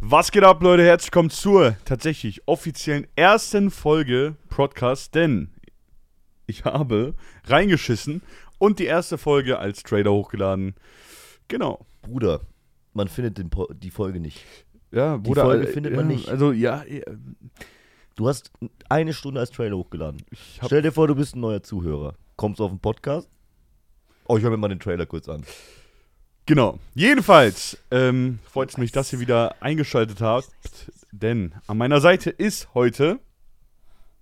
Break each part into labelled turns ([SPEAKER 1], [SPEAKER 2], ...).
[SPEAKER 1] Was geht ab, Leute? Herzlich willkommen zur tatsächlich offiziellen ersten Folge Podcast, denn ich habe reingeschissen und die erste Folge als Trailer hochgeladen. Genau.
[SPEAKER 2] Bruder, man findet den Po- die Folge nicht.
[SPEAKER 1] Ja,
[SPEAKER 2] Die Folge findet man
[SPEAKER 1] ja,
[SPEAKER 2] nicht.
[SPEAKER 1] Also, ja, ja,
[SPEAKER 2] Du hast eine Stunde als Trailer hochgeladen.
[SPEAKER 1] ich hab,
[SPEAKER 2] Stell dir vor, du bist ein neuer Zuhörer. Kommst auf den Podcast. Oh, ich höre mir mal den Trailer kurz an.
[SPEAKER 1] genau. Jedenfalls ähm, freut es mich, dass ihr wieder eingeschaltet habt, denn an meiner Seite ist heute.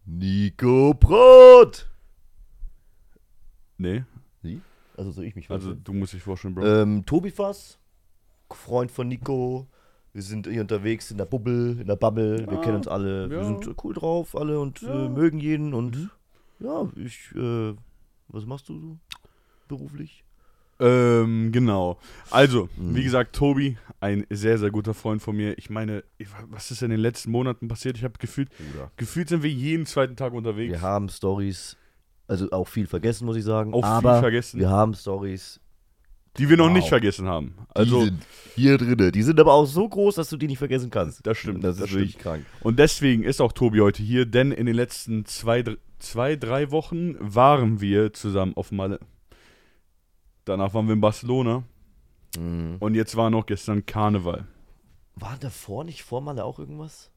[SPEAKER 2] Nico Brot!
[SPEAKER 1] Nee,
[SPEAKER 2] Sie? Also soll ich mich
[SPEAKER 1] also
[SPEAKER 2] vorstellen?
[SPEAKER 1] du musst dich vorstellen, Bro.
[SPEAKER 2] ähm, Tobi Fass, Freund von Nico. Wir sind hier unterwegs in der Bubble, in der Bubble. Wir
[SPEAKER 1] Ah,
[SPEAKER 2] kennen uns alle.
[SPEAKER 1] ja.
[SPEAKER 2] Wir sind äh, cool drauf, alle und
[SPEAKER 1] Ja. Mhm.
[SPEAKER 2] äh, mögen jeden. Und ja, ich, äh, was machst du so beruflich?
[SPEAKER 1] Ähm, genau. Also,
[SPEAKER 2] Mhm.
[SPEAKER 1] wie gesagt, Tobi, ein sehr, sehr guter Freund von mir. Ich meine, ich- was ist in den letzten Monaten passiert? Ich habe gefühlt,
[SPEAKER 2] Bruder.
[SPEAKER 1] gefühlt sind wir jeden zweiten Tag unterwegs.
[SPEAKER 2] Wir haben Stories, also auch viel vergessen, muss ich sagen.
[SPEAKER 1] Auch viel
[SPEAKER 2] aber
[SPEAKER 1] vergessen.
[SPEAKER 2] Wir haben Stories.
[SPEAKER 1] die wir noch
[SPEAKER 2] Wow.
[SPEAKER 1] nicht vergessen haben. Also,
[SPEAKER 2] sind hier drinne. Die sind aber auch so groß, dass du die nicht vergessen kannst.
[SPEAKER 1] Das stimmt,
[SPEAKER 2] Das ist
[SPEAKER 1] das
[SPEAKER 2] wirklich krank.
[SPEAKER 1] und deswegen ist auch Tobi heute hier, denn in den letzten zwei, dr- zwei drei Wochen waren wir zusammen auf Malle. Danach waren wir in Barcelona
[SPEAKER 2] Mhm.
[SPEAKER 1] und jetzt war noch gestern Karneval.
[SPEAKER 2] War davor nicht vor Malle auch irgendwas?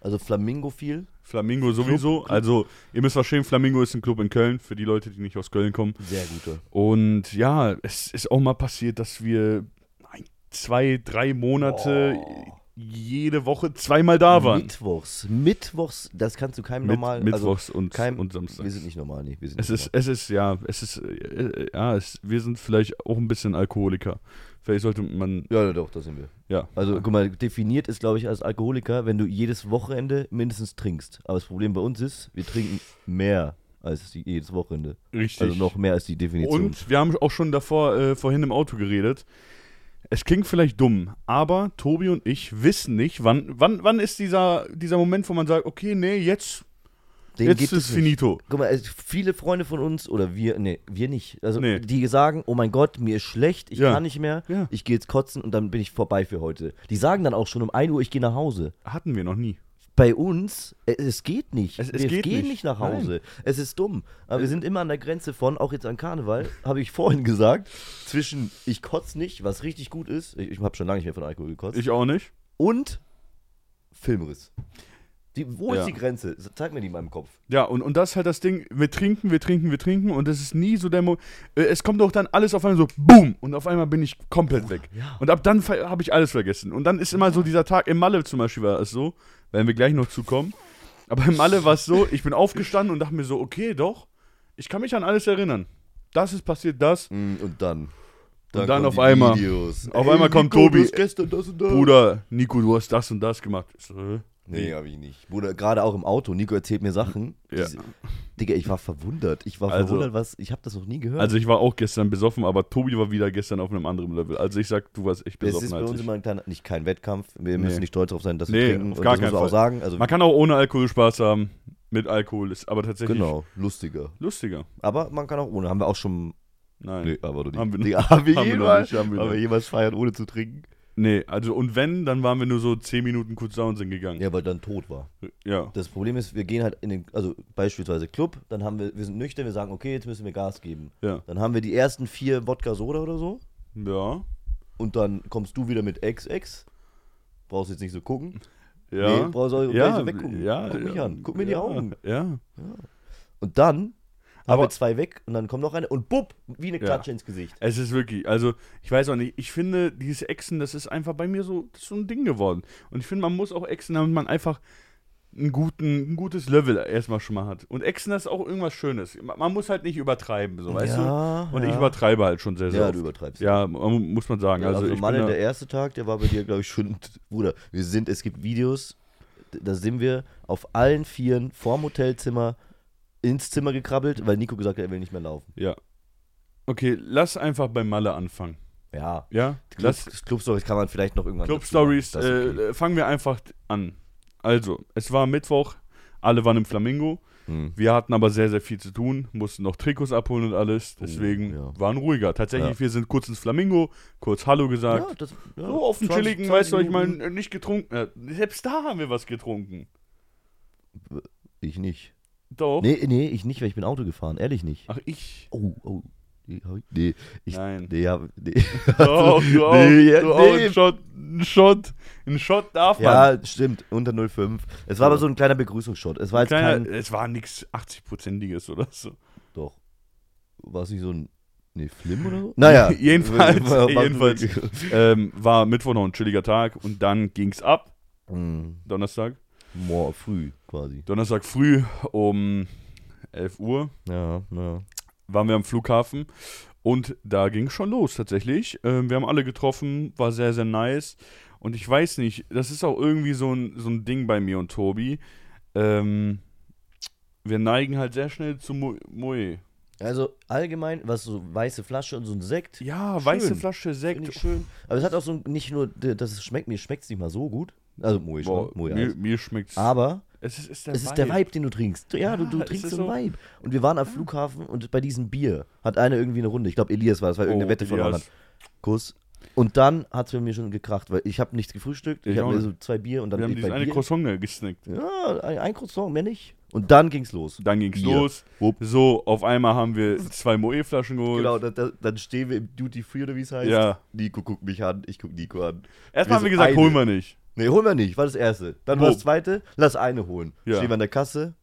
[SPEAKER 2] Also Flamingo viel?
[SPEAKER 1] Flamingo sowieso. Also, ihr müsst verstehen, Flamingo ist ein Club in Köln, für die Leute, die nicht aus Köln kommen.
[SPEAKER 2] Sehr gute.
[SPEAKER 1] Und ja, es ist auch mal passiert, dass wir ein, zwei, drei Monate
[SPEAKER 2] Boah.
[SPEAKER 1] jede Woche zweimal da waren.
[SPEAKER 2] Mittwochs. Mittwochs, das kannst du keinem
[SPEAKER 1] Mit-
[SPEAKER 2] normal.
[SPEAKER 1] Mittwochs und,
[SPEAKER 2] also kein,
[SPEAKER 1] und
[SPEAKER 2] Wir
[SPEAKER 1] Samstags.
[SPEAKER 2] sind nicht normal, nee. Wir sind
[SPEAKER 1] Es
[SPEAKER 2] nicht
[SPEAKER 1] ist, es ist, ja, es ist, äh, äh, ja, es, wir sind vielleicht auch ein bisschen Alkoholiker. Vielleicht sollte man,
[SPEAKER 2] normal. Ja, doch, das sind wir.
[SPEAKER 1] ja.
[SPEAKER 2] Also, guck mal, definiert ist, glaube ich, als Alkoholiker, wenn du jedes Wochenende mindestens trinkst. Aber das Problem bei uns ist, wir trinken mehr als die, jedes Wochenende.
[SPEAKER 1] richtig.
[SPEAKER 2] Also noch mehr als die Definition.
[SPEAKER 1] und wir haben auch schon davor, äh, vorhin im Auto geredet. Es klingt vielleicht dumm, aber Tobi und ich wissen nicht, wann, wann, wann ist dieser, dieser Moment, wo man sagt, okay, nee, jetzt,
[SPEAKER 2] Den
[SPEAKER 1] jetzt
[SPEAKER 2] gibt
[SPEAKER 1] ist
[SPEAKER 2] es
[SPEAKER 1] es
[SPEAKER 2] nicht.
[SPEAKER 1] finito.
[SPEAKER 2] Guck mal, es- viele Freunde von uns oder wir, nee, wir nicht. Also
[SPEAKER 1] Nee.
[SPEAKER 2] die sagen, oh mein Gott, mir ist schlecht, ich
[SPEAKER 1] Ja.
[SPEAKER 2] kann nicht mehr,
[SPEAKER 1] Ja.
[SPEAKER 2] ich gehe jetzt kotzen und dann bin ich vorbei für heute. Die sagen dann auch schon um 1 Uhr, ich gehe nach Hause.
[SPEAKER 1] Hatten wir noch nie.
[SPEAKER 2] Bei uns, äh, es geht nicht.
[SPEAKER 1] Es- es
[SPEAKER 2] wir
[SPEAKER 1] geht
[SPEAKER 2] gehen
[SPEAKER 1] nicht.
[SPEAKER 2] nicht nach Hause. Es ist dumm. Aber wir sind immer an der Grenze von, auch jetzt an Karneval, habe ich vorhin gesagt, zwischen ich kotze nicht, was richtig gut ist, ich, ich habe schon lange nicht mehr von Alkohol gekotzt,
[SPEAKER 1] Ich auch nicht.
[SPEAKER 2] und Filmriss. Die, wo
[SPEAKER 1] Ja.
[SPEAKER 2] ist die Grenze? Zeig mir die in meinem Kopf.
[SPEAKER 1] Ja, und, und das ist halt das Ding, wir trinken, wir trinken, wir trinken und es ist nie so der Mo äh, Es kommt doch dann alles auf einmal so, boom, und auf einmal bin ich komplett weg. Und ab dann habe ich alles vergessen. Und dann ist immer so dieser Tag, im Malle zum Beispiel war es so, werden wir gleich noch zukommen, aber im Malle war es so, ich bin aufgestanden und dachte mir so, okay, doch, ich kann mich an alles erinnern. Das ist passiert, das.
[SPEAKER 2] Mm, Und dann.
[SPEAKER 1] dann
[SPEAKER 2] kommen
[SPEAKER 1] auf
[SPEAKER 2] die
[SPEAKER 1] einmal-
[SPEAKER 2] Videos.
[SPEAKER 1] auf einmal kommt
[SPEAKER 2] Nico,
[SPEAKER 1] Tobi.
[SPEAKER 2] du hast gestern das und das.
[SPEAKER 1] Bruder, Nico, du hast das und das gemacht. Ich so, hä?
[SPEAKER 2] Nee, hab ich nicht. Bruder, gerade auch im Auto. Nico erzählt mir Sachen.
[SPEAKER 1] Ja.
[SPEAKER 2] Die- Digga, ich war verwundert. Ich war
[SPEAKER 1] Also-
[SPEAKER 2] verwundert, was. Ich habe das noch nie gehört.
[SPEAKER 1] Also ich war auch gestern besoffen, aber Tobi war wieder gestern auf einem anderen Level. Also ich sag, du warst echt
[SPEAKER 2] es
[SPEAKER 1] besoffen
[SPEAKER 2] ist bei
[SPEAKER 1] als
[SPEAKER 2] uns
[SPEAKER 1] ich.
[SPEAKER 2] immer ein kleiner, nicht kein Wettkampf. Wir müssen nicht stolz darauf sein, dass wir
[SPEAKER 1] Nee,
[SPEAKER 2] trinken.
[SPEAKER 1] auf
[SPEAKER 2] Und
[SPEAKER 1] gar
[SPEAKER 2] das müssen
[SPEAKER 1] keinen
[SPEAKER 2] wir
[SPEAKER 1] Fall.
[SPEAKER 2] auch sagen. Also,
[SPEAKER 1] Man kann auch ohne Alkohol Spaß haben, mit Alkohol ist aber tatsächlich
[SPEAKER 2] genau, lustiger.
[SPEAKER 1] lustiger.
[SPEAKER 2] Aber man kann auch ohne. Haben wir auch schon.
[SPEAKER 1] Nein.
[SPEAKER 2] Nee, aber doch nicht.
[SPEAKER 1] Haben wir noch-
[SPEAKER 2] Digga, haben wir
[SPEAKER 1] haben wir noch
[SPEAKER 2] jemals,
[SPEAKER 1] nicht, haben wir
[SPEAKER 2] haben wir
[SPEAKER 1] nicht.
[SPEAKER 2] jemals feiert, ohne zu trinken?
[SPEAKER 1] Nee, also und wenn, dann waren wir nur so 10 Minuten kurz da und sind gegangen.
[SPEAKER 2] Ja, weil dann tot war.
[SPEAKER 1] Ja.
[SPEAKER 2] Das Problem ist, wir gehen halt in den, also beispielsweise Club, dann haben wir, wir sind nüchtern, wir sagen, okay, jetzt müssen wir Gas geben.
[SPEAKER 1] Ja.
[SPEAKER 2] Dann haben wir die ersten vier Wodka Soda oder so
[SPEAKER 1] Ja.
[SPEAKER 2] und dann kommst du wieder mit XX. Brauchst jetzt nicht so gucken.
[SPEAKER 1] Ja.
[SPEAKER 2] Nee, brauchst du
[SPEAKER 1] ja,
[SPEAKER 2] ja, weggucken.
[SPEAKER 1] ja,
[SPEAKER 2] Guck mich
[SPEAKER 1] ja,
[SPEAKER 2] an, guck mir in die
[SPEAKER 1] ja,
[SPEAKER 2] Augen.
[SPEAKER 1] Ja.
[SPEAKER 2] Und dann haben
[SPEAKER 1] Aber-
[SPEAKER 2] wir zwei weg und dann kommt noch eine und bupp, wie eine
[SPEAKER 1] Ja.
[SPEAKER 2] Klatsche ins Gesicht.
[SPEAKER 1] Es ist wirklich, also ich weiß auch nicht, ich finde, dieses Exen, das ist einfach bei mir so, das ist so ein Ding geworden. Und ich finde, man muss auch Exen, damit man einfach einen guten, ein gutes Level erstmal schon mal hat. Und Exen, das ist auch irgendwas Schönes. Man man muss halt nicht übertreiben, so, weißt du?
[SPEAKER 2] ja,
[SPEAKER 1] Und
[SPEAKER 2] ja.
[SPEAKER 1] ich übertreibe halt schon sehr, sehr
[SPEAKER 2] Ja,
[SPEAKER 1] oft.
[SPEAKER 2] du übertreibst.
[SPEAKER 1] Ja, mu- muss man sagen.
[SPEAKER 2] also,
[SPEAKER 1] also ich
[SPEAKER 2] Mann,
[SPEAKER 1] bin da,
[SPEAKER 2] der erste Tag, der war bei dir, glaube ich, schon, Bruder, wir sind, es gibt Videos, d- da sind wir auf allen Vieren vorm Hotelzimmer ins Zimmer gekrabbelt, weil Nico gesagt hat, er will nicht mehr laufen.
[SPEAKER 1] ja. Okay, lass einfach bei Malle anfangen.
[SPEAKER 2] Ja,
[SPEAKER 1] Ja?
[SPEAKER 2] Club,
[SPEAKER 1] Lass
[SPEAKER 2] Club Stories kann man vielleicht noch irgendwann.
[SPEAKER 1] Club
[SPEAKER 2] dazu machen,
[SPEAKER 1] Stories,
[SPEAKER 2] das ist okay.
[SPEAKER 1] äh, fangen wir einfach an. Also, es war Mittwoch, alle waren im Flamingo.
[SPEAKER 2] Hm.
[SPEAKER 1] Wir hatten aber sehr, sehr viel zu tun, mussten noch Trikots abholen und alles. Deswegen
[SPEAKER 2] Oh, ja.
[SPEAKER 1] waren ruhiger. Tatsächlich,
[SPEAKER 2] Ja.
[SPEAKER 1] wir sind kurz ins Flamingo, kurz Hallo gesagt.
[SPEAKER 2] das, ja,
[SPEAKER 1] so auf dem
[SPEAKER 2] 20,
[SPEAKER 1] chilligen,
[SPEAKER 2] 20
[SPEAKER 1] weißt du, ich
[SPEAKER 2] Minuten.
[SPEAKER 1] meine, nicht getrunken. Ja, selbst da haben wir was getrunken.
[SPEAKER 2] Ich nicht.
[SPEAKER 1] Doch.
[SPEAKER 2] Nee, nee, ich nicht, weil ich bin Auto gefahren. Ehrlich nicht.
[SPEAKER 1] Ach, ich.
[SPEAKER 2] Oh, oh. Nee, hab ich- nee, ich.
[SPEAKER 1] Nein.
[SPEAKER 2] Nee, ja, nee.
[SPEAKER 1] Doch, du auch.
[SPEAKER 2] Nee, ja,
[SPEAKER 1] du auch.
[SPEAKER 2] nee.
[SPEAKER 1] Ein Shot. Ein Shot. Ein Shot darf man.
[SPEAKER 2] ja, stimmt. Unter 05. Es war aber so ein kleiner Begrüßungsshot. Es war jetzt
[SPEAKER 1] Kleiner,
[SPEAKER 2] kein.
[SPEAKER 1] es war nichts 80-prozentiges oder so.
[SPEAKER 2] Doch. War es nicht so ein. Nee, Flim oder so? Naja.
[SPEAKER 1] Jedenfalls,
[SPEAKER 2] War- war-
[SPEAKER 1] jedenfalls. Ähm, war Mittwoch noch ein chilliger Tag und dann ging's ab.
[SPEAKER 2] Hm,
[SPEAKER 1] Donnerstag.
[SPEAKER 2] Morgen früh quasi.
[SPEAKER 1] Donnerstag früh um 11 Uhr
[SPEAKER 2] Ja, ja.
[SPEAKER 1] waren wir am Flughafen und da ging schon los tatsächlich. Ähm, wir haben alle getroffen, war sehr, sehr nice. Und ich weiß nicht, das ist auch irgendwie so ein, so ein Ding bei mir und Tobi. Ähm, wir neigen halt sehr schnell zu Mu- Mui.
[SPEAKER 2] Also allgemein, was so weiße Flasche und so ein Sekt.
[SPEAKER 1] Ja,
[SPEAKER 2] Schön.
[SPEAKER 1] weiße Flasche
[SPEAKER 2] Finde ich
[SPEAKER 1] Sekt.
[SPEAKER 2] schön. Aber es hat auch so ein- nicht nur, d- dass es schmeckt, mir schmeckt es nicht mal so gut. Also Moe schon,
[SPEAKER 1] Boah,
[SPEAKER 2] Moe
[SPEAKER 1] mir,
[SPEAKER 2] Eis.
[SPEAKER 1] mir schmeckt's.
[SPEAKER 2] Aber
[SPEAKER 1] es ist, ist der
[SPEAKER 2] es ist der Vibe, den du trinkst. Ja, du, du
[SPEAKER 1] Ja, es
[SPEAKER 2] trinkst
[SPEAKER 1] ist
[SPEAKER 2] so
[SPEAKER 1] so-
[SPEAKER 2] einen Vibe. Und wir waren am Flughafen und bei diesem Bier hat einer irgendwie eine Runde. Ich glaube, Elias war das, weil irgendeine
[SPEAKER 1] Oh,
[SPEAKER 2] Wette verloren
[SPEAKER 1] Elias.
[SPEAKER 2] hat. Kuss. Und dann hat es bei mir schon gekracht, weil ich habe nichts gefrühstückt. Ich,
[SPEAKER 1] Ich
[SPEAKER 2] habe
[SPEAKER 1] auch
[SPEAKER 2] mir
[SPEAKER 1] nicht.
[SPEAKER 2] so zwei Bier und dann
[SPEAKER 1] Wir haben
[SPEAKER 2] bin ich
[SPEAKER 1] dieses
[SPEAKER 2] bei
[SPEAKER 1] eine
[SPEAKER 2] Bier.
[SPEAKER 1] Croissant gesnickt.
[SPEAKER 2] ja, ein, ein Croissant, mehr nicht. Und dann ging's los.
[SPEAKER 1] Dann ging's
[SPEAKER 2] Bier.
[SPEAKER 1] los.
[SPEAKER 2] Wupp.
[SPEAKER 1] So, auf einmal haben wir zwei Moe-Flaschen geholt.
[SPEAKER 2] Genau, da, da, dann stehen wir im Duty Free oder wie es heißt.
[SPEAKER 1] Ja.
[SPEAKER 2] Nico guckt mich an, ich guck Nico an.
[SPEAKER 1] Erstmal haben
[SPEAKER 2] so
[SPEAKER 1] wir gesagt,
[SPEAKER 2] eine.
[SPEAKER 1] holen wir nicht.
[SPEAKER 2] Nee, holen wir nicht, war das erste. Dann war
[SPEAKER 1] Boom.
[SPEAKER 2] das zweite, lass eine holen.
[SPEAKER 1] Ja.
[SPEAKER 2] Stehen wir an der Kasse.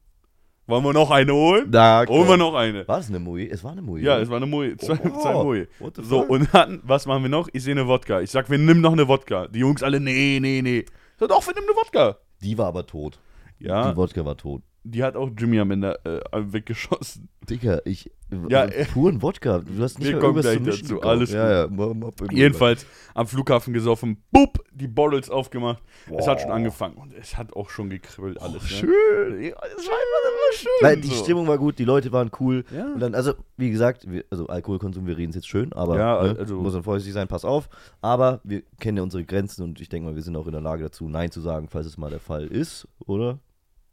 [SPEAKER 1] Wollen wir noch eine holen?
[SPEAKER 2] Da,
[SPEAKER 1] holen wir noch eine.
[SPEAKER 2] War das eine Mui? Es war eine ne? Mui.
[SPEAKER 1] Ja,
[SPEAKER 2] oder?
[SPEAKER 1] es war eine Moe. Zwei,
[SPEAKER 2] Oh,
[SPEAKER 1] zwei Moe.
[SPEAKER 2] what the
[SPEAKER 1] So,
[SPEAKER 2] fuck?
[SPEAKER 1] und dann, was machen wir noch? Ich sehe eine Wodka. Ich sag, wir nehmen noch eine Wodka. Die Jungs alle, nee, nee, nee. So, doch, wir nehmen eine Wodka.
[SPEAKER 2] Die war aber tot.
[SPEAKER 1] Ja,
[SPEAKER 2] Die Wodka war tot.
[SPEAKER 1] die hat auch Jimmy am Ende äh, weggeschossen.
[SPEAKER 2] Digga, ich.
[SPEAKER 1] Ja,
[SPEAKER 2] äh, puren Wodka. Du hast nicht
[SPEAKER 1] wir
[SPEAKER 2] mal
[SPEAKER 1] kommen
[SPEAKER 2] irgendwas
[SPEAKER 1] gleich
[SPEAKER 2] zu mischen
[SPEAKER 1] dazu,
[SPEAKER 2] bekommen.
[SPEAKER 1] alles
[SPEAKER 2] ja, ja, mach- mach irgendwie
[SPEAKER 1] Jedenfalls am Flughafen gesoffen, bupp, die Bottles aufgemacht. Es hat schon
[SPEAKER 2] Wow.
[SPEAKER 1] angefangen und es hat auch schon gekribbelt alles.
[SPEAKER 2] was.
[SPEAKER 1] ne?
[SPEAKER 2] Oh, Schön.
[SPEAKER 1] Ja, Es war immer schön.
[SPEAKER 2] Nein, die
[SPEAKER 1] so.
[SPEAKER 2] Stimmung war gut, die Leute waren cool.
[SPEAKER 1] Ja.
[SPEAKER 2] Und dann, also, wie gesagt, wir, also Alkoholkonsum, wir reden es jetzt schön, aber
[SPEAKER 1] Ja,
[SPEAKER 2] ne,
[SPEAKER 1] also-
[SPEAKER 2] muss man vorsichtig sein, pass auf. Aber wir kennen ja unsere Grenzen und ich denke mal, wir sind auch in der Lage dazu, Nein zu sagen, falls es mal der Fall ist, oder?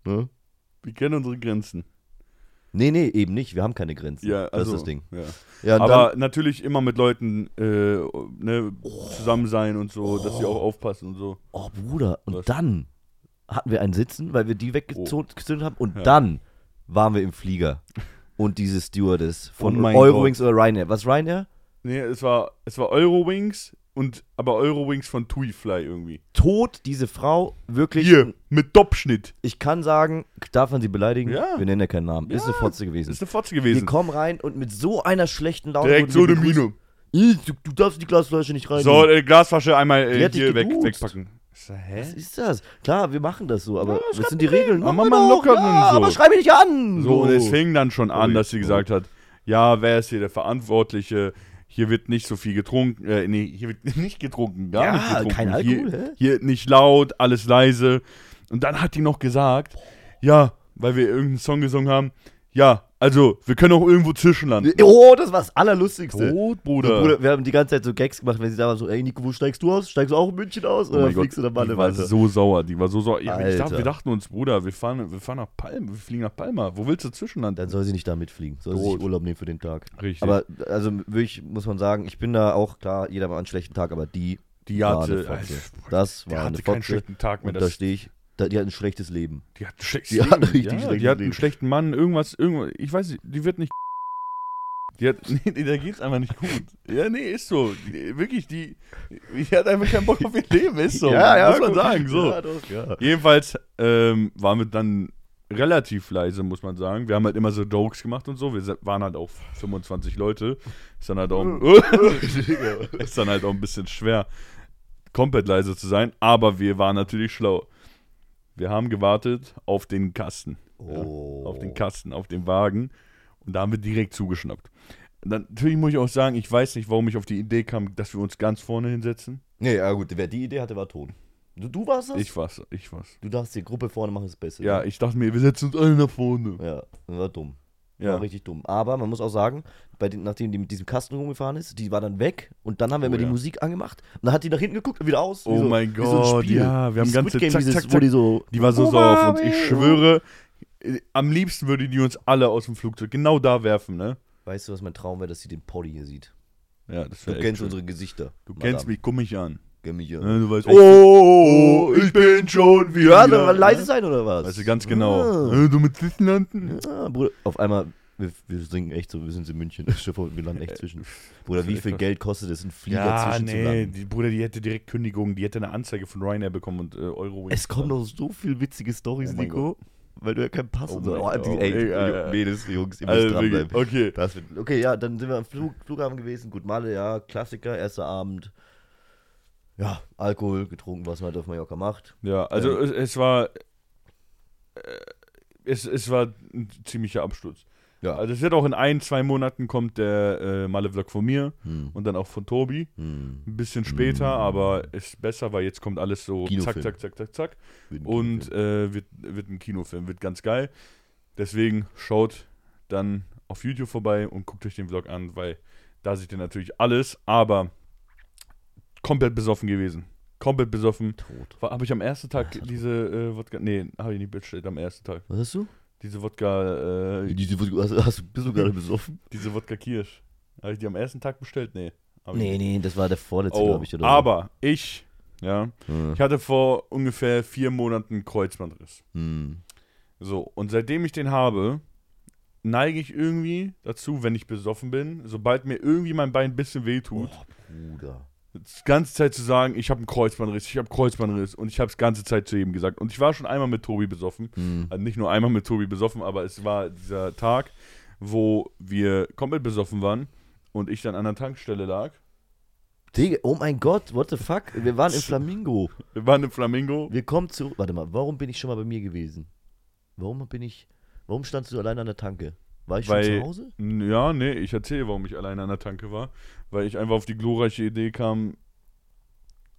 [SPEAKER 2] Ne?
[SPEAKER 1] Wir kennen unsere Grenzen.
[SPEAKER 2] Nee, nee, eben nicht. Wir haben keine Grenzen.
[SPEAKER 1] Ja, also,
[SPEAKER 2] das ist das Ding.
[SPEAKER 1] Ja.
[SPEAKER 2] Ja, und
[SPEAKER 1] Aber natürlich immer mit Leuten äh, ne, zusammen sein und so, dass sie auch aufpassen und so.
[SPEAKER 2] Oh, Bruder. Und
[SPEAKER 1] Was? Oh.
[SPEAKER 2] dann hatten wir einen Sitzen, weil wir die weggezündet haben. Und
[SPEAKER 1] Ja.
[SPEAKER 2] dann waren wir im Flieger. Und diese Stewardess
[SPEAKER 1] Oh
[SPEAKER 2] von
[SPEAKER 1] mein
[SPEAKER 2] Eurowings oder Ryanair. Was Ryanair?
[SPEAKER 1] Nee, es war, es war Eurowings und aber Eurowings von Tui Fly irgendwie.
[SPEAKER 2] Tot, diese Frau, wirklich.
[SPEAKER 1] Hier, mit Doppschnitt.
[SPEAKER 2] Ich kann sagen, darf man sie beleidigen?
[SPEAKER 1] Ja.
[SPEAKER 2] Wir nennen ja keinen Namen. Ist
[SPEAKER 1] Ja.
[SPEAKER 2] eine Fotze gewesen.
[SPEAKER 1] Das ist eine Fotze
[SPEAKER 2] Wir
[SPEAKER 1] gewesen.
[SPEAKER 2] kommen rein und mit so einer schlechten Laune.
[SPEAKER 1] Direkt so
[SPEAKER 2] wurden
[SPEAKER 1] eine
[SPEAKER 2] wir begrüßt.
[SPEAKER 1] Mine.
[SPEAKER 2] Ih, Du, du darfst die Glasflasche nicht rein.
[SPEAKER 1] So, äh, Glasflasche einmal
[SPEAKER 2] Die
[SPEAKER 1] äh,
[SPEAKER 2] hat dich
[SPEAKER 1] hier weg,
[SPEAKER 2] geduzt.
[SPEAKER 1] wegpacken. Ich so,
[SPEAKER 2] was
[SPEAKER 1] hä?
[SPEAKER 2] ist das? Klar, wir machen das so, aber was sind die Regeln?
[SPEAKER 1] Aber
[SPEAKER 2] Machen wir
[SPEAKER 1] man
[SPEAKER 2] doch.
[SPEAKER 1] lockert
[SPEAKER 2] ja,
[SPEAKER 1] und so.
[SPEAKER 2] Aber schreib mich nicht an.
[SPEAKER 1] So, und es fing dann schon an,
[SPEAKER 2] Ui, oh.
[SPEAKER 1] dass sie
[SPEAKER 2] ui.
[SPEAKER 1] gesagt hat, ja, wer ist hier der Verantwortliche? Hier wird nicht so viel getrunken, äh, nee, hier wird nicht getrunken, gar
[SPEAKER 2] Ja,
[SPEAKER 1] nicht getrunken.
[SPEAKER 2] kein Alkohol,
[SPEAKER 1] hier,
[SPEAKER 2] hä?
[SPEAKER 1] hier nicht laut, alles leise. Und dann hat die noch gesagt, ja, weil wir irgendeinen Song gesungen haben, ja, also, wir können auch irgendwo zwischenlanden.
[SPEAKER 2] Oh, das war das Allerlustigste.
[SPEAKER 1] Tod,
[SPEAKER 2] So,
[SPEAKER 1] Bruder.
[SPEAKER 2] Bruder, wir haben die ganze Zeit so Gags gemacht, wenn sie da war so, ey Nico, wo steigst du aus? Steigst du auch in München aus?
[SPEAKER 1] Oh
[SPEAKER 2] oder
[SPEAKER 1] mein
[SPEAKER 2] fliegst
[SPEAKER 1] Gott,
[SPEAKER 2] du dann
[SPEAKER 1] die
[SPEAKER 2] Malle
[SPEAKER 1] war
[SPEAKER 2] weiter?
[SPEAKER 1] so sauer, die war so sauer. Ja, ich dachte,
[SPEAKER 2] Alter.
[SPEAKER 1] wir dachten uns, Bruder, wir fahren, wir fahren nach Palma, wir fliegen nach Palma. Wo willst du zwischenlanden?
[SPEAKER 2] Dann soll sie nicht da mitfliegen, soll sie
[SPEAKER 1] Tot.
[SPEAKER 2] sich Urlaub nehmen für den Tag.
[SPEAKER 1] Richtig.
[SPEAKER 2] Aber also wirklich muss man sagen, ich bin da auch klar, jeder mal einen schlechten Tag, aber die,
[SPEAKER 1] die
[SPEAKER 2] war eine
[SPEAKER 1] hatte,
[SPEAKER 2] Fotze.
[SPEAKER 1] Alter,
[SPEAKER 2] äh, Das
[SPEAKER 1] der
[SPEAKER 2] war eine
[SPEAKER 1] hatte keinen
[SPEAKER 2] Fotze.
[SPEAKER 1] schlechten Tag mehr.
[SPEAKER 2] Und
[SPEAKER 1] Das
[SPEAKER 2] da stehe ich, da, die hat ein schlechtes Leben.
[SPEAKER 1] Die hat ein schlechtes
[SPEAKER 2] Die hat richtig schlechtes
[SPEAKER 1] Die hat einen
[SPEAKER 2] Leben.
[SPEAKER 1] schlechten Mann, irgendwas, irgendwas. Ich weiß nicht, die wird nicht. Die hat. Nee, nee, da geht's einfach nicht gut. Ja, nee, ist so. Die, wirklich, die. Die hat einfach keinen Bock auf ihr Leben, ist so. muss man
[SPEAKER 2] gut.
[SPEAKER 1] sagen, so.
[SPEAKER 2] Ja, doch, ja.
[SPEAKER 1] Jedenfalls ähm, waren wir dann relativ leise, muss man sagen. Wir haben halt immer so Jokes gemacht und so. Wir se- waren halt auch 25 Leute. Ist dann halt auch, ist dann halt auch ein bisschen schwer, komplett leise zu sein. Aber wir waren natürlich schlau. Wir haben gewartet auf den Kasten.
[SPEAKER 2] Oh.
[SPEAKER 1] Auf den Kasten, auf den Wagen. Und da haben wir direkt zugeschnappt. Dann, natürlich muss ich auch sagen, ich weiß nicht, warum ich auf die Idee kam, dass wir uns ganz vorne hinsetzen.
[SPEAKER 2] Nee, ja gut, wer die Idee hatte, war tot. Du, du warst das?
[SPEAKER 1] Ich war's, ich war's.
[SPEAKER 2] Du dachtest, die Gruppe vorne macht es besser.
[SPEAKER 1] Ja, ich dachte mir, wir setzen uns alle nach vorne.
[SPEAKER 2] Ja, das war dumm.
[SPEAKER 1] Ja.
[SPEAKER 2] War richtig dumm. Aber man muss auch sagen, bei den, nachdem die mit diesem Kasten rumgefahren ist, die war dann weg und dann haben wir
[SPEAKER 1] Oh,
[SPEAKER 2] immer die
[SPEAKER 1] ja.
[SPEAKER 2] Musik angemacht und dann hat die nach hinten geguckt und wieder aus.
[SPEAKER 1] Oh
[SPEAKER 2] so,
[SPEAKER 1] mein
[SPEAKER 2] Wie so ein
[SPEAKER 1] Gott,
[SPEAKER 2] Spiel.
[SPEAKER 1] ja, wir haben
[SPEAKER 2] Wie
[SPEAKER 1] ganze
[SPEAKER 2] Squid Game,
[SPEAKER 1] zack,
[SPEAKER 2] dieses,
[SPEAKER 1] zack,
[SPEAKER 2] wo
[SPEAKER 1] zack.
[SPEAKER 2] die so.
[SPEAKER 1] Die war so
[SPEAKER 2] Oh,
[SPEAKER 1] sauer auf uns. Ich
[SPEAKER 2] Mami.
[SPEAKER 1] schwöre, äh, am liebsten würde die uns alle aus dem Flugzeug genau da werfen, ne?
[SPEAKER 2] Weißt du, was mein Traum wäre, dass sie den Poddy hier sieht?
[SPEAKER 1] Ja, das
[SPEAKER 2] Du
[SPEAKER 1] wär echt
[SPEAKER 2] kennst
[SPEAKER 1] schön.
[SPEAKER 2] unsere Gesichter.
[SPEAKER 1] Du kennst mich, guck mich an.
[SPEAKER 2] Kenn mich ja.
[SPEAKER 1] Ne, du weißt,
[SPEAKER 2] Echt?
[SPEAKER 1] oh, ich bin schon wieder.
[SPEAKER 2] Ja, dann leise
[SPEAKER 1] ne?
[SPEAKER 2] sein oder was?
[SPEAKER 1] Weißt du ganz genau.
[SPEAKER 2] Ah.
[SPEAKER 1] Ne, Du mit Sittenlanden.
[SPEAKER 2] Ah, Bruder, auf einmal, wir, wir singen echt so, wir sind in München, das Schiff und wir landen echt zwischen. Bruder, wie viel Geld kostet es, einen Flieger
[SPEAKER 1] Äh, Ja,
[SPEAKER 2] zwischen zu
[SPEAKER 1] nee,
[SPEAKER 2] landen?
[SPEAKER 1] die Bruder, die hätte direkt Kündigung, die hätte eine Anzeige von Ryanair bekommen und äh, Eurowings.
[SPEAKER 2] Es kommen noch so viel witzige Stories,
[SPEAKER 1] Oh mein
[SPEAKER 2] Nico, weil du ja keinen Pass
[SPEAKER 1] Oh
[SPEAKER 2] und so.
[SPEAKER 1] mein
[SPEAKER 2] Oh,
[SPEAKER 1] Gott.
[SPEAKER 2] die, ey,
[SPEAKER 1] Ey, äh,
[SPEAKER 2] nee, das, Jungs, ihr müsst
[SPEAKER 1] also, wirklich,
[SPEAKER 2] dranbleiben.
[SPEAKER 1] okay.
[SPEAKER 2] Das wird, okay, ja, dann sind wir am Flug, Flughafen gewesen, gut Male, ja, Klassiker, erster Abend. Ja, Alkohol getrunken, was man halt auf Mallorca macht.
[SPEAKER 1] Ja, also
[SPEAKER 2] Ähm.
[SPEAKER 1] es, es war äh, es, es war ein ziemlicher Absturz.
[SPEAKER 2] Ja.
[SPEAKER 1] Also es wird auch in ein, zwei Monaten kommt der äh, Male-Vlog von mir
[SPEAKER 2] Hm,
[SPEAKER 1] und dann auch von Tobi.
[SPEAKER 2] hm,
[SPEAKER 1] Ein bisschen später, aber ist besser, weil jetzt kommt alles so
[SPEAKER 2] Kinofilm.
[SPEAKER 1] zack, zack, zack, zack, zack.
[SPEAKER 2] wird ein
[SPEAKER 1] Und
[SPEAKER 2] Kinofilm.
[SPEAKER 1] äh, wird, wird ein Kinofilm, wird ganz geil. Deswegen schaut dann auf YouTube vorbei und guckt euch den Vlog an, weil da seht ihr natürlich alles, aber komplett besoffen gewesen. Komplett besoffen.
[SPEAKER 2] Tot.
[SPEAKER 1] Habe ich am ersten Tag
[SPEAKER 2] Ja, das hat-
[SPEAKER 1] diese äh, Wodka. Nee, habe ich nicht bestellt, am ersten Tag.
[SPEAKER 2] Was hast du?
[SPEAKER 1] Diese Wodka, äh,
[SPEAKER 2] Diese- Hast, hast, bist du gerade besoffen?
[SPEAKER 1] diese Wodka Kirsch. Habe ich die am ersten Tag bestellt? Nee. hab ich
[SPEAKER 2] Nee,
[SPEAKER 1] nicht.
[SPEAKER 2] nee, das war der vorletzte,
[SPEAKER 1] Oh,
[SPEAKER 2] glaube ich. Oder
[SPEAKER 1] aber ich, ja,
[SPEAKER 2] So. Hm.
[SPEAKER 1] ich hatte vor ungefähr vier Monaten Kreuzbandriss.
[SPEAKER 2] Hm.
[SPEAKER 1] So, und seitdem ich den habe, neige ich irgendwie dazu, wenn ich besoffen bin, sobald mir irgendwie mein Bein ein bisschen wehtut,
[SPEAKER 2] Bruder.
[SPEAKER 1] die ganze Zeit zu sagen, ich habe einen Kreuzbandriss, ich habe Kreuzbandriss. Und ich habe es ganze Zeit zu jedem gesagt. Und ich war schon einmal mit Tobi besoffen.
[SPEAKER 2] Hm.
[SPEAKER 1] Also nicht nur einmal mit Tobi besoffen, aber es war dieser Tag, wo wir komplett besoffen waren und ich dann an der Tankstelle lag.
[SPEAKER 2] Digga, oh mein Gott, what the fuck? Wir waren im Flamingo.
[SPEAKER 1] Wir waren im Flamingo.
[SPEAKER 2] Wir kommen zu. Warte mal, warum bin ich schon mal bei mir gewesen? Warum bin ich. Warum standst du allein an der Tanke? War ich schon
[SPEAKER 1] Weil-
[SPEAKER 2] zu Hause?
[SPEAKER 1] Ja, nee, ich erzähle, warum ich alleine an der Tanke war. Weil ich einfach auf die glorreiche Idee kam,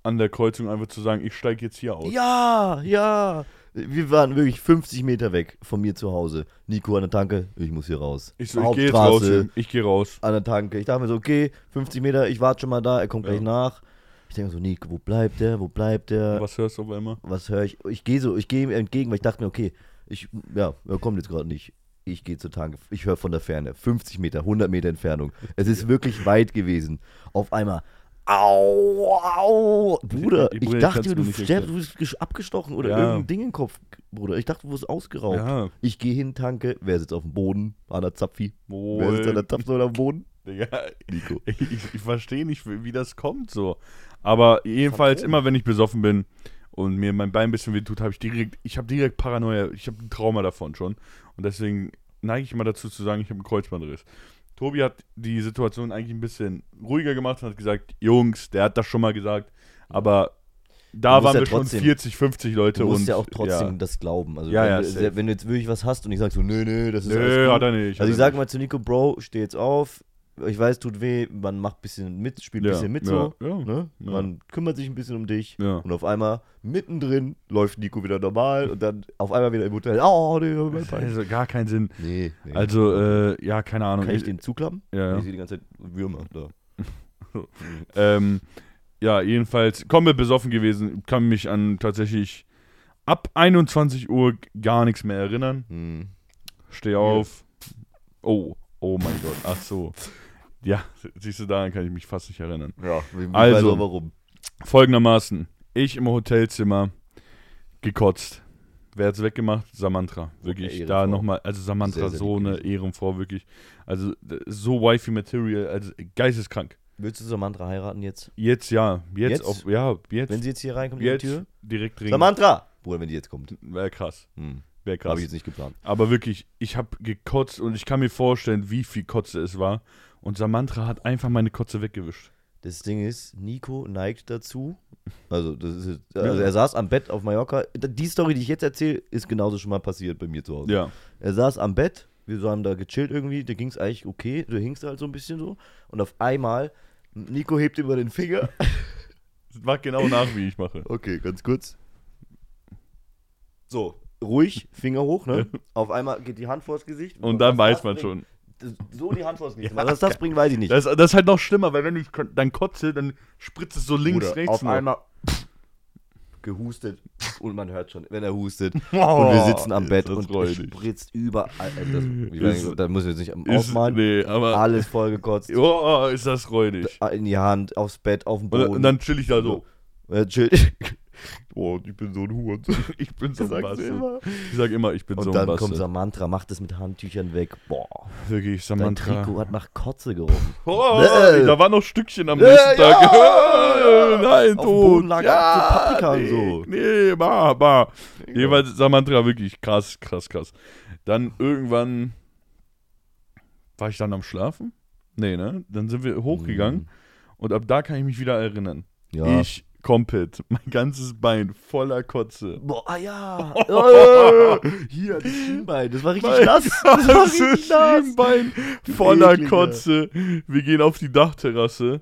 [SPEAKER 1] an der Kreuzung einfach zu sagen, ich steige jetzt hier aus.
[SPEAKER 2] Ja, ja. Wir waren wirklich 50 Meter weg von mir zu Hause. Nico an der Tanke, ich muss hier raus.
[SPEAKER 1] Ich so, ich gehe jetzt raus. Jim. Ich gehe raus.
[SPEAKER 2] an der Tanke. Ich dachte mir so, okay, 50 Meter, ich warte schon mal da, er kommt gleich
[SPEAKER 1] Ja.
[SPEAKER 2] nach. Ich denke so, Nico, wo bleibt der? Wo bleibt der?
[SPEAKER 1] Was hörst du auf einmal?
[SPEAKER 2] was höre ich? Ich gehe so, ich gehe ihm entgegen, weil ich dachte mir, okay, ich, ja, er kommt jetzt gerade nicht. Ich gehe zur Tanke, ich höre von der Ferne, 50 Meter, 100 Meter Entfernung. Es ist wirklich weit gewesen. Auf einmal, au, au, Bruder,
[SPEAKER 1] Ich-
[SPEAKER 2] ich,
[SPEAKER 1] ich- Bruder, ich kann's
[SPEAKER 2] dachte
[SPEAKER 1] mir
[SPEAKER 2] mir, du
[SPEAKER 1] nicht
[SPEAKER 2] stirbst, du bist gesch- abgestochen oder
[SPEAKER 1] Ja.
[SPEAKER 2] irgendein Ding im Kopf, Bruder. Ich dachte, du wurdest ausgeraubt.
[SPEAKER 1] Ja.
[SPEAKER 2] Ich gehe hin, Tanke, wer sitzt auf dem Boden? An der Zapfi. Wer sitzt an
[SPEAKER 1] Moin.
[SPEAKER 2] der Zapfi oder am Boden?
[SPEAKER 1] Digga,
[SPEAKER 2] Nico.
[SPEAKER 1] Ich, ich verstehe nicht, wie wie das kommt so. Aber jedenfalls
[SPEAKER 2] Phantom.
[SPEAKER 1] immer, wenn ich besoffen bin und mir mein Bein ein bisschen wehtut, habe ich direkt, ich habe direkt Paranoia, ich habe ein Trauma davon schon. Und deswegen neige ich immer dazu zu sagen, ich habe einen Kreuzbandriss. Tobi hat die Situation eigentlich ein bisschen ruhiger gemacht und hat gesagt, Jungs, der hat das schon mal gesagt, aber da
[SPEAKER 2] Du musst
[SPEAKER 1] waren
[SPEAKER 2] ja
[SPEAKER 1] wir schon
[SPEAKER 2] trotzdem-
[SPEAKER 1] 40, 50 Leute
[SPEAKER 2] Du musst
[SPEAKER 1] und
[SPEAKER 2] ja auch trotzdem
[SPEAKER 1] ja.
[SPEAKER 2] das glauben. Also
[SPEAKER 1] Ja, ja,
[SPEAKER 2] wenn,
[SPEAKER 1] safe.
[SPEAKER 2] du, wenn du jetzt wirklich was hast und ich sag so, nö, nö, das ist alles
[SPEAKER 1] Nö,
[SPEAKER 2] gut.
[SPEAKER 1] hat er nicht.
[SPEAKER 2] Also ich
[SPEAKER 1] hat er
[SPEAKER 2] sage mal zu Nico, Bro, steh jetzt auf. Ich weiß, tut weh, man macht ein bisschen mit, spielt ein
[SPEAKER 1] Ja,
[SPEAKER 2] bisschen mit
[SPEAKER 1] ja,
[SPEAKER 2] so.
[SPEAKER 1] ja,
[SPEAKER 2] ne?
[SPEAKER 1] ja.
[SPEAKER 2] Man kümmert sich ein bisschen um dich.
[SPEAKER 1] Ja.
[SPEAKER 2] Und auf einmal, mittendrin, läuft Nico wieder normal und dann auf einmal wieder im Hotel. Oh, nee, mein
[SPEAKER 1] nicht.
[SPEAKER 2] Bein.
[SPEAKER 1] also gar keinen Sinn.
[SPEAKER 2] nee, nee.
[SPEAKER 1] Also äh, ja, keine Ahnung.
[SPEAKER 2] Kann ich den zuklappen?
[SPEAKER 1] ja, ja.
[SPEAKER 2] Ich sehe die ganze Zeit Würmer da.
[SPEAKER 1] Ähm, ja, jedenfalls komplett besoffen gewesen, kann mich an tatsächlich ab 21 Uhr gar nichts mehr erinnern.
[SPEAKER 2] Hm.
[SPEAKER 1] Steh auf. Oh, oh mein Gott, ach so. Ja, siehst du, daran kann ich mich fast nicht erinnern.
[SPEAKER 2] Ja, ich
[SPEAKER 1] Also.
[SPEAKER 2] weiß auch warum.
[SPEAKER 1] Folgendermaßen, ich im Hotelzimmer gekotzt. Wer hat's weggemacht? Samantra. Wirklich,
[SPEAKER 2] Okay,
[SPEAKER 1] da
[SPEAKER 2] Ehrenfrau.
[SPEAKER 1] nochmal, also Samantra,
[SPEAKER 2] Sehr, sehr
[SPEAKER 1] so
[SPEAKER 2] lieb
[SPEAKER 1] eine Ehrenfrau, wirklich. Also d- so wifey Material, also geisteskrank.
[SPEAKER 2] Willst du Samantha heiraten jetzt?
[SPEAKER 1] Jetzt ja, jetzt,
[SPEAKER 2] Jetzt?
[SPEAKER 1] auf, ja, jetzt.
[SPEAKER 2] Wenn sie jetzt hier reinkommt, in
[SPEAKER 1] Jetzt
[SPEAKER 2] die Tür?
[SPEAKER 1] direkt dringend.
[SPEAKER 2] Samantha! Bruder, wenn die jetzt kommt.
[SPEAKER 1] Wäre krass.
[SPEAKER 2] Hm.
[SPEAKER 1] Wäre
[SPEAKER 2] Habe
[SPEAKER 1] krass.
[SPEAKER 2] ich jetzt nicht geplant.
[SPEAKER 1] Aber wirklich, ich habe gekotzt und ich kann mir vorstellen, wie viel Kotze es war. Und Samantra hat einfach meine Kotze weggewischt.
[SPEAKER 2] Das Ding ist, Nico neigt dazu. Also, das ist, jetzt- also er saß am Bett auf Mallorca. Die Story, die ich jetzt erzähle, ist genauso schon mal passiert bei mir zu Hause.
[SPEAKER 1] Ja.
[SPEAKER 2] Er saß am Bett, wir so haben da gechillt irgendwie, da ging es eigentlich okay, du hingst halt so ein bisschen so. Und auf einmal, Nico hebt über den Finger.
[SPEAKER 1] Mach genau nach, wie ich mache.
[SPEAKER 2] Okay, ganz kurz. So, ruhig, Finger hoch, ne? Auf einmal geht die Hand vors Gesicht.
[SPEAKER 1] Und dann
[SPEAKER 2] Was
[SPEAKER 1] weiß man
[SPEAKER 2] das
[SPEAKER 1] schon.
[SPEAKER 2] bringt, das- So die Hand vors Gesicht. Was das bringt, weiß ich nicht.
[SPEAKER 1] Das, das ist halt noch schlimmer, weil wenn du kon- dann kotze, dann spritzt es so links,
[SPEAKER 2] Bruder,
[SPEAKER 1] rechts.
[SPEAKER 2] auf
[SPEAKER 1] nur.
[SPEAKER 2] einmal gehustet und man hört schon, wenn er hustet.
[SPEAKER 1] Oh,
[SPEAKER 2] und wir sitzen am
[SPEAKER 1] ist
[SPEAKER 2] Bett
[SPEAKER 1] das
[SPEAKER 2] und es
[SPEAKER 1] räudig.
[SPEAKER 2] spritzt überall. Äh, Das, ich
[SPEAKER 1] Ist-
[SPEAKER 2] meine, da müssen wir jetzt nicht am
[SPEAKER 1] Ist-
[SPEAKER 2] aufmalen.
[SPEAKER 1] Nee, aber.
[SPEAKER 2] Alles vollgekotzt.
[SPEAKER 1] Oh, ist das räudig.
[SPEAKER 2] In die Hand, aufs Bett, auf
[SPEAKER 1] Und,
[SPEAKER 2] den Boden.
[SPEAKER 1] und dann chill ich da so.
[SPEAKER 2] Äh, chill.
[SPEAKER 1] Oh, ich bin so ein Hurensohn. Ich bin so ein
[SPEAKER 2] Sagst du
[SPEAKER 1] Bastard.
[SPEAKER 2] immer.
[SPEAKER 1] Ich sag immer, ich bin so
[SPEAKER 2] Und
[SPEAKER 1] ein
[SPEAKER 2] dann
[SPEAKER 1] Bastard.
[SPEAKER 2] kommt Samantra, macht es mit Handtüchern weg. Boah,
[SPEAKER 1] Wirklich,
[SPEAKER 2] dein
[SPEAKER 1] Samantha.
[SPEAKER 2] Trikot hat nach Kotze gerochen.
[SPEAKER 1] Oh,
[SPEAKER 2] Bäh.
[SPEAKER 1] da waren noch Stückchen am
[SPEAKER 2] Ja,
[SPEAKER 1] nächsten
[SPEAKER 2] ja.
[SPEAKER 1] Tag. Nein,
[SPEAKER 2] Auf dem
[SPEAKER 1] tot.
[SPEAKER 2] Boden lag so Paprika und
[SPEAKER 1] nee,
[SPEAKER 2] so.
[SPEAKER 1] Nee, bah, bah. Jeweils Samantha wirklich krass, krass, krass. Dann irgendwann war ich dann am Schlafen? Nee, ne? Dann sind wir hochgegangen und ab da kann ich mich wieder erinnern.
[SPEAKER 2] Mhm. Ja.
[SPEAKER 1] Ich komplett, mein ganzes Bein voller Kotze.
[SPEAKER 2] Boah, ah ja. Oh,
[SPEAKER 1] Hier, das
[SPEAKER 2] Schienbein, das war richtig
[SPEAKER 1] Mein
[SPEAKER 2] nass. Das war
[SPEAKER 1] ganzes
[SPEAKER 2] richtig nass.
[SPEAKER 1] Schienbein voller
[SPEAKER 2] Eklige.
[SPEAKER 1] Kotze. Wir gehen auf die Dachterrasse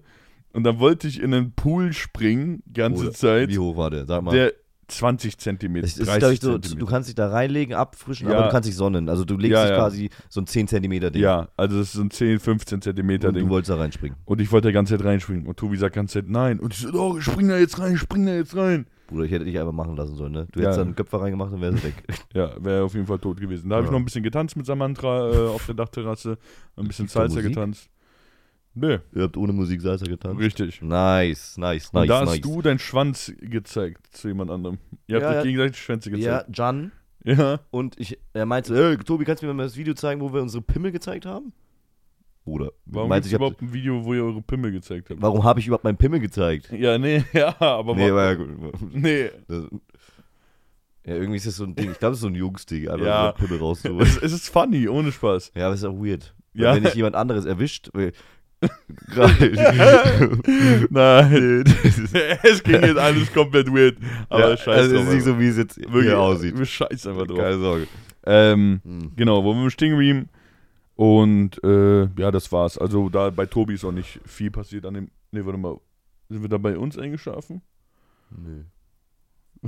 [SPEAKER 1] und dann wollte ich in den Pool springen, ganze
[SPEAKER 2] Oder-
[SPEAKER 1] Zeit.
[SPEAKER 2] Wie hoch war der? Sag mal.
[SPEAKER 1] Der 20 Zentimeter,
[SPEAKER 2] es
[SPEAKER 1] 30
[SPEAKER 2] ist, glaube ich, so, du
[SPEAKER 1] Zentimeter.
[SPEAKER 2] kannst dich da reinlegen, abfrischen,
[SPEAKER 1] Ja.
[SPEAKER 2] aber du kannst dich sonnen. Also du legst
[SPEAKER 1] Ja,
[SPEAKER 2] dich
[SPEAKER 1] ja.
[SPEAKER 2] quasi so ein 10 Zentimeter Ding.
[SPEAKER 1] Ja, also das ist so ein 10, 15 Zentimeter
[SPEAKER 2] und
[SPEAKER 1] Ding.
[SPEAKER 2] du wolltest da reinspringen.
[SPEAKER 1] und ich wollte die ganze Zeit reinspringen. Und Tobi sagt die ganze Zeit nein. Und ich so, oh, spring da jetzt rein, spring da jetzt rein.
[SPEAKER 2] Bruder, ich hätte dich einfach machen lassen sollen, ne? Du
[SPEAKER 1] Ja.
[SPEAKER 2] hättest dann einen Köpfer reingemacht und wärst weg.
[SPEAKER 1] Ja, wäre auf jeden Fall tot gewesen. Da habe ich
[SPEAKER 2] Ja.
[SPEAKER 1] noch ein bisschen getanzt mit Samantha äh, auf der Dachterrasse. Ein bisschen
[SPEAKER 2] Lief da
[SPEAKER 1] Salsa
[SPEAKER 2] Musik?
[SPEAKER 1] getanzt. Nö,
[SPEAKER 2] Ihr habt ohne Musik Salsa getanzt.
[SPEAKER 1] richtig.
[SPEAKER 2] Nice, nice,
[SPEAKER 1] Und
[SPEAKER 2] nice,
[SPEAKER 1] da hast
[SPEAKER 2] nice.
[SPEAKER 1] du deinen Schwanz gezeigt zu jemand anderem. Ihr habt
[SPEAKER 2] Ja,
[SPEAKER 1] euch
[SPEAKER 2] ja.
[SPEAKER 1] gegenseitig Schwänze
[SPEAKER 2] ja,
[SPEAKER 1] gezeigt.
[SPEAKER 2] Jan,
[SPEAKER 1] Ja.
[SPEAKER 2] Und ich, er meinte, äh, Tobi, kannst du mir mal das Video zeigen, wo wir unsere Pimmel gezeigt haben? Oder
[SPEAKER 1] Warum gibt's
[SPEAKER 2] meinte ich, hab,
[SPEAKER 1] überhaupt ein Video, wo ihr eure Pimmel gezeigt habt?
[SPEAKER 2] warum habe ich überhaupt meinen Pimmel gezeigt?
[SPEAKER 1] Ja, nee, ja, aber. Nee,
[SPEAKER 2] war ja gut.
[SPEAKER 1] nee.
[SPEAKER 2] Das- Ja, irgendwie ist das so ein Ding. Ich glaube, es ist so ein Jungsding, einfach
[SPEAKER 1] Ja.
[SPEAKER 2] so Pimmel rauszuholen.
[SPEAKER 1] Es, es ist funny, ohne Spaß.
[SPEAKER 2] ja, aber ist auch weird. Weil
[SPEAKER 1] Ja.
[SPEAKER 2] Wenn ich jemand anderes erwischt, weil- gerade.
[SPEAKER 1] Nein. es ging jetzt alles komplett weird. Aber
[SPEAKER 2] ja,
[SPEAKER 1] scheiß
[SPEAKER 2] also
[SPEAKER 1] drauf.
[SPEAKER 2] es ist nicht so, wie es jetzt
[SPEAKER 1] Wirklich,
[SPEAKER 2] wirklich aussieht.
[SPEAKER 1] Wir scheiß einfach drauf.
[SPEAKER 2] Keine Sorge.
[SPEAKER 1] Ähm,
[SPEAKER 2] Hm.
[SPEAKER 1] genau, wo wir mit Sting Ream. Und äh, ja, das war's. Also da bei Tobi ist auch nicht viel passiert an dem. Nee, warte mal. Sind wir da bei uns eingeschlafen?
[SPEAKER 2] Nö.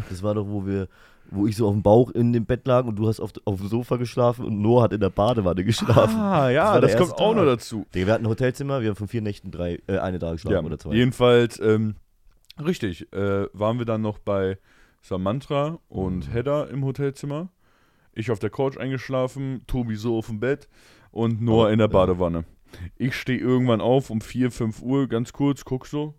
[SPEAKER 2] Das war doch, wo wir, wo ich so auf dem Bauch in dem Bett lag und du hast auf, auf dem Sofa geschlafen und Noah hat in der Badewanne geschlafen.
[SPEAKER 1] Ah, ja,
[SPEAKER 2] war der
[SPEAKER 1] das kommt
[SPEAKER 2] erste
[SPEAKER 1] auch noch
[SPEAKER 2] Tag.
[SPEAKER 1] dazu.
[SPEAKER 2] Digga, wir hatten ein Hotelzimmer, wir haben von vier Nächten drei, äh, eine da geschlafen oder zwei.
[SPEAKER 1] Jedenfalls, ähm, richtig, äh, waren wir dann noch bei Samantra
[SPEAKER 2] Mhm.
[SPEAKER 1] und Hedda im Hotelzimmer. Ich auf der Couch eingeschlafen, Tobi so auf dem Bett und Noah
[SPEAKER 2] Oh,
[SPEAKER 1] in der
[SPEAKER 2] ja.
[SPEAKER 1] Badewanne. Ich stehe irgendwann auf um 4, 5 Uhr, ganz kurz, guck so,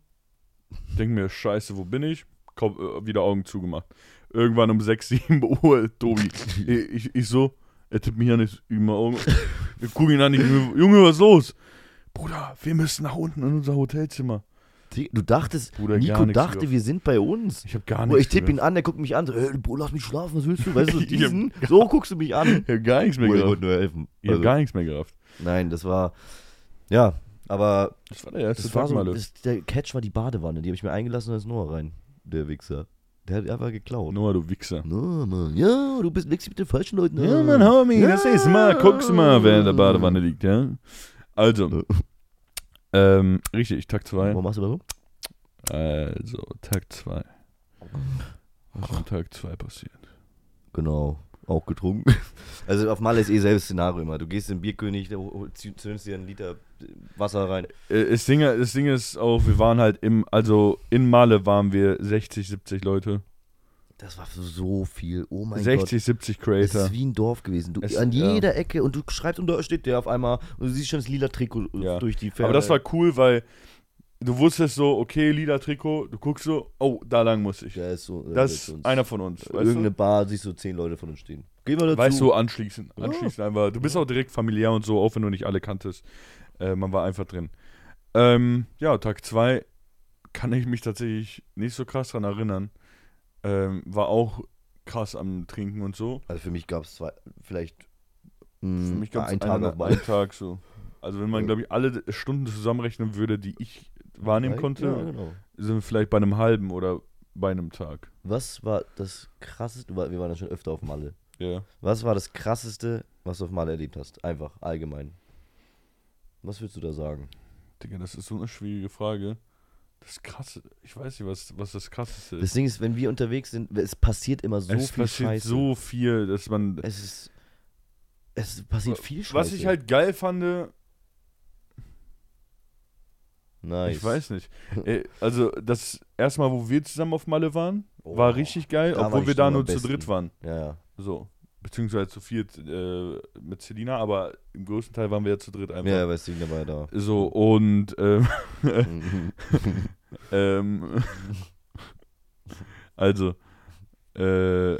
[SPEAKER 1] denk mir, scheiße, wo bin ich? Komm, äh, wieder Augen zugemacht. Irgendwann um 6, 7 Uhr, Tobi. Ich, ich, ich so, er tippt mir an, ich immer Augen. Ich guck ihn an, ich, Junge, was ist los? Bruder, wir müssen nach unten in unser Hotelzimmer.
[SPEAKER 2] Digga, Du dachtest,
[SPEAKER 1] Bruder, gar
[SPEAKER 2] Nico
[SPEAKER 1] nichts
[SPEAKER 2] dachte,
[SPEAKER 1] gehört.
[SPEAKER 2] wir sind bei uns.
[SPEAKER 1] Ich habe gar
[SPEAKER 2] Bro,
[SPEAKER 1] nichts
[SPEAKER 2] ich tippe ihn
[SPEAKER 1] gehört.
[SPEAKER 2] an, der guckt mich an, so, ey, Bro, lass mich schlafen, was willst du? Weißt du,
[SPEAKER 1] Ich hab-
[SPEAKER 2] diesen, so guckst du mich an.
[SPEAKER 1] Ich habe gar nichts mehr
[SPEAKER 2] Bro, ich
[SPEAKER 1] gerafft.
[SPEAKER 2] wollte nur helfen.
[SPEAKER 1] Ich habe
[SPEAKER 2] Also,
[SPEAKER 1] gar nichts mehr gerafft.
[SPEAKER 2] nein, das war, ja, aber
[SPEAKER 1] Das war der erste
[SPEAKER 2] das
[SPEAKER 1] Tag
[SPEAKER 2] war so,
[SPEAKER 1] mal.
[SPEAKER 2] das, der Catch war die Badewanne, die habe ich mir eingelassen, da ist Noah rein, der Wichser. Der hat einfach geklaut.
[SPEAKER 1] Noah, du Wichser.
[SPEAKER 2] Na, Mann. Ja, du bist wächst mit den falschen Leuten.
[SPEAKER 1] Ja, mein Homie,
[SPEAKER 2] Ja.
[SPEAKER 1] das ist mal. Guck's mal, wer in der Badewanne liegt, ja? Also, ähm, richtig, Tag 2.
[SPEAKER 2] Warum machst du das so?
[SPEAKER 1] Also, Tag 2. Was ist an Tag 2 passiert?
[SPEAKER 2] Genau. Auch getrunken. Also auf Malle ist eh selbes Szenario immer. Du gehst in den Bierkönig, da hol- zieh- zündest dir einen Liter Wasser rein.
[SPEAKER 1] Äh, Das Ding, das Ding ist auch, wir waren halt im, also in Male waren wir 60, 70 Leute.
[SPEAKER 2] Das war so viel. Oh mein
[SPEAKER 1] 60, 70
[SPEAKER 2] Gott. Das
[SPEAKER 1] Creator.
[SPEAKER 2] ist wie ein Dorf gewesen. Du,
[SPEAKER 1] Es-
[SPEAKER 2] an
[SPEAKER 1] ja.
[SPEAKER 2] jeder Ecke und du schreibst und da steht der auf einmal und du siehst schon das lila Trikot äh,
[SPEAKER 1] Ja.
[SPEAKER 2] durch die Ferne.
[SPEAKER 1] Aber das war cool, weil du wusstest so, okay, lila Trikot, du guckst so, oh, da lang muss ich.
[SPEAKER 2] der ist so, äh, der
[SPEAKER 1] Das
[SPEAKER 2] wird zu
[SPEAKER 1] ist
[SPEAKER 2] uns.
[SPEAKER 1] einer von uns. Weißt
[SPEAKER 2] Irgendeine
[SPEAKER 1] du?
[SPEAKER 2] Bar, siehst du zehn Leute von uns stehen. Geh mal dazu.
[SPEAKER 1] Weißt du, anschließend.
[SPEAKER 2] Ja.
[SPEAKER 1] Anschließend einfach. Du bist auch direkt familiär und so, auch wenn du nicht alle kanntest. Äh, man war einfach drin. Ähm, ja, Tag 2 kann ich mich tatsächlich nicht so krass dran erinnern. Ähm, war auch krass am Trinken und so.
[SPEAKER 2] Also für mich gab es zwei, vielleicht
[SPEAKER 1] Für
[SPEAKER 2] mh,
[SPEAKER 1] mich gab es
[SPEAKER 2] einen Mhm. Tag auf Malle.
[SPEAKER 1] einen Tag so. Also wenn man,
[SPEAKER 2] Ja.
[SPEAKER 1] glaube ich, alle Stunden zusammenrechnen würde, die ich wahrnehmen
[SPEAKER 2] Drei?
[SPEAKER 1] konnte,
[SPEAKER 2] Ja, genau.
[SPEAKER 1] sind wir vielleicht bei einem halben oder bei einem Tag.
[SPEAKER 2] Was war das krasseste, wa- wir waren ja schon öfter auf Malle.
[SPEAKER 1] Ja.
[SPEAKER 2] Was war das krasseste, was du auf Malle erlebt hast? Einfach, allgemein. Was würdest du da sagen?
[SPEAKER 1] Digga, das ist so eine schwierige Frage. Das krasse, ich weiß nicht, was, was das krasseste ist.
[SPEAKER 2] Das Ding ist, wenn wir unterwegs sind, es passiert immer so
[SPEAKER 1] es
[SPEAKER 2] viel
[SPEAKER 1] passiert
[SPEAKER 2] Scheiße.
[SPEAKER 1] so viel, dass man.
[SPEAKER 2] es ist. Es passiert viel Scheiße.
[SPEAKER 1] Was ich halt geil fand,
[SPEAKER 2] Nice.
[SPEAKER 1] ich weiß nicht. Äh, also das erste Mal, wo wir zusammen auf Malle waren, War richtig geil,
[SPEAKER 2] da war
[SPEAKER 1] obwohl
[SPEAKER 2] ich
[SPEAKER 1] wir da
[SPEAKER 2] schon am
[SPEAKER 1] nur zu
[SPEAKER 2] besten.
[SPEAKER 1] dritt waren.
[SPEAKER 2] Ja, ja.
[SPEAKER 1] So. Beziehungsweise zu viert äh, mit Selina, aber im größten Teil waren wir ja zu dritt einfach.
[SPEAKER 2] Ja, weißt du, der war ja da.
[SPEAKER 1] So, und ähm,
[SPEAKER 2] Mhm.
[SPEAKER 1] ähm, also, äh,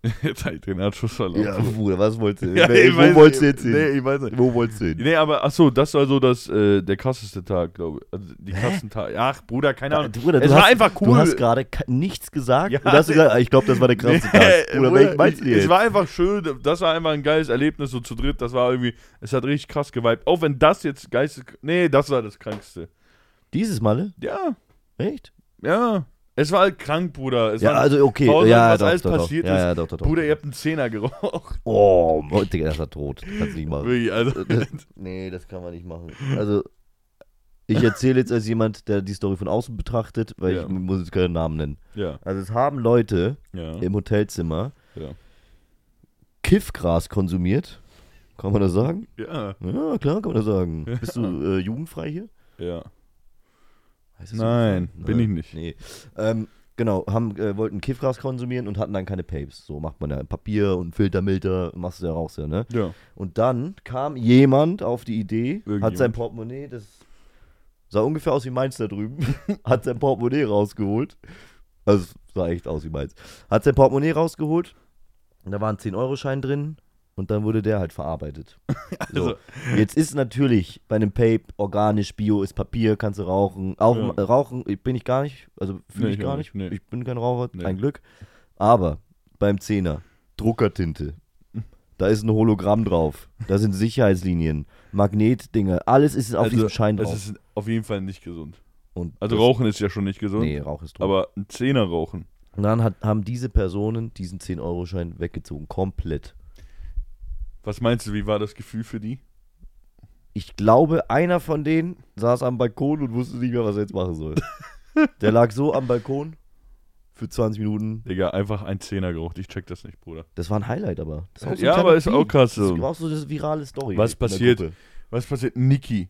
[SPEAKER 1] jetzt hab ich den Anschluss verloren.
[SPEAKER 2] ja, Bruder, was wolltest du?
[SPEAKER 1] Ja,
[SPEAKER 2] Wer-
[SPEAKER 1] ich weiß
[SPEAKER 2] Wo wolltest du
[SPEAKER 1] nicht.
[SPEAKER 2] jetzt hin?
[SPEAKER 1] Nee, ich weiß nicht.
[SPEAKER 2] Wo wolltest du hin?
[SPEAKER 1] Nee, aber ach so, das war so das, äh, der krasseste Tag, glaube ich. Also die krassen Tage. Ach, Bruder, keine Ahnung.
[SPEAKER 2] Bruder,
[SPEAKER 1] es war einfach cool.
[SPEAKER 2] Du hast gerade ka- nichts gesagt.
[SPEAKER 1] Ja,
[SPEAKER 2] und hast gesagt, ah, ich glaube, das war der krasse Tag. Bruder,
[SPEAKER 1] Bruder,
[SPEAKER 2] welchen meinst du
[SPEAKER 1] ich-
[SPEAKER 2] jetzt?
[SPEAKER 1] Es war einfach schön, das war einfach ein geiles Erlebnis, so zu dritt, das war irgendwie, es hat richtig krass geweibt. Auch wenn das jetzt geistes, nee, das war das Krankste.
[SPEAKER 2] Dieses Mal?
[SPEAKER 1] Ja,
[SPEAKER 2] Echt?
[SPEAKER 1] ja, es war halt krank, Bruder. Es
[SPEAKER 2] Ja,
[SPEAKER 1] war,
[SPEAKER 2] also okay.
[SPEAKER 1] Paul,
[SPEAKER 2] ja,
[SPEAKER 1] was
[SPEAKER 2] doch,
[SPEAKER 1] alles
[SPEAKER 2] doch, doch.
[SPEAKER 1] passiert
[SPEAKER 2] ja,
[SPEAKER 1] ist.
[SPEAKER 2] Ja, doch, doch, doch.
[SPEAKER 1] Bruder, ihr habt einen Zehner geraucht.
[SPEAKER 2] Oh, Mann, Digga, das war tot. Das kannst du nicht machen.
[SPEAKER 1] Wirklich, also,
[SPEAKER 2] Das, nee, das kann man nicht machen. Also, ich erzähle jetzt als jemand, der die Story von außen betrachtet, weil
[SPEAKER 1] Ja.
[SPEAKER 2] ich muss jetzt keinen Namen nennen.
[SPEAKER 1] ja,
[SPEAKER 2] Also, es haben Leute
[SPEAKER 1] ja,
[SPEAKER 2] im Hotelzimmer
[SPEAKER 1] Ja.
[SPEAKER 2] Kiffgras konsumiert. Kann man das sagen?
[SPEAKER 1] ja,
[SPEAKER 2] Ja, klar, kann man das sagen.
[SPEAKER 1] Ja.
[SPEAKER 2] Bist du äh, jugendfrei hier?
[SPEAKER 1] ja.
[SPEAKER 2] Heißt das so? ne?
[SPEAKER 1] Nein, bin ich nicht.
[SPEAKER 2] Nee. Ähm, genau, haben, äh, wollten Kiffgras konsumieren und hatten dann keine Papes. So macht man ja Papier und Filtermilter, machst du ja raus, ja, ne?
[SPEAKER 1] Ja,
[SPEAKER 2] Und dann kam jemand auf die Idee, hat
[SPEAKER 1] Irgendjemand.
[SPEAKER 2] sein Portemonnaie, das sah ungefähr aus wie meins da drüben, hat sein Portemonnaie rausgeholt. Also es sah echt aus wie meins. Hat sein Portemonnaie rausgeholt und da war ein 10-Euro-Schein drin und dann wurde der halt verarbeitet. So.
[SPEAKER 1] Also-
[SPEAKER 2] Jetzt ist natürlich bei einem Pape organisch, Bio ist Papier, kannst du rauchen. Auch
[SPEAKER 1] Ja.
[SPEAKER 2] äh, rauchen ich- bin ich gar nicht, also fühle
[SPEAKER 1] Nee,
[SPEAKER 2] ich
[SPEAKER 1] ich
[SPEAKER 2] gar
[SPEAKER 1] auch
[SPEAKER 2] nicht.
[SPEAKER 1] nicht, nee.
[SPEAKER 2] Ich bin kein Raucher,
[SPEAKER 1] Nee.
[SPEAKER 2] ein Glück. Aber beim Zehner, Druckertinte, da ist ein Hologramm drauf. Da sind Sicherheitslinien, Magnetdinge, alles ist auf
[SPEAKER 1] also,
[SPEAKER 2] diesem Schein
[SPEAKER 1] es
[SPEAKER 2] drauf.
[SPEAKER 1] ist auf jeden Fall nicht gesund.
[SPEAKER 2] und
[SPEAKER 1] Also
[SPEAKER 2] das-
[SPEAKER 1] Rauchen ist ja schon nicht gesund,
[SPEAKER 2] Nee, Rauch ist drauf.
[SPEAKER 1] aber ein Zehner rauchen.
[SPEAKER 2] Und dann hat, haben diese Personen diesen 10-Euro-Schein weggezogen, komplett.
[SPEAKER 1] Was meinst du, wie war das Gefühl für die?
[SPEAKER 2] Ich glaube, einer von denen saß am Balkon und wusste nicht mehr, was er jetzt machen soll. Der lag so am Balkon für 20 Minuten.
[SPEAKER 1] Digga, einfach ein Zehner geraucht. Ich check das nicht, Bruder.
[SPEAKER 2] Das war ein Highlight, aber. Das war auch so ein
[SPEAKER 1] ja,
[SPEAKER 2] kleiner
[SPEAKER 1] aber ist
[SPEAKER 2] Beat.
[SPEAKER 1] auch krass.
[SPEAKER 2] Das
[SPEAKER 1] So.
[SPEAKER 2] war auch so eine virale Story.
[SPEAKER 1] Was
[SPEAKER 2] in der
[SPEAKER 1] passiert?
[SPEAKER 2] Gruppe.
[SPEAKER 1] Was passiert? Niki.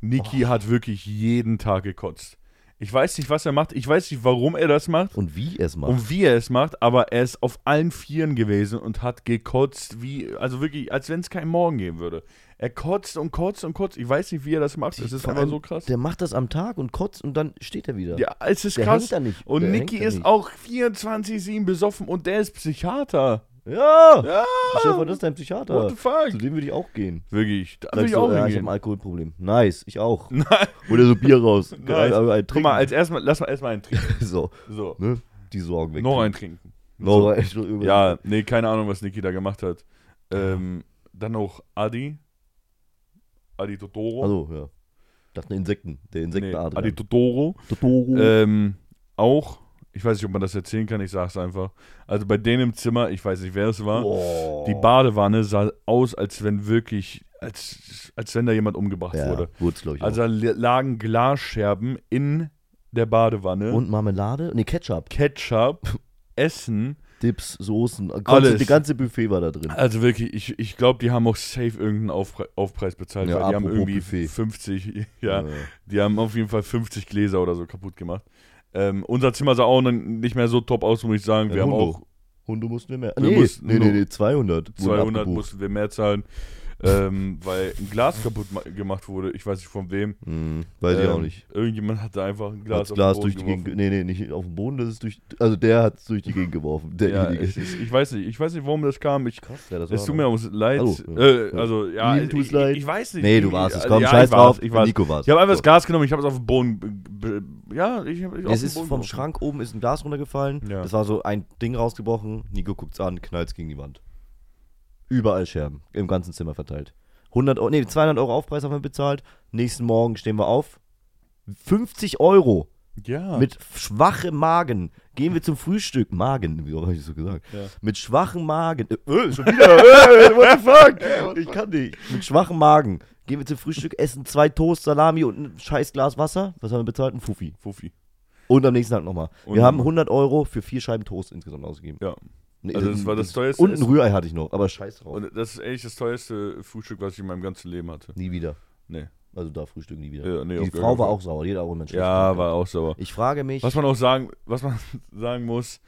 [SPEAKER 1] Niki
[SPEAKER 2] Oh.
[SPEAKER 1] hat wirklich jeden Tag gekotzt. Ich weiß nicht, was er macht. Ich weiß nicht, warum er das macht
[SPEAKER 2] Und wie es macht.
[SPEAKER 1] und wie er es macht, aber er ist auf allen Vieren gewesen und hat gekotzt, wie, also wirklich, als wenn es keinen Morgen geben würde. Er kotzt und kotzt und kotzt. Ich weiß nicht, wie er das macht. Es ist
[SPEAKER 2] Vor
[SPEAKER 1] aber
[SPEAKER 2] allem,
[SPEAKER 1] so krass.
[SPEAKER 2] Der macht das am Tag und kotzt und dann steht er wieder.
[SPEAKER 1] Ja, es ist
[SPEAKER 2] der
[SPEAKER 1] krass.
[SPEAKER 2] hängt da nicht.
[SPEAKER 1] Und
[SPEAKER 2] Der
[SPEAKER 1] Niki
[SPEAKER 2] hängt da
[SPEAKER 1] ist
[SPEAKER 2] nicht.
[SPEAKER 1] auch 24-7 besoffen und der ist Psychiater.
[SPEAKER 2] Ja!
[SPEAKER 1] Ja!
[SPEAKER 2] Stefan, das ist dein
[SPEAKER 1] What
[SPEAKER 2] Psychiater.
[SPEAKER 1] the fuck?
[SPEAKER 2] Zu dem würde ich auch gehen.
[SPEAKER 1] Wirklich, da will
[SPEAKER 2] Sagst
[SPEAKER 1] ich
[SPEAKER 2] du,
[SPEAKER 1] auch
[SPEAKER 2] ja, ich habe ein
[SPEAKER 1] hingehen.
[SPEAKER 2] Alkoholproblem. Nice, ich auch. Oder so Bier raus.
[SPEAKER 1] Nice.
[SPEAKER 2] Aber ein
[SPEAKER 1] Guck mal,
[SPEAKER 2] Trinken.
[SPEAKER 1] als erstmal, lass mal erstmal einen trinken.
[SPEAKER 2] so,
[SPEAKER 1] So,
[SPEAKER 2] ne? Die Sorgen weg.
[SPEAKER 1] noch einen trinken.
[SPEAKER 2] Noch
[SPEAKER 1] So.
[SPEAKER 2] ein. schon irgendwas.
[SPEAKER 1] Ja, nee, keine Ahnung, was Niki da gemacht hat. Ähm, dann auch Adi. Adi Totoro.
[SPEAKER 2] Also, ja. Das sind Insekten. Der
[SPEAKER 1] nee,
[SPEAKER 2] Insektenadler.
[SPEAKER 1] Adi Totoro.
[SPEAKER 2] Totoro.
[SPEAKER 1] Ähm, auch, ich weiß nicht, ob man das erzählen kann, ich sag's einfach. Also bei denen im Zimmer, ich weiß nicht, wer es war,
[SPEAKER 2] Boah.
[SPEAKER 1] die Badewanne sah aus, als wenn wirklich, als, als wenn da jemand umgebracht
[SPEAKER 2] ja,
[SPEAKER 1] wurde.
[SPEAKER 2] Wurz, glaub ich.
[SPEAKER 1] Also da li- lagen Glasscherben in der Badewanne.
[SPEAKER 2] auch. Und Marmelade? Ne, Ketchup.
[SPEAKER 1] Ketchup, Essen.
[SPEAKER 2] Dips, Soßen. Ganze,
[SPEAKER 1] Alles.
[SPEAKER 2] Das ganze Buffet war da drin.
[SPEAKER 1] Also wirklich, ich, ich glaube, die haben auch safe irgendeinen Aufpre Aufpreis bezahlt,
[SPEAKER 2] Ja,
[SPEAKER 1] weil die haben
[SPEAKER 2] apropos
[SPEAKER 1] irgendwie
[SPEAKER 2] Buffet.
[SPEAKER 1] 50, ja,
[SPEAKER 2] Äh,
[SPEAKER 1] die haben auf jeden Fall 50 Gläser oder so kaputt gemacht. Ähm, unser Zimmer sah auch n- nicht mehr so top aus, muss ich sagen. Wir
[SPEAKER 2] Ja,
[SPEAKER 1] haben
[SPEAKER 2] Hundo.
[SPEAKER 1] auch
[SPEAKER 2] Hunde mussten wir mehr.
[SPEAKER 1] Wir
[SPEAKER 2] Nee,
[SPEAKER 1] mussten
[SPEAKER 2] nee, nee,
[SPEAKER 1] nur-
[SPEAKER 2] nee, 200. wurden
[SPEAKER 1] 200
[SPEAKER 2] abgebucht.
[SPEAKER 1] mussten wir mehr zahlen, ähm, weil ein Glas kaputt ma- gemacht wurde. Ich weiß nicht von wem.
[SPEAKER 2] Hm, weiß ich
[SPEAKER 1] ähm,
[SPEAKER 2] auch nicht.
[SPEAKER 1] Irgendjemand hatte einfach ein Glas,
[SPEAKER 2] Glas,
[SPEAKER 1] auf den
[SPEAKER 2] Glas
[SPEAKER 1] Boden
[SPEAKER 2] durch die
[SPEAKER 1] geworfen.
[SPEAKER 2] Gegend. ge- Nee, nee, nicht auf den Boden, das ist durch. Also der hat es durch die Gegend geworfen.
[SPEAKER 1] Ja,
[SPEAKER 2] Derjenige.
[SPEAKER 1] ich, ich, ich weiß nicht, ich weiß nicht, warum das kam. Ich,
[SPEAKER 2] krass, ja, das
[SPEAKER 1] es tut mir auch leid.
[SPEAKER 2] Hallo.
[SPEAKER 1] Äh, also ja,
[SPEAKER 2] Lieben
[SPEAKER 1] ich,
[SPEAKER 2] tut's
[SPEAKER 1] ich,
[SPEAKER 2] leid.
[SPEAKER 1] ich weiß nicht.
[SPEAKER 2] Nee, du
[SPEAKER 1] irgendwie-
[SPEAKER 2] warst es.
[SPEAKER 1] also,
[SPEAKER 2] Komm,
[SPEAKER 1] ja,
[SPEAKER 2] scheiß
[SPEAKER 1] ich war's,
[SPEAKER 2] drauf.
[SPEAKER 1] Ich war's.
[SPEAKER 2] Nico war's.
[SPEAKER 1] Ich habe einfach das
[SPEAKER 2] So.
[SPEAKER 1] Gas genommen, ich habe es auf den Boden. b- b- Ja, ich habe
[SPEAKER 2] Es ist vom Schrank oben ist ein Glas runtergefallen.
[SPEAKER 1] Ja.
[SPEAKER 2] Das war so ein Ding rausgebrochen. Nico guckt's an, knallt's gegen die Wand. Überall Scherben, im ganzen Zimmer verteilt. 100 Euro, nee, 200 Euro Aufpreis haben wir bezahlt. Nächsten Morgen stehen wir auf. 50 Euro
[SPEAKER 1] Ja.
[SPEAKER 2] mit schwachem Magen gehen wir zum Frühstück. Magen, wie habe ich das so gesagt?
[SPEAKER 1] Ja.
[SPEAKER 2] Mit schwachem Magen. Äh, äh, schon wieder. Äh, what the fuck? Ich kann nicht. Mit schwachem Magen gehen wir zum Frühstück, essen zwei Toast, Salami und ein scheiß Glas Wasser. Was haben wir bezahlt? Ein Fuffi.
[SPEAKER 1] Fuffi.
[SPEAKER 2] Und am nächsten Tag nochmal.
[SPEAKER 1] Und
[SPEAKER 2] Wir haben
[SPEAKER 1] nochmal.
[SPEAKER 2] 100 Euro für vier Scheiben Toast insgesamt ausgegeben.
[SPEAKER 1] Ja.
[SPEAKER 2] Nee, äh,
[SPEAKER 1] Also das war das teuerste
[SPEAKER 2] Und ein
[SPEAKER 1] Essen.
[SPEAKER 2] Rührei hatte ich noch, aber scheiß drauf.
[SPEAKER 1] Und das ist ehrlich das teuerste Frühstück, was ich in meinem ganzen Leben hatte.
[SPEAKER 2] nie wieder.
[SPEAKER 1] Nee.
[SPEAKER 2] Also da frühstücken nie wieder.
[SPEAKER 1] Ja, nee,
[SPEAKER 2] die
[SPEAKER 1] auf gar
[SPEAKER 2] Frau
[SPEAKER 1] keinen
[SPEAKER 2] war
[SPEAKER 1] Fall.
[SPEAKER 2] auch sauer, die hat auch immer einen schlechten Tag
[SPEAKER 1] Ja,
[SPEAKER 2] gehabt.
[SPEAKER 1] war auch sauer.
[SPEAKER 2] Ich frage mich,
[SPEAKER 1] Was man auch sagen, was man sagen muss,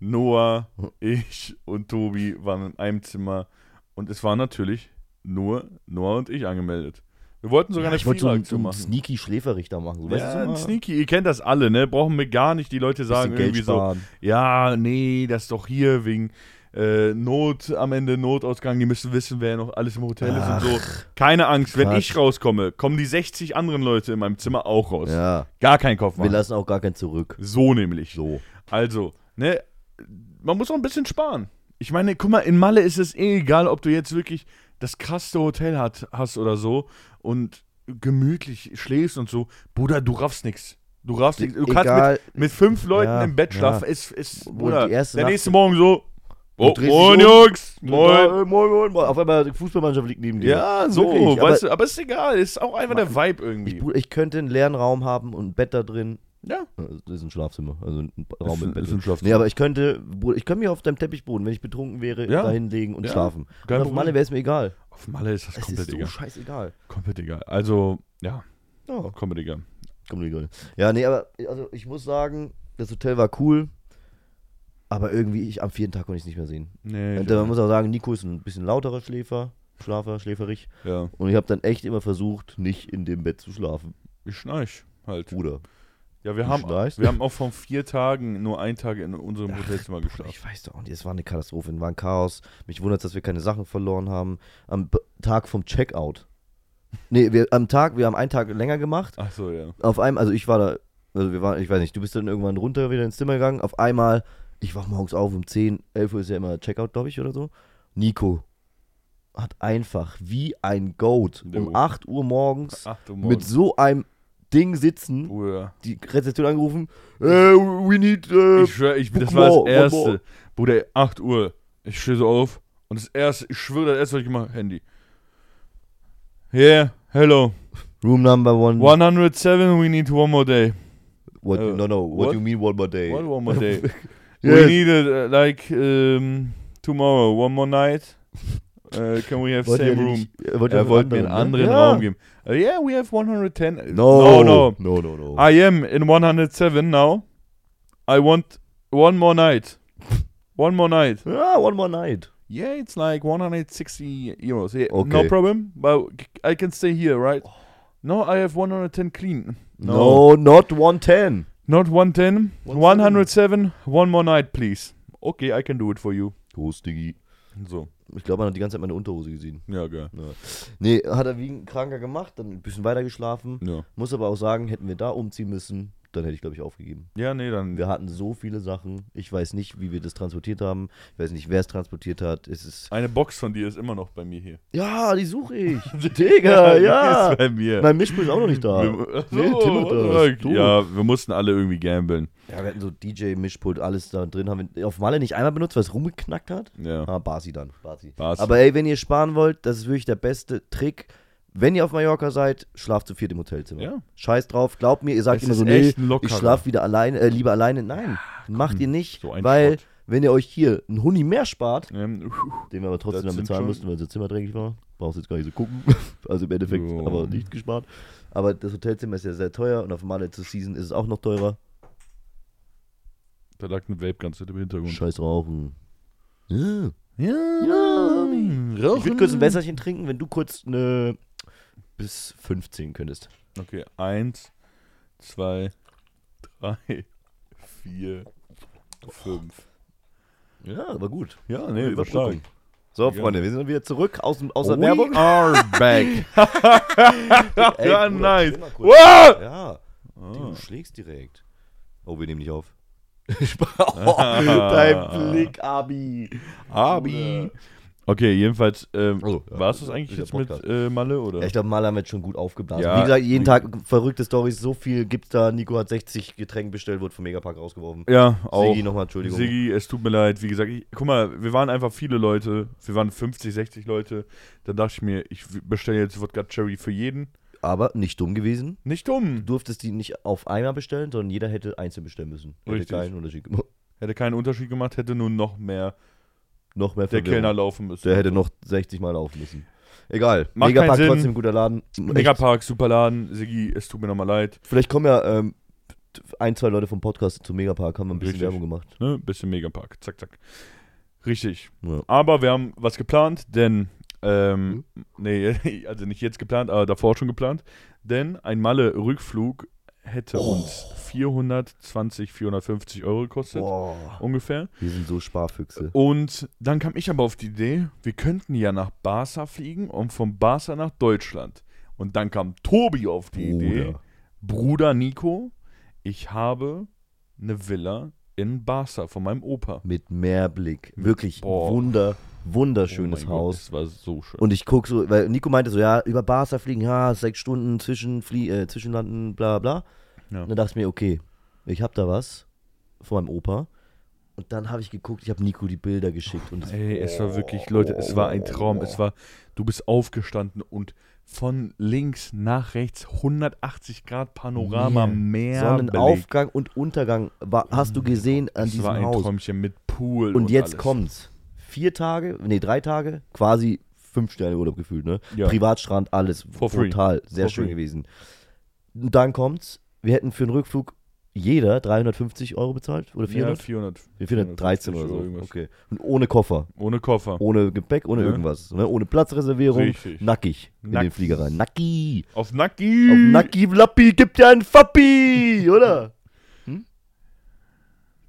[SPEAKER 1] Noah,
[SPEAKER 2] Hm.
[SPEAKER 1] ich und Tobi waren in einem Zimmer und es war natürlich nur Noah und ich angemeldet. Wir wollten sogar
[SPEAKER 2] Ja,
[SPEAKER 1] eine
[SPEAKER 2] ich wollte so einen, so
[SPEAKER 1] Viereraktion
[SPEAKER 2] einen
[SPEAKER 1] machen.
[SPEAKER 2] sneaky Schläferrichter machen. So,
[SPEAKER 1] Ja, ein
[SPEAKER 2] weißt du, so mal
[SPEAKER 1] Sneaky, ihr kennt das alle, ne? Brauchen wir gar nicht. Die Leute
[SPEAKER 2] bisschen
[SPEAKER 1] sagen irgendwie so,
[SPEAKER 2] sparen.
[SPEAKER 1] ja, nee, das ist doch hier wegen äh, Not am Ende, Notausgang. Die müssen wissen, wer noch alles im Hotel ist und so. Keine Angst, wenn
[SPEAKER 2] Quatsch.
[SPEAKER 1] ich rauskomme, kommen die 60 anderen Leute in meinem Zimmer auch raus.
[SPEAKER 2] Ja,
[SPEAKER 1] Gar kein Kopf
[SPEAKER 2] wir
[SPEAKER 1] machen.
[SPEAKER 2] lassen auch gar keinen zurück.
[SPEAKER 1] So nämlich.
[SPEAKER 2] So.
[SPEAKER 1] Also, ne, man muss auch ein bisschen sparen. Ich meine, guck mal, in Malle ist es eh egal, ob du jetzt wirklich das krasseste Hotel hat, hast oder so und gemütlich schläfst und so. Bruder, du raffst nix. Du raffst nix. Du kannst
[SPEAKER 2] Egal.
[SPEAKER 1] mit, mit fünf Leuten
[SPEAKER 2] Ja,
[SPEAKER 1] im Bett
[SPEAKER 2] ja.
[SPEAKER 1] schlafen. Ist, ist,
[SPEAKER 2] Und
[SPEAKER 1] Bruder,
[SPEAKER 2] die erste
[SPEAKER 1] der
[SPEAKER 2] Nacht-
[SPEAKER 1] nächste Morgen so. Oh,
[SPEAKER 2] drehst dich
[SPEAKER 1] moin,
[SPEAKER 2] um.
[SPEAKER 1] Jungs.
[SPEAKER 2] Ja,
[SPEAKER 1] Moin.
[SPEAKER 2] äh, moin, moin, moin. Auf einmal die Fußballmannschaft liegt neben dir.
[SPEAKER 1] Ja, so,
[SPEAKER 2] Wirklich,
[SPEAKER 1] weißt du, aber ist egal. Ist auch einfach der Vibe irgendwie.
[SPEAKER 2] Bruder, ich könnte einen leeren Raum haben und ein Bett da drin.
[SPEAKER 1] Ja.
[SPEAKER 2] Also, Das ist ein Schlafzimmer, also ein Raum
[SPEAKER 1] Ist ein-
[SPEAKER 2] mit Bett.
[SPEAKER 1] ist ein
[SPEAKER 2] drin.
[SPEAKER 1] Schlafzimmer.
[SPEAKER 2] Nee, aber ich könnte, Bruder, ich könnte mir auf deinem Teppichboden, wenn ich betrunken wäre,
[SPEAKER 1] Ja.
[SPEAKER 2] da hinlegen und
[SPEAKER 1] Ja.
[SPEAKER 2] schlafen.
[SPEAKER 1] Kein
[SPEAKER 2] und auf
[SPEAKER 1] Problem.
[SPEAKER 2] Malle wäre es mir egal.
[SPEAKER 1] Auf Malle ist das
[SPEAKER 2] Es
[SPEAKER 1] komplett
[SPEAKER 2] ist so
[SPEAKER 1] egal.
[SPEAKER 2] scheißegal.
[SPEAKER 1] Komplett egal. Also, ja,
[SPEAKER 2] Ja,
[SPEAKER 1] komplett egal.
[SPEAKER 2] komm, egal. Ja, nee, aber also ich muss sagen, das Hotel war cool, aber irgendwie ich am vierten Tag konnte ich es nicht mehr sehen.
[SPEAKER 1] Nee.
[SPEAKER 2] Und äh, man muss auch sagen, Nico ist ein bisschen lauterer Schläfer, Schlafer, schläferig.
[SPEAKER 1] Ja,
[SPEAKER 2] Und ich habe dann echt immer versucht, nicht in dem Bett zu schlafen,
[SPEAKER 1] ich schnarch halt.
[SPEAKER 2] Bruder.
[SPEAKER 1] Ja, wir
[SPEAKER 2] Du
[SPEAKER 1] haben,
[SPEAKER 2] schnarchst?
[SPEAKER 1] wir haben auch von vier Tagen nur einen Tag in unserem Hotelzimmer geschlafen.
[SPEAKER 2] Ich weiß doch auch nicht, es war eine Katastrophe, es war ein Chaos. Mich wundert, dass wir keine Sachen verloren haben. Am B Tag vom Checkout. Nee, wir, am Tag, wir haben einen Tag länger gemacht.
[SPEAKER 1] Ach so, ja.
[SPEAKER 2] Auf einmal, also ich war da, also wir waren, ich weiß nicht, du bist dann irgendwann runter wieder ins Zimmer gegangen. Auf einmal, ich wach morgens auf um 10, 11 Uhr ist ja immer Checkout, glaube ich, oder so. Nico hat einfach wie ein Goat
[SPEAKER 1] Jo.
[SPEAKER 2] um 8 Uhr morgens
[SPEAKER 1] Acht Uhr
[SPEAKER 2] mit
[SPEAKER 1] morgens.
[SPEAKER 2] so einem Ding sitzen,
[SPEAKER 1] Bruder.
[SPEAKER 2] die Rezeption angerufen, äh, we need, äh,
[SPEAKER 1] Ich schwör, ich, das
[SPEAKER 2] guck
[SPEAKER 1] war
[SPEAKER 2] mal,
[SPEAKER 1] das
[SPEAKER 2] guck
[SPEAKER 1] Erste.
[SPEAKER 2] mal.
[SPEAKER 1] Bruder, 8 Uhr. Ich stehe so auf und das Erste, ich schwöre, das Erste, was ich gemacht habe, Handy. Yeah, hello.
[SPEAKER 2] room number one,
[SPEAKER 1] 107, we need one more day.
[SPEAKER 2] What,
[SPEAKER 1] Äh,
[SPEAKER 2] no, no, what,
[SPEAKER 1] what?
[SPEAKER 2] do you mean one more day?
[SPEAKER 1] What one more day? We
[SPEAKER 2] Yes.
[SPEAKER 1] need it, uh, like, um, tomorrow, one more night. Uh, can we have
[SPEAKER 2] Wollt ihr
[SPEAKER 1] same room?
[SPEAKER 2] nicht- äh, wollt ihr
[SPEAKER 1] Er
[SPEAKER 2] einen
[SPEAKER 1] wollte mir einen
[SPEAKER 2] ne?
[SPEAKER 1] anderen
[SPEAKER 2] Ja.
[SPEAKER 1] Raum geben. Uh, yeah, we have 110.
[SPEAKER 2] No,
[SPEAKER 1] no,
[SPEAKER 2] no, no, no.
[SPEAKER 1] I am in 107 now. I want one more night. One more night.
[SPEAKER 2] Ah, one more night.
[SPEAKER 1] Yeah, it's like 160 euros. Yeah, No
[SPEAKER 2] Okay.
[SPEAKER 1] problem, but I can stay here, right? No, I have 110 clean.
[SPEAKER 2] No, not 110.
[SPEAKER 1] Not 110. 107. One more night, please. Okay, I can do it for you.
[SPEAKER 2] Prost, Diggi.
[SPEAKER 1] So.
[SPEAKER 2] Ich glaube, man hat die ganze Zeit meine Unterhose gesehen.
[SPEAKER 1] Ja, geil.
[SPEAKER 2] Nee, hat er wie ein Kranker gemacht, dann ein bisschen weiter geschlafen.
[SPEAKER 1] Ja,
[SPEAKER 2] Muss aber auch sagen, hätten wir da umziehen müssen, dann hätte ich, glaube ich, aufgegeben.
[SPEAKER 1] ja nee, dann.
[SPEAKER 2] Wir hatten so viele Sachen. Ich weiß nicht, wie wir das transportiert haben. Ich weiß nicht, wer es transportiert hat. Es ist.
[SPEAKER 1] Eine Box von dir ist immer noch bei mir hier.
[SPEAKER 2] Ja, die suche ich. Digga,
[SPEAKER 1] Die
[SPEAKER 2] ja.
[SPEAKER 1] ist bei mir.
[SPEAKER 2] Mein Mischpult ist auch noch nicht da.
[SPEAKER 1] Wir,
[SPEAKER 2] Ah. Nee, Tim hat das. Du.
[SPEAKER 1] ja, wir mussten alle irgendwie gambeln.
[SPEAKER 2] Ja, wir hatten so DJ-Mischpult, alles da drin. Haben wir auf Malle nicht einmal benutzt, weil es rumgeknackt hat?
[SPEAKER 1] Ja.
[SPEAKER 2] Ah, Basi dann. Basi.
[SPEAKER 1] Basi.
[SPEAKER 2] Aber ey, wenn ihr sparen wollt, das ist wirklich der beste Trick. Wenn ihr auf Mallorca seid, schlaft zu viert im Hotelzimmer.
[SPEAKER 1] Ja.
[SPEAKER 2] Scheiß drauf, glaubt mir, ihr sagt
[SPEAKER 1] Es
[SPEAKER 2] immer
[SPEAKER 1] ist
[SPEAKER 2] so, nee,
[SPEAKER 1] echt ein Lockerer.
[SPEAKER 2] ich schlaf wieder alleine, äh, lieber alleine. Nein, macht ihr nicht,
[SPEAKER 1] so ein
[SPEAKER 2] weil
[SPEAKER 1] Schrott.
[SPEAKER 2] wenn ihr euch hier einen Huni mehr spart,
[SPEAKER 1] Ähm,
[SPEAKER 2] den wir aber
[SPEAKER 1] Das
[SPEAKER 2] trotzdem dann
[SPEAKER 1] sind
[SPEAKER 2] bezahlen
[SPEAKER 1] schon-
[SPEAKER 2] mussten, weil unser Zimmer dreckig war, brauchst jetzt gar nicht so gucken. Also im Endeffekt
[SPEAKER 1] Jo.
[SPEAKER 2] aber nicht gespart. Aber das Hotelzimmer ist ja sehr teuer und auf Malle zur Season ist es auch noch teurer.
[SPEAKER 1] da lag ein Vape ganz im Hintergrund.
[SPEAKER 2] Scheiß Rauchen. Ja.
[SPEAKER 1] Ja,
[SPEAKER 2] Ich würde kurz ein Wässerchen trinken, wenn du kurz eine bis 15 könntest.
[SPEAKER 1] Okay, eins, zwei, drei, vier, fünf.
[SPEAKER 2] Ja, war gut.
[SPEAKER 1] Ja,
[SPEAKER 2] Nee, war
[SPEAKER 1] stark.
[SPEAKER 2] stark. So,
[SPEAKER 1] Ja.
[SPEAKER 2] Freunde, wir sind wieder zurück aus, dem- aus der
[SPEAKER 1] We
[SPEAKER 2] Werbung.
[SPEAKER 1] are back.
[SPEAKER 2] Ey,
[SPEAKER 1] ja,
[SPEAKER 2] Bruder,
[SPEAKER 1] nice. Ah.
[SPEAKER 2] dreh mal kurz.
[SPEAKER 1] Wow!
[SPEAKER 2] Ja, du schlägst direkt. Oh, wir nehmen dich auf.
[SPEAKER 1] dein Blick,
[SPEAKER 2] Abi.
[SPEAKER 1] Abi. Okay, jedenfalls, ähm,
[SPEAKER 2] Oh, ja.
[SPEAKER 1] war es das eigentlich
[SPEAKER 2] Ist der
[SPEAKER 1] jetzt mit
[SPEAKER 2] Podcast.
[SPEAKER 1] äh, Malle oder?
[SPEAKER 2] Ja, ich glaube, Mal haben wir jetzt schon gut aufgeblasen.
[SPEAKER 1] Ja.
[SPEAKER 2] Wie gesagt, jeden Tag verrückte Stories, so viel gibt's da. Nico hat 60 Getränke bestellt, wurde vom Megapark rausgeworfen.
[SPEAKER 1] Ja, auch.
[SPEAKER 2] Sigi nochmal, Entschuldigung.
[SPEAKER 1] Siggi, es tut mir leid. Wie gesagt, ich, guck mal, wir waren einfach viele Leute. Wir waren 50, 60 Leute. Dann dachte ich mir, ich bestelle jetzt Wodka Cherry für jeden.
[SPEAKER 2] Aber nicht dumm gewesen.
[SPEAKER 1] Nicht dumm.
[SPEAKER 2] Du durftest die nicht auf einmal bestellen, sondern jeder hätte einzeln bestellen müssen. Hätte
[SPEAKER 1] Richtig.
[SPEAKER 2] keinen Unterschied gemacht.
[SPEAKER 1] Hätte keinen Unterschied gemacht, hätte nur noch mehr
[SPEAKER 2] Noch mehr
[SPEAKER 1] der
[SPEAKER 2] Verwirrung.
[SPEAKER 1] Kellner laufen müssen.
[SPEAKER 2] Der hätte noch 60 Mal laufen müssen. Egal.
[SPEAKER 1] Macht
[SPEAKER 2] Megapark
[SPEAKER 1] keinen Sinn.
[SPEAKER 2] trotzdem guter Laden. Echt.
[SPEAKER 1] Megapark, Superladen. Siggi, es tut mir nochmal leid.
[SPEAKER 2] Vielleicht kommen ja ähm, ein, zwei Leute vom Podcast zu Megapark haben ein bisschen
[SPEAKER 1] Richtig.
[SPEAKER 2] Werbung gemacht.
[SPEAKER 1] Ne? Bisschen Megapark. Zack, zack. Richtig.
[SPEAKER 2] Ja.
[SPEAKER 1] Aber wir haben was geplant, denn. Ähm,
[SPEAKER 2] Hm?
[SPEAKER 1] nee, also nicht jetzt geplant, aber davor schon geplant. Denn ein Malle-Rückflug hätte
[SPEAKER 2] Oh.
[SPEAKER 1] uns 420, 450 Euro gekostet.
[SPEAKER 2] Boah,
[SPEAKER 1] Ungefähr.
[SPEAKER 2] wir sind so Sparfüchse.
[SPEAKER 1] Oh. Und dann kam ich aber auf die Idee, wir könnten ja nach Barca fliegen und von Barca nach Deutschland. Und dann kam Tobi auf die Idee,
[SPEAKER 2] Bruder.
[SPEAKER 1] Bruder Nico, ich habe eine Villa in Barca von meinem Opa.
[SPEAKER 2] Mit Meerblick. Wirklich
[SPEAKER 1] Boah.
[SPEAKER 2] wunder, wunderschönes
[SPEAKER 1] Oh mein
[SPEAKER 2] Haus.
[SPEAKER 1] Gott, das war so schön.
[SPEAKER 2] Und ich guck so, weil Nico meinte so, ja, über Barca fliegen, ja, sechs Stunden zwischen, flie äh, zwischenlanden, bla bla.
[SPEAKER 1] Ja.
[SPEAKER 2] Und dann dachte ich mir, okay, ich hab da was von meinem Opa. Und dann habe ich geguckt, ich habe Nico die Bilder geschickt. Und es,
[SPEAKER 1] Ey, es war wirklich, Leute, es war ein Traum. Es war, du bist aufgestanden und von links nach rechts 180 Grad Panorama,
[SPEAKER 2] Meer.
[SPEAKER 1] Meer, belegt.
[SPEAKER 2] Sonnenaufgang und Untergang war, hast du gesehen an
[SPEAKER 1] Mhm. Es
[SPEAKER 2] diesem
[SPEAKER 1] war ein
[SPEAKER 2] Haus.
[SPEAKER 1] Träumchen mit Pool.
[SPEAKER 2] Und jetzt
[SPEAKER 1] alles.
[SPEAKER 2] kommt's. Vier Tage, nee, drei Tage, quasi fünf Sterne Urlaub gefühlt, ne?
[SPEAKER 1] Ja.
[SPEAKER 2] Privatstrand, alles.
[SPEAKER 1] For free.
[SPEAKER 2] Total, sehr
[SPEAKER 1] For
[SPEAKER 2] schön
[SPEAKER 1] free.
[SPEAKER 2] gewesen. Und dann kommt's, wir hätten für den Rückflug jeder 350 Euro bezahlt oder 400?
[SPEAKER 1] Ja, 400.
[SPEAKER 2] 413 halt oder so.
[SPEAKER 1] irgendwas.
[SPEAKER 2] Okay. Oh. Und ohne Koffer,
[SPEAKER 1] Ohne Koffer.
[SPEAKER 2] ohne Gepäck, ohne
[SPEAKER 1] Ja.
[SPEAKER 2] irgendwas. Ne? Ohne Platzreservierung.
[SPEAKER 1] Richtig.
[SPEAKER 2] Nackig in
[SPEAKER 1] Nack-
[SPEAKER 2] den Flieger rein. Nacki.
[SPEAKER 1] Auf Nacki.
[SPEAKER 2] Auf Nacki Vlappi gibt ja einen Fappi, oder? Hm?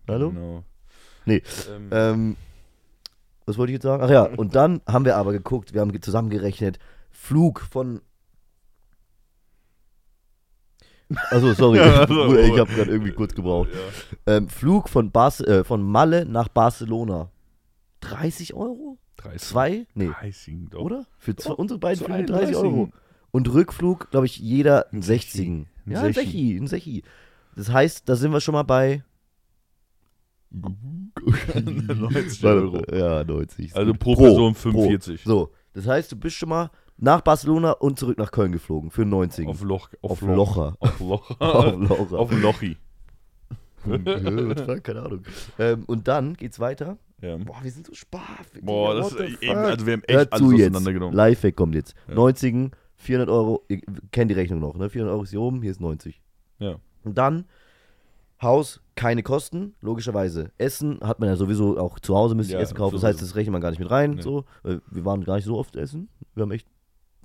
[SPEAKER 2] Hallo?
[SPEAKER 1] Genau.
[SPEAKER 2] Nee.
[SPEAKER 1] Ähm,
[SPEAKER 2] Ähm, was wollte ich jetzt sagen? Ach ja, und dann haben wir aber geguckt, wir haben ge- zusammengerechnet, Flug von. Achso, sorry,
[SPEAKER 1] Ja, also,
[SPEAKER 2] Bruder, ich
[SPEAKER 1] aber-
[SPEAKER 2] habe gerade irgendwie kurz gebraucht.
[SPEAKER 1] ja.
[SPEAKER 2] Ähm, Flug von, Bas äh, von Malle nach Barcelona. 30 Euro?
[SPEAKER 1] 30.
[SPEAKER 2] Zwei? Nee,
[SPEAKER 1] 30, doch.
[SPEAKER 2] oder? Für zwei,
[SPEAKER 1] Doch,
[SPEAKER 2] unsere beiden
[SPEAKER 1] zu
[SPEAKER 2] Flüge 30
[SPEAKER 1] 31.
[SPEAKER 2] Euro. Und Rückflug, glaube ich, jeder ein
[SPEAKER 1] Ein
[SPEAKER 2] 60.
[SPEAKER 1] Ein
[SPEAKER 2] Ja, ein
[SPEAKER 1] Sechsi.
[SPEAKER 2] Sechi, ein Sechi. Das heißt, da sind wir schon mal bei
[SPEAKER 1] 90 Euro.
[SPEAKER 2] Ja, 90.
[SPEAKER 1] Also pro,
[SPEAKER 2] Pro,
[SPEAKER 1] Person
[SPEAKER 2] pro.
[SPEAKER 1] 45.
[SPEAKER 2] So, das heißt, du bist schon mal nach Barcelona und zurück nach Köln geflogen für 90.
[SPEAKER 1] Auf Loch.
[SPEAKER 2] Auf Locher.
[SPEAKER 1] Auf Loch.
[SPEAKER 2] Auf
[SPEAKER 1] auf
[SPEAKER 2] Locher.
[SPEAKER 1] Lochi.
[SPEAKER 2] Nö, was war? Keine Ahnung. Ähm, und dann geht's weiter.
[SPEAKER 1] Ja.
[SPEAKER 2] Boah, wir sind so sparfüchsig.
[SPEAKER 1] Boah, das
[SPEAKER 2] What the
[SPEAKER 1] ist eben,
[SPEAKER 2] fuck?
[SPEAKER 1] also wir haben echt
[SPEAKER 2] Hört
[SPEAKER 1] alles
[SPEAKER 2] zu jetzt.
[SPEAKER 1] auseinandergenommen.
[SPEAKER 2] Lifehack kommt jetzt.
[SPEAKER 1] Ja.
[SPEAKER 2] 90, 400 Euro. Ihr kennt die Rechnung noch, ne? 400 Euro ist hier oben, hier ist 90.
[SPEAKER 1] Ja.
[SPEAKER 2] Und dann Haus, keine Kosten, logischerweise. Essen hat man ja sowieso auch zu Hause müsste ich
[SPEAKER 1] Ja,
[SPEAKER 2] Essen kaufen. Das heißt,
[SPEAKER 1] sowieso.
[SPEAKER 2] das rechnet man gar nicht mit rein.
[SPEAKER 1] Nee.
[SPEAKER 2] So. Äh, Wir waren gar nicht so oft essen. Wir haben echt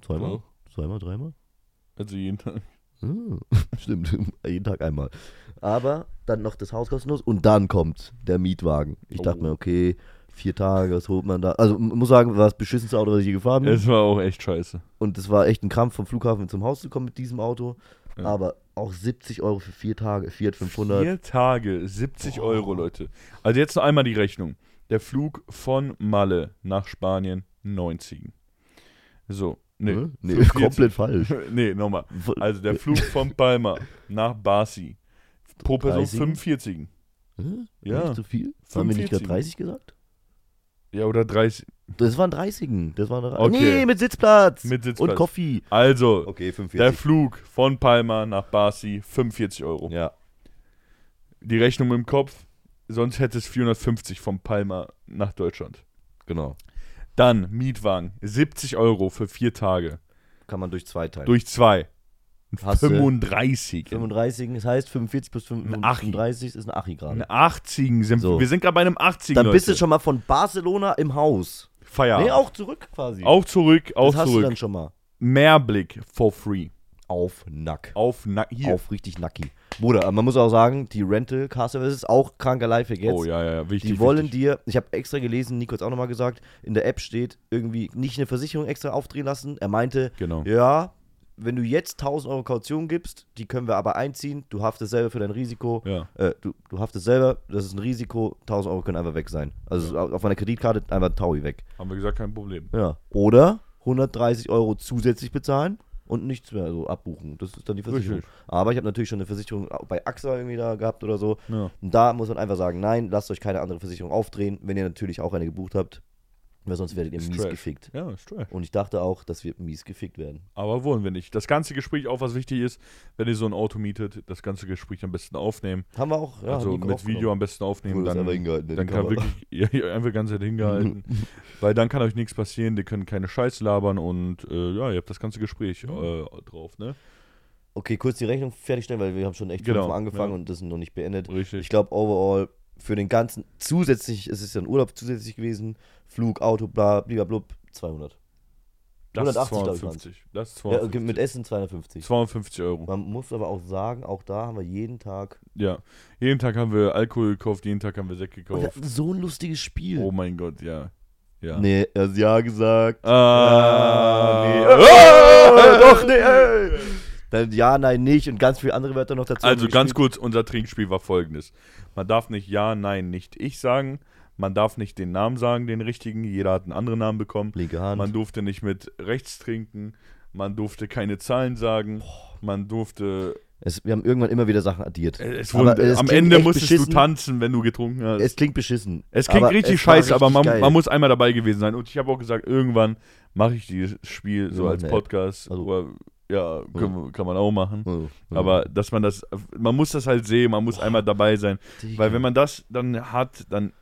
[SPEAKER 2] zweimal,
[SPEAKER 1] Doch.
[SPEAKER 2] zweimal, dreimal.
[SPEAKER 1] Also jeden Tag.
[SPEAKER 2] Hm, Stimmt, jeden Tag einmal. Aber dann noch das Haus kostenlos und dann kommt der Mietwagen. Ich dachte
[SPEAKER 1] Oh.
[SPEAKER 2] mir, okay, vier Tage, was holt man da? Also m- muss sagen, war das beschissenste Auto, was ich je gefahren bin.
[SPEAKER 1] Es war auch echt scheiße.
[SPEAKER 2] Und es war echt ein Krampf, vom Flughafen zum Haus zu kommen mit diesem Auto.
[SPEAKER 1] Ja.
[SPEAKER 2] Aber auch 70 Euro für vier Tage, Fiat 500.
[SPEAKER 1] Vier Tage, 70 Euro, Leute. Also jetzt noch einmal die Rechnung. Der Flug von Malle nach Spanien, 90. So, nee.
[SPEAKER 2] Ne? Nee,
[SPEAKER 1] 45.
[SPEAKER 2] komplett falsch.
[SPEAKER 1] nee, nochmal.
[SPEAKER 2] Voll-
[SPEAKER 1] Also der Flug von Palma nach Barsi. Pro Person
[SPEAKER 2] 30?
[SPEAKER 1] 45.
[SPEAKER 2] Hä?
[SPEAKER 1] Ja.
[SPEAKER 2] Nicht zu viel? Haben wir nicht gerade
[SPEAKER 1] 45.
[SPEAKER 2] 30 gesagt?
[SPEAKER 1] Ja, oder 30.
[SPEAKER 2] Das waren 30. Das waren
[SPEAKER 1] Okay.
[SPEAKER 2] Nee, mit Sitzplatz.
[SPEAKER 1] Mit Sitzplatz.
[SPEAKER 2] Und Koffee.
[SPEAKER 1] Also,
[SPEAKER 2] Okay,
[SPEAKER 1] der
[SPEAKER 2] 45.
[SPEAKER 1] Flug von Palma nach Barsi, 45 Euro.
[SPEAKER 2] Ja.
[SPEAKER 1] Die Rechnung im Kopf, sonst hätte es 450 von Palma nach Deutschland.
[SPEAKER 2] Genau.
[SPEAKER 1] Dann Mietwagen, 70 Euro für vier Tage.
[SPEAKER 2] Kann man durch zwei teilen.
[SPEAKER 1] Durch zwei.
[SPEAKER 2] Hast du.
[SPEAKER 1] 35.
[SPEAKER 2] 35, das heißt 45 plus
[SPEAKER 1] Ein Achi.
[SPEAKER 2] 35 ist ein Achi
[SPEAKER 1] Ein
[SPEAKER 2] gerade.
[SPEAKER 1] 80 sind
[SPEAKER 2] So.
[SPEAKER 1] wir sind gerade bei einem 80
[SPEAKER 2] Dann
[SPEAKER 1] Leute.
[SPEAKER 2] bist du schon mal von Barcelona im Haus.
[SPEAKER 1] Feierabend.
[SPEAKER 2] Nee, auch zurück quasi.
[SPEAKER 1] Auch zurück, auch
[SPEAKER 2] das hast du
[SPEAKER 1] zurück.
[SPEAKER 2] dann schon mal.
[SPEAKER 1] Mehrblick for free.
[SPEAKER 2] Auf Nack.
[SPEAKER 1] Auf na, hier.
[SPEAKER 2] Auf richtig Nacki. Bruder, man muss auch sagen, die Rental Car Services ist auch kranker Lifehack jetzt.
[SPEAKER 1] oh ja, ja, ja, wichtig.
[SPEAKER 2] Die wollen
[SPEAKER 1] wichtig.
[SPEAKER 2] dir, ich habe extra gelesen, Nico hat auch nochmal gesagt, in der App steht irgendwie nicht eine Versicherung extra aufdrehen lassen. Er meinte,
[SPEAKER 1] Genau.
[SPEAKER 2] ja, wenn du jetzt 1000 Euro Kaution gibst, die können wir aber einziehen, du haftest selber für dein Risiko.
[SPEAKER 1] Ja.
[SPEAKER 2] Äh, du, du haftest selber, das ist ein Risiko, 1000 Euro können einfach weg sein. Also auf meiner Kreditkarte einfach ein Taui weg.
[SPEAKER 1] Haben wir gesagt, kein Problem.
[SPEAKER 2] Ja. Oder 130 Euro zusätzlich bezahlen und nichts mehr so abbuchen. Das ist dann die Versicherung.
[SPEAKER 1] Richtig.
[SPEAKER 2] Aber ich habe natürlich schon eine Versicherung bei AXA irgendwie da gehabt oder so.
[SPEAKER 1] Ja.
[SPEAKER 2] Und da muss man einfach sagen, nein, lasst euch keine andere Versicherung aufdrehen, wenn ihr natürlich auch eine gebucht habt, weil sonst werdet ihr
[SPEAKER 1] Ist
[SPEAKER 2] mies
[SPEAKER 1] trash.
[SPEAKER 2] gefickt.
[SPEAKER 1] Ja, ist trash.
[SPEAKER 2] Und ich dachte auch, dass wir mies gefickt werden.
[SPEAKER 1] Aber wollen wir nicht. Das ganze Gespräch, auch was wichtig ist, wenn ihr so ein Auto mietet, das ganze Gespräch am besten aufnehmen.
[SPEAKER 2] Haben wir auch, ja,
[SPEAKER 1] also
[SPEAKER 2] Nico
[SPEAKER 1] mit
[SPEAKER 2] aufgenommen.
[SPEAKER 1] Video am besten aufnehmen.
[SPEAKER 2] Wurde das
[SPEAKER 1] Dann,
[SPEAKER 2] einfach hingehalten ne? Genau. in
[SPEAKER 1] dann
[SPEAKER 2] die
[SPEAKER 1] kann
[SPEAKER 2] Kamera.
[SPEAKER 1] wirklich ja, ja, einfach ganz nett hingehalten. weil dann kann euch nichts
[SPEAKER 2] Mhm.
[SPEAKER 1] passieren, ihr könnt keine Scheiß labern und äh, ja, ihr habt das ganze Gespräch äh, drauf, ne?
[SPEAKER 2] Okay, kurz die Rechnung fertigstellen, weil wir haben schon echt
[SPEAKER 1] Genau,
[SPEAKER 2] fünfmal angefangen
[SPEAKER 1] ja.
[SPEAKER 2] und das ist noch nicht beendet.
[SPEAKER 1] Richtig.
[SPEAKER 2] Ich glaube, overall für den ganzen zusätzlich, es ist ja ein Urlaub zusätzlich gewesen, Flug, Auto, bla, blub, 200.
[SPEAKER 1] das ist
[SPEAKER 2] 180, glaub ich,
[SPEAKER 1] 250. Das ist
[SPEAKER 2] Ja,
[SPEAKER 1] 250.
[SPEAKER 2] mit Essen 250.
[SPEAKER 1] 52 Euro.
[SPEAKER 2] Man muss aber auch sagen, auch da haben wir jeden Tag
[SPEAKER 1] Ja. Jeden Tag haben wir Alkohol gekauft, jeden Tag haben wir Sekt
[SPEAKER 2] Und wir
[SPEAKER 1] gekauft.
[SPEAKER 2] hatten so ein lustiges Spiel.
[SPEAKER 1] Oh mein Gott, ja. Ja.
[SPEAKER 2] Nee, er hat ja gesagt.
[SPEAKER 1] Ah,
[SPEAKER 2] nee.
[SPEAKER 1] Äh, nee.
[SPEAKER 2] Ah,
[SPEAKER 1] Ah,
[SPEAKER 2] doch, nee, ey. Dann ja, nein, nicht und ganz viele andere Wörter noch dazu.
[SPEAKER 1] Also ganz kurz, unser Trinkspiel war folgendes. Man darf nicht ja, nein, nicht ich sagen. Man darf nicht den Namen sagen, den richtigen. Jeder hat einen anderen Namen bekommen.
[SPEAKER 2] Linke Hand.
[SPEAKER 1] Man durfte nicht mit rechts trinken. Man durfte keine Zahlen sagen. Man durfte.
[SPEAKER 2] es, wir haben irgendwann immer wieder Sachen addiert.
[SPEAKER 1] Es
[SPEAKER 2] Aber
[SPEAKER 1] wurde,
[SPEAKER 2] es
[SPEAKER 1] am
[SPEAKER 2] klingt
[SPEAKER 1] Ende
[SPEAKER 2] echt
[SPEAKER 1] musstest
[SPEAKER 2] beschissen.
[SPEAKER 1] du tanzen, wenn du getrunken hast. Es,
[SPEAKER 2] Es klingt beschissen.
[SPEAKER 1] klingt
[SPEAKER 2] aber
[SPEAKER 1] richtig
[SPEAKER 2] es war
[SPEAKER 1] scheiße, aber
[SPEAKER 2] richtig
[SPEAKER 1] man,
[SPEAKER 2] geil.
[SPEAKER 1] man muss einmal dabei gewesen sein. Und ich habe auch gesagt, irgendwann mache ich dieses Spiel
[SPEAKER 2] Wir
[SPEAKER 1] so
[SPEAKER 2] machen
[SPEAKER 1] als
[SPEAKER 2] eine App.
[SPEAKER 1] Podcast.
[SPEAKER 2] Also-
[SPEAKER 1] Oder, ja, können, kann man auch machen.
[SPEAKER 2] Oh, ja.
[SPEAKER 1] Aber dass man das, man muss das halt sehen, man muss einmal dabei sein.
[SPEAKER 2] Digga.
[SPEAKER 1] Weil wenn man das dann hat, dann.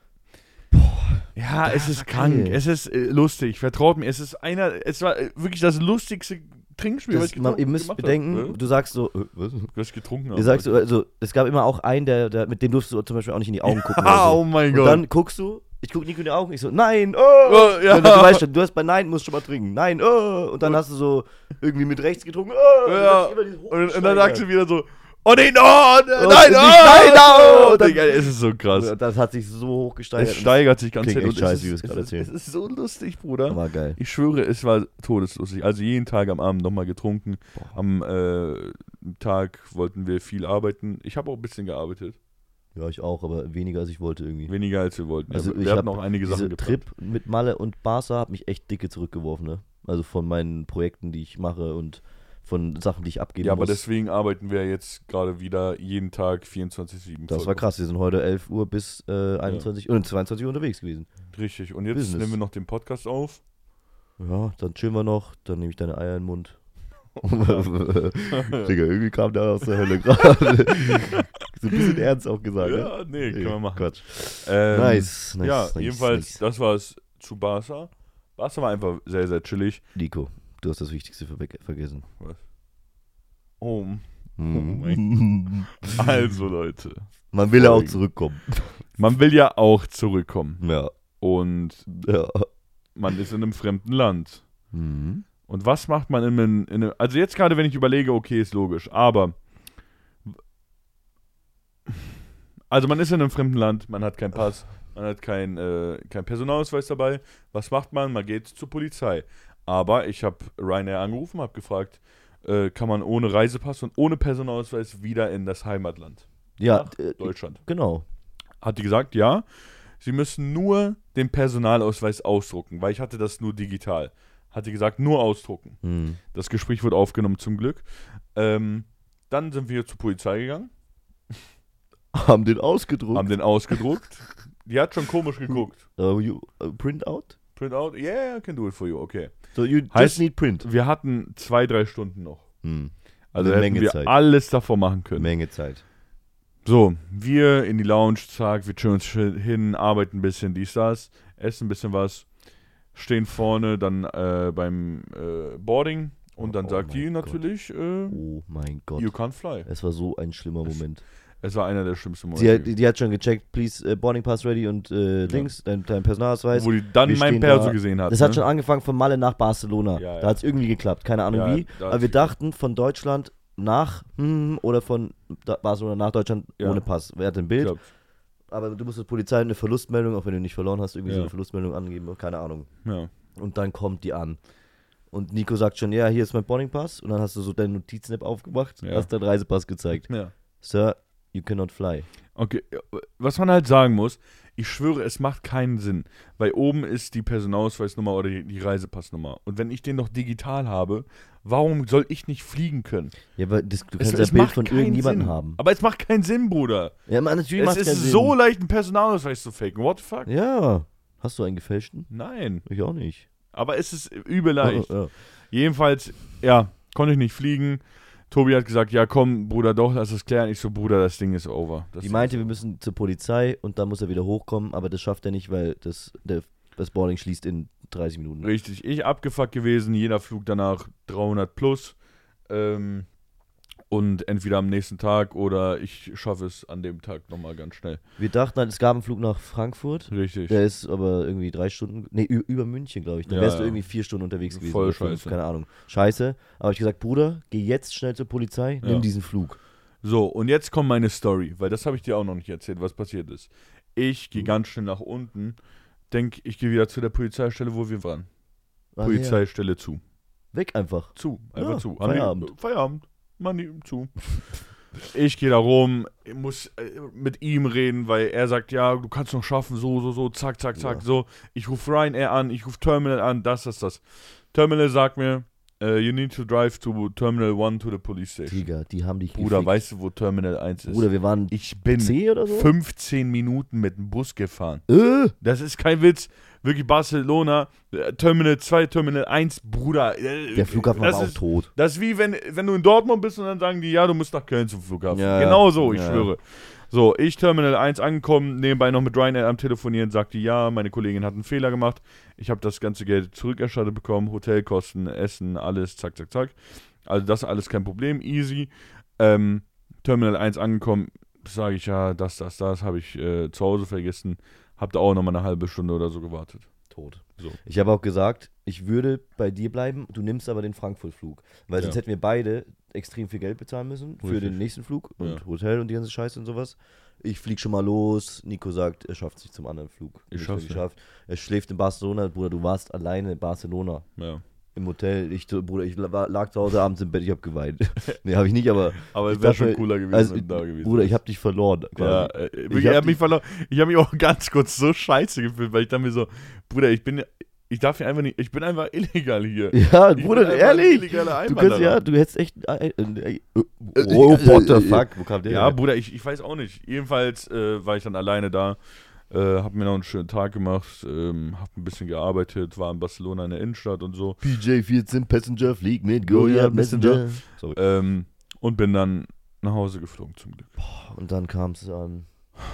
[SPEAKER 1] ja, es ist krank,
[SPEAKER 2] geil.
[SPEAKER 1] es ist äh, lustig, vertraut mir, es ist einer, es war äh, wirklich das lustigste Trinkspiel, was
[SPEAKER 2] das,
[SPEAKER 1] ich
[SPEAKER 2] man,
[SPEAKER 1] getrunken-
[SPEAKER 2] ihr müsst
[SPEAKER 1] gemacht
[SPEAKER 2] bedenken,
[SPEAKER 1] hab, ne?
[SPEAKER 2] du sagst so, äh, was?
[SPEAKER 1] was ich getrunken habe.
[SPEAKER 2] du sagst so, also es gab immer auch einen, der, der mit dem durfst du zum Beispiel auch nicht in die Augen gucken. oder
[SPEAKER 1] ah,
[SPEAKER 2] so.
[SPEAKER 1] oh mein
[SPEAKER 2] und
[SPEAKER 1] Gott.
[SPEAKER 2] dann guckst du, ich gucke Nico in die Augen, ich so, nein, oh,
[SPEAKER 1] Oh, ja.
[SPEAKER 2] Und dann, du weißt schon, du hast bei Nein, musst schon mal trinken. Nein, oh. Und dann hast du so irgendwie mit rechts getrunken. Oh, und dann
[SPEAKER 1] Ja.
[SPEAKER 2] hast du immer diese
[SPEAKER 1] und, und dann
[SPEAKER 2] Hochsteiger.
[SPEAKER 1] sagst du wieder so, oh nee, no, nein, oh,
[SPEAKER 2] nicht,
[SPEAKER 1] nein,
[SPEAKER 2] nein, oh,
[SPEAKER 1] oh,
[SPEAKER 2] und dann-
[SPEAKER 1] Digga, es ist so krass.
[SPEAKER 2] Und Das hat sich so hoch
[SPEAKER 1] Es
[SPEAKER 2] gesteigert.
[SPEAKER 1] steigert sich ganz
[SPEAKER 2] Klingt
[SPEAKER 1] hin
[SPEAKER 2] echt
[SPEAKER 1] und
[SPEAKER 2] scheiße,
[SPEAKER 1] es
[SPEAKER 2] wie wir es
[SPEAKER 1] ist,
[SPEAKER 2] gerade
[SPEAKER 1] es, ist,
[SPEAKER 2] erzählen.
[SPEAKER 1] es ist so lustig, Bruder.
[SPEAKER 2] war geil.
[SPEAKER 1] Ich schwöre, es war todeslustig. Also jeden Tag am Abend nochmal getrunken.
[SPEAKER 2] Boah.
[SPEAKER 1] Am äh, Tag wollten wir viel arbeiten. Ich habe auch ein bisschen gearbeitet.
[SPEAKER 2] Ja, ich auch, aber weniger als ich wollte irgendwie.
[SPEAKER 1] Weniger als wir wollten.
[SPEAKER 2] Also
[SPEAKER 1] Also
[SPEAKER 2] ich
[SPEAKER 1] wir hatten
[SPEAKER 2] hab
[SPEAKER 1] auch einige
[SPEAKER 2] Dieser
[SPEAKER 1] Sachen
[SPEAKER 2] Trip mit Malle und Barca hat mich echt dicke zurückgeworfen, ne? Also von meinen Projekten, die ich mache und von Sachen, die ich abgeben
[SPEAKER 1] Ja,
[SPEAKER 2] muss.
[SPEAKER 1] aber deswegen arbeiten wir jetzt gerade wieder jeden Tag 24-7.
[SPEAKER 2] das
[SPEAKER 1] voll.
[SPEAKER 2] war krass. Wir sind heute 11 Uhr bis äh, 21 und 22 Uhr unterwegs gewesen.
[SPEAKER 1] Richtig. Und jetzt
[SPEAKER 2] Business.
[SPEAKER 1] nehmen wir noch den Podcast auf.
[SPEAKER 2] Ja, dann chillen wir noch, dann nehme ich deine Eier in den Mund. Digga, irgendwie kam der aus der Hölle gerade. so ein bisschen ernst auch gesagt. ne?
[SPEAKER 1] Ja, nee, können wir machen.
[SPEAKER 2] Quatsch.
[SPEAKER 1] Ähm,
[SPEAKER 2] nice, nice.
[SPEAKER 1] ja,
[SPEAKER 2] nice,
[SPEAKER 1] jedenfalls,
[SPEAKER 2] Nice.
[SPEAKER 1] das war es zu Barca. Barca war einfach sehr, sehr chillig.
[SPEAKER 2] Nico, du hast das Wichtigste verwe vergessen.
[SPEAKER 1] Oh,
[SPEAKER 2] Hm.
[SPEAKER 1] also Leute.
[SPEAKER 2] Man will ja auch zurückkommen.
[SPEAKER 1] Man will ja auch zurückkommen.
[SPEAKER 2] Ja.
[SPEAKER 1] Und
[SPEAKER 2] ja.
[SPEAKER 1] man ist in einem fremden Land.
[SPEAKER 2] Mhm.
[SPEAKER 1] Und was macht man in einem. In einem also, jetzt gerade, wenn ich überlege, okay, ist logisch, aber. Also, man ist in einem fremden Land, man hat keinen Pass, man hat keinen äh, kein Personalausweis dabei. Was macht man? Man geht zur Polizei. Aber ich habe Ryanair angerufen, habe gefragt, äh, kann man ohne Reisepass und ohne Personalausweis wieder in das Heimatland,
[SPEAKER 2] Ja,
[SPEAKER 1] Nach
[SPEAKER 2] äh,
[SPEAKER 1] Deutschland?
[SPEAKER 2] genau.
[SPEAKER 1] hat die gesagt, ja, sie müssen nur den Personalausweis ausdrucken, weil ich hatte das nur digital. Hat die gesagt, nur ausdrucken.
[SPEAKER 2] Mhm.
[SPEAKER 1] Das Gespräch wurde aufgenommen zum Glück. Ähm, dann sind wir zur Polizei gegangen,
[SPEAKER 2] Haben den ausgedruckt.
[SPEAKER 1] haben den ausgedruckt. die hat schon komisch geguckt.
[SPEAKER 2] Uh, you, uh, print out?
[SPEAKER 1] Print out, yeah, I can do it for you, okay.
[SPEAKER 2] So you just
[SPEAKER 1] Heißt-
[SPEAKER 2] need print.
[SPEAKER 1] Wir hatten zwei, drei Stunden noch.
[SPEAKER 2] Mhm.
[SPEAKER 1] Also
[SPEAKER 2] Eine
[SPEAKER 1] hätten
[SPEAKER 2] Menge
[SPEAKER 1] wir
[SPEAKER 2] Zeit.
[SPEAKER 1] alles davor machen können.
[SPEAKER 2] Menge Zeit.
[SPEAKER 1] So, wir in die Lounge, zack, wir chillen uns schön hin, arbeiten ein bisschen, dies, das, essen ein bisschen was, stehen vorne dann äh, beim äh, Boarding und dann
[SPEAKER 2] Oh
[SPEAKER 1] sagt die
[SPEAKER 2] mein Gott.
[SPEAKER 1] natürlich, äh,
[SPEAKER 2] Oh mein Gott.
[SPEAKER 1] you can't fly.
[SPEAKER 2] Es war so ein schlimmer
[SPEAKER 1] Es-
[SPEAKER 2] Moment.
[SPEAKER 1] Es war einer der schlimmsten
[SPEAKER 2] Sie hat,
[SPEAKER 1] Momente.
[SPEAKER 2] die hat schon gecheckt, please, äh, boarding pass ready und äh, Dings, dein, dein Personalausweis.
[SPEAKER 1] Wo die dann
[SPEAKER 2] wir
[SPEAKER 1] mein
[SPEAKER 2] stehen
[SPEAKER 1] Perso
[SPEAKER 2] da.
[SPEAKER 1] gesehen hat.
[SPEAKER 2] Das
[SPEAKER 1] ne?
[SPEAKER 2] hat schon angefangen von Malle nach Barcelona.
[SPEAKER 1] Ja,
[SPEAKER 2] da
[SPEAKER 1] ja.
[SPEAKER 2] hat es irgendwie geklappt, keine Ahnung
[SPEAKER 1] Ja,
[SPEAKER 2] wie.
[SPEAKER 1] da
[SPEAKER 2] Aber
[SPEAKER 1] hat's
[SPEAKER 2] wir dachten von Deutschland nach hm, oder von da Barcelona nach Deutschland
[SPEAKER 1] Ja.
[SPEAKER 2] ohne Pass. Wer hat ein Bild?
[SPEAKER 1] geklappt.
[SPEAKER 2] Aber du musst der Polizei eine Verlustmeldung, auch wenn du nicht verloren hast, irgendwie so
[SPEAKER 1] Ja.
[SPEAKER 2] eine Verlustmeldung angeben, keine Ahnung.
[SPEAKER 1] Ja.
[SPEAKER 2] Und dann kommt die an. Und Nico sagt schon, ja, hier ist mein Boarding Pass. Und dann hast du so deinen Notizen-App aufgemacht,
[SPEAKER 1] Ja.
[SPEAKER 2] hast deinen Reisepass gezeigt.
[SPEAKER 1] ja.
[SPEAKER 2] Sir, you cannot fly.
[SPEAKER 1] Okay, was man halt sagen muss, ich schwöre, es macht keinen Sinn, weil oben ist die Personalausweisnummer oder die, die Reisepassnummer. Und wenn ich den noch digital habe, warum soll ich nicht fliegen können?
[SPEAKER 2] Ja, aber das, du
[SPEAKER 1] Es-
[SPEAKER 2] kannst
[SPEAKER 1] es
[SPEAKER 2] ein Bild
[SPEAKER 1] macht
[SPEAKER 2] von
[SPEAKER 1] keinen
[SPEAKER 2] irgendjemandem
[SPEAKER 1] Sinn.
[SPEAKER 2] haben.
[SPEAKER 1] Aber es macht keinen Sinn, Bruder.
[SPEAKER 2] Ja, man, natürlich
[SPEAKER 1] Es
[SPEAKER 2] macht's
[SPEAKER 1] ist
[SPEAKER 2] keinen Sinn.
[SPEAKER 1] so leicht, einen Personalausweis zu faken. What the fuck?
[SPEAKER 2] Ja. Hast du einen gefälschten?
[SPEAKER 1] Nein.
[SPEAKER 2] Ich auch nicht.
[SPEAKER 1] Aber es ist übel leicht.
[SPEAKER 2] Ja, ja.
[SPEAKER 1] Jedenfalls, ja, konnte ich nicht fliegen. Tobi hat gesagt, ja komm, Bruder, doch, lass das klären. Ich so, Bruder, das Ding ist over. Das
[SPEAKER 2] Die meinte, wir müssen zur Polizei und dann muss er wieder hochkommen, aber das schafft er nicht, weil das, der, das Boarding schließt in 30 Minuten.
[SPEAKER 1] Richtig, ich abgefuckt gewesen. Jeder Flug danach 300 plus. Ähm, und entweder am nächsten Tag oder ich schaffe es an dem Tag nochmal ganz schnell.
[SPEAKER 2] Wir dachten halt, es gab einen Flug nach Frankfurt.
[SPEAKER 1] Richtig.
[SPEAKER 2] Der ist aber irgendwie drei Stunden, nee, ü- über München, glaube ich. Dann
[SPEAKER 1] Ja,
[SPEAKER 2] wärst du
[SPEAKER 1] ja.
[SPEAKER 2] irgendwie vier Stunden unterwegs gewesen.
[SPEAKER 1] Voll
[SPEAKER 2] oder fünf,
[SPEAKER 1] scheiße.
[SPEAKER 2] Keine Ahnung. Scheiße. Aber ich gesagt, Bruder, geh jetzt schnell zur Polizei,
[SPEAKER 1] Ja.
[SPEAKER 2] nimm diesen Flug.
[SPEAKER 1] So, und jetzt kommt meine Story, weil das habe ich dir auch noch nicht erzählt, was passiert ist. Ich
[SPEAKER 2] Mhm.
[SPEAKER 1] gehe ganz schnell nach unten, denke, ich gehe wieder zu der Polizeistelle, wo wir waren.
[SPEAKER 2] Ach, Ah, Ja.
[SPEAKER 1] Polizeistelle zu.
[SPEAKER 2] Weg einfach.
[SPEAKER 1] Zu, einfach
[SPEAKER 2] Ja,
[SPEAKER 1] zu. Haben die-
[SPEAKER 2] Feierabend.
[SPEAKER 1] Feierabend. Mann, die, zu. Ich gehe da rum, muss äh, mit ihm reden, weil er sagt, ja, du kannst noch schaffen, so, so, so, zack, zack, zack,
[SPEAKER 2] Ja.
[SPEAKER 1] so. Ich rufe Ryanair an, ich rufe Terminal an, das, das, das. Terminal sagt mir, äh, you need to drive to Terminal 1 to the police station.
[SPEAKER 2] Digga, die haben dich
[SPEAKER 1] Bruder,
[SPEAKER 2] gefickt.
[SPEAKER 1] weißt du, wo Terminal 1 ist?
[SPEAKER 2] Bruder, wir waren
[SPEAKER 1] ich bin
[SPEAKER 2] C oder so?
[SPEAKER 1] 15 Minuten mit dem Bus gefahren.
[SPEAKER 2] Äh,
[SPEAKER 1] Das ist kein Witz. Wirklich Barcelona, äh, Terminal 2, Terminal 1, Bruder. äh,
[SPEAKER 2] der Flughafen war
[SPEAKER 1] das
[SPEAKER 2] auch
[SPEAKER 1] ist,
[SPEAKER 2] tot.
[SPEAKER 1] Das ist wie wenn, wenn du in Dortmund bist und dann sagen die, ja, du musst nach Köln zum Flughafen.
[SPEAKER 2] Ja,
[SPEAKER 1] genau
[SPEAKER 2] ja.
[SPEAKER 1] so, ich
[SPEAKER 2] Ja, ja.
[SPEAKER 1] schwöre. So, ich Terminal 1 angekommen, nebenbei noch mit Ryanair am Telefonieren, sagte, ja, meine Kollegin hat einen Fehler gemacht. Ich habe das ganze Geld zurückerstattet bekommen, Hotelkosten, Essen, alles, zack, zack, zack. Also das alles kein Problem, easy. Ähm, Terminal 1 angekommen, sage ich, ja, das, das, das habe ich äh, zu Hause vergessen. Hab da auch nochmal eine halbe Stunde oder so gewartet.
[SPEAKER 2] Tot.
[SPEAKER 1] So.
[SPEAKER 2] Ich habe auch gesagt, ich würde bei dir bleiben, du nimmst aber den Frankfurt-Flug. Weil sonst
[SPEAKER 1] Ja.
[SPEAKER 2] hätten wir beide extrem viel Geld bezahlen müssen für
[SPEAKER 1] Richtig.
[SPEAKER 2] den nächsten Flug und
[SPEAKER 1] Ja.
[SPEAKER 2] Hotel und die ganze Scheiße und sowas. Ich flieg schon mal los. Nico sagt, er schafft sich zum anderen Flug.
[SPEAKER 1] Ich
[SPEAKER 2] Nicht
[SPEAKER 1] schaff's
[SPEAKER 2] so
[SPEAKER 1] nicht.
[SPEAKER 2] geschafft. Er schläft in Barcelona. Bruder, du warst alleine in Barcelona
[SPEAKER 1] Ja.
[SPEAKER 2] im Hotel. Ich, so, Bruder, ich la- lag zu Hause abends im Bett, ich habe geweint. nee, habe ich nicht, aber
[SPEAKER 1] Aber es
[SPEAKER 2] Ich
[SPEAKER 1] wäre
[SPEAKER 2] dachte,
[SPEAKER 1] schon cooler gewesen,
[SPEAKER 2] also,
[SPEAKER 1] wenn du da gewesen
[SPEAKER 2] Bruder, ich habe dich verloren.
[SPEAKER 1] Ja,
[SPEAKER 2] Quasi.
[SPEAKER 1] äh, wirklich,
[SPEAKER 2] Ich
[SPEAKER 1] ich
[SPEAKER 2] hab
[SPEAKER 1] habe mich
[SPEAKER 2] die-
[SPEAKER 1] verloren. Ich habe mich auch ganz kurz so scheiße gefühlt, weil ich dann mir so, Bruder, ich bin, ich darf hier einfach nicht, ich bin einfach illegal hier.
[SPEAKER 2] Ja,
[SPEAKER 1] Ich bin
[SPEAKER 2] Bruder,
[SPEAKER 1] einfach ein
[SPEAKER 2] ehrlich.
[SPEAKER 1] illegaler
[SPEAKER 2] Du kannst ja,
[SPEAKER 1] Einwanderer.
[SPEAKER 2] du hättest echt. ein- ein- ein- Oh, what the fuck? Wo kam der?
[SPEAKER 1] Ja,
[SPEAKER 2] her?
[SPEAKER 1] Bruder, ich, ich weiß auch nicht. Jedenfalls äh, war ich dann alleine da, äh, habe mir noch einen schönen Tag gemacht, ähm, habe ein bisschen gearbeitet, war in Barcelona in der Innenstadt und so
[SPEAKER 2] PJ14 Passenger fliegt mit
[SPEAKER 1] Goliath
[SPEAKER 2] Goliath
[SPEAKER 1] Messenger.
[SPEAKER 2] Messenger.
[SPEAKER 1] ähm, und bin dann nach Hause geflogen zum Glück.
[SPEAKER 2] Und dann kam es an.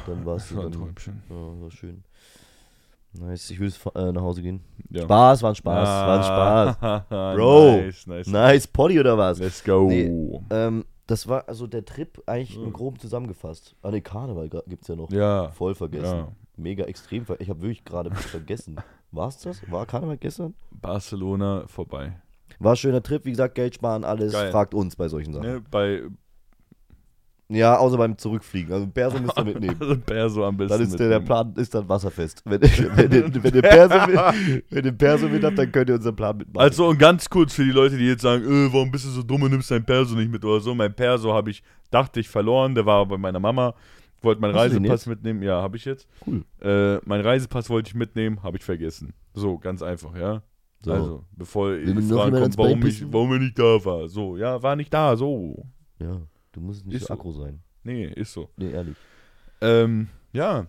[SPEAKER 2] Dann warst
[SPEAKER 1] Das
[SPEAKER 2] du
[SPEAKER 1] war ein
[SPEAKER 2] dann.
[SPEAKER 1] Träumchen.
[SPEAKER 2] Ja, war schön. Nice, ich will jetzt, äh, nach Hause gehen.
[SPEAKER 1] Ja.
[SPEAKER 2] Spaß, war ein Spaß, war ein Spaß.
[SPEAKER 1] Spaß.
[SPEAKER 2] Bro.
[SPEAKER 1] nice, nice.
[SPEAKER 2] Nice, Potti oder was?
[SPEAKER 1] Let's go.
[SPEAKER 2] Nee. Ähm, das war also der Trip eigentlich im
[SPEAKER 1] Ja.
[SPEAKER 2] Groben zusammengefasst. Ah, ne, Karneval gra- gibt's ja noch.
[SPEAKER 1] Ja.
[SPEAKER 2] Voll vergessen.
[SPEAKER 1] Ja.
[SPEAKER 2] Mega extrem ver Ich habe wirklich gerade vergessen. War's das? War Karneval gestern?
[SPEAKER 1] Barcelona vorbei.
[SPEAKER 2] War schöner Trip, wie gesagt, Geld sparen, alles.
[SPEAKER 1] Geil.
[SPEAKER 2] Fragt uns bei solchen Sachen.
[SPEAKER 1] Ne, bei
[SPEAKER 2] Ja, außer beim Zurückfliegen. Also Perso müsst ihr mitnehmen.
[SPEAKER 1] also Perso am besten.
[SPEAKER 2] Dann ist der, der
[SPEAKER 1] mitnehmen.
[SPEAKER 2] Plan ist dann wasserfest. Wenn, wenn, ihr- wenn, ihr Perso mit, wenn ihr Perso mit habt, dann könnt ihr unseren Plan mitmachen.
[SPEAKER 1] Also und ganz kurz für die Leute, die jetzt sagen, äh, warum bist du so dumm und nimmst dein Perso nicht mit oder so. Mein Perso habe ich, dachte ich, verloren. Der war bei meiner Mama. Wollte meinen
[SPEAKER 2] Hast du den
[SPEAKER 1] Reisepass
[SPEAKER 2] jetzt?
[SPEAKER 1] mitnehmen. Ja, habe ich jetzt.
[SPEAKER 2] Cool.
[SPEAKER 1] Äh, mein Reisepass wollte ich mitnehmen, habe ich vergessen. So, ganz einfach, ja.
[SPEAKER 2] So.
[SPEAKER 1] Also, bevor ihr
[SPEAKER 2] Will
[SPEAKER 1] mich
[SPEAKER 2] noch
[SPEAKER 1] fragen
[SPEAKER 2] jemand
[SPEAKER 1] kommt,
[SPEAKER 2] ans
[SPEAKER 1] warum
[SPEAKER 2] Bein
[SPEAKER 1] ich,
[SPEAKER 2] pissen?
[SPEAKER 1] warum er nicht da war. So, ja, war nicht da, so.
[SPEAKER 2] ja, du musst nicht
[SPEAKER 1] Ist
[SPEAKER 2] so
[SPEAKER 1] so.
[SPEAKER 2] aggro sein.
[SPEAKER 1] Nee, ist so.
[SPEAKER 2] Nee, ehrlich.
[SPEAKER 1] Ähm, ja.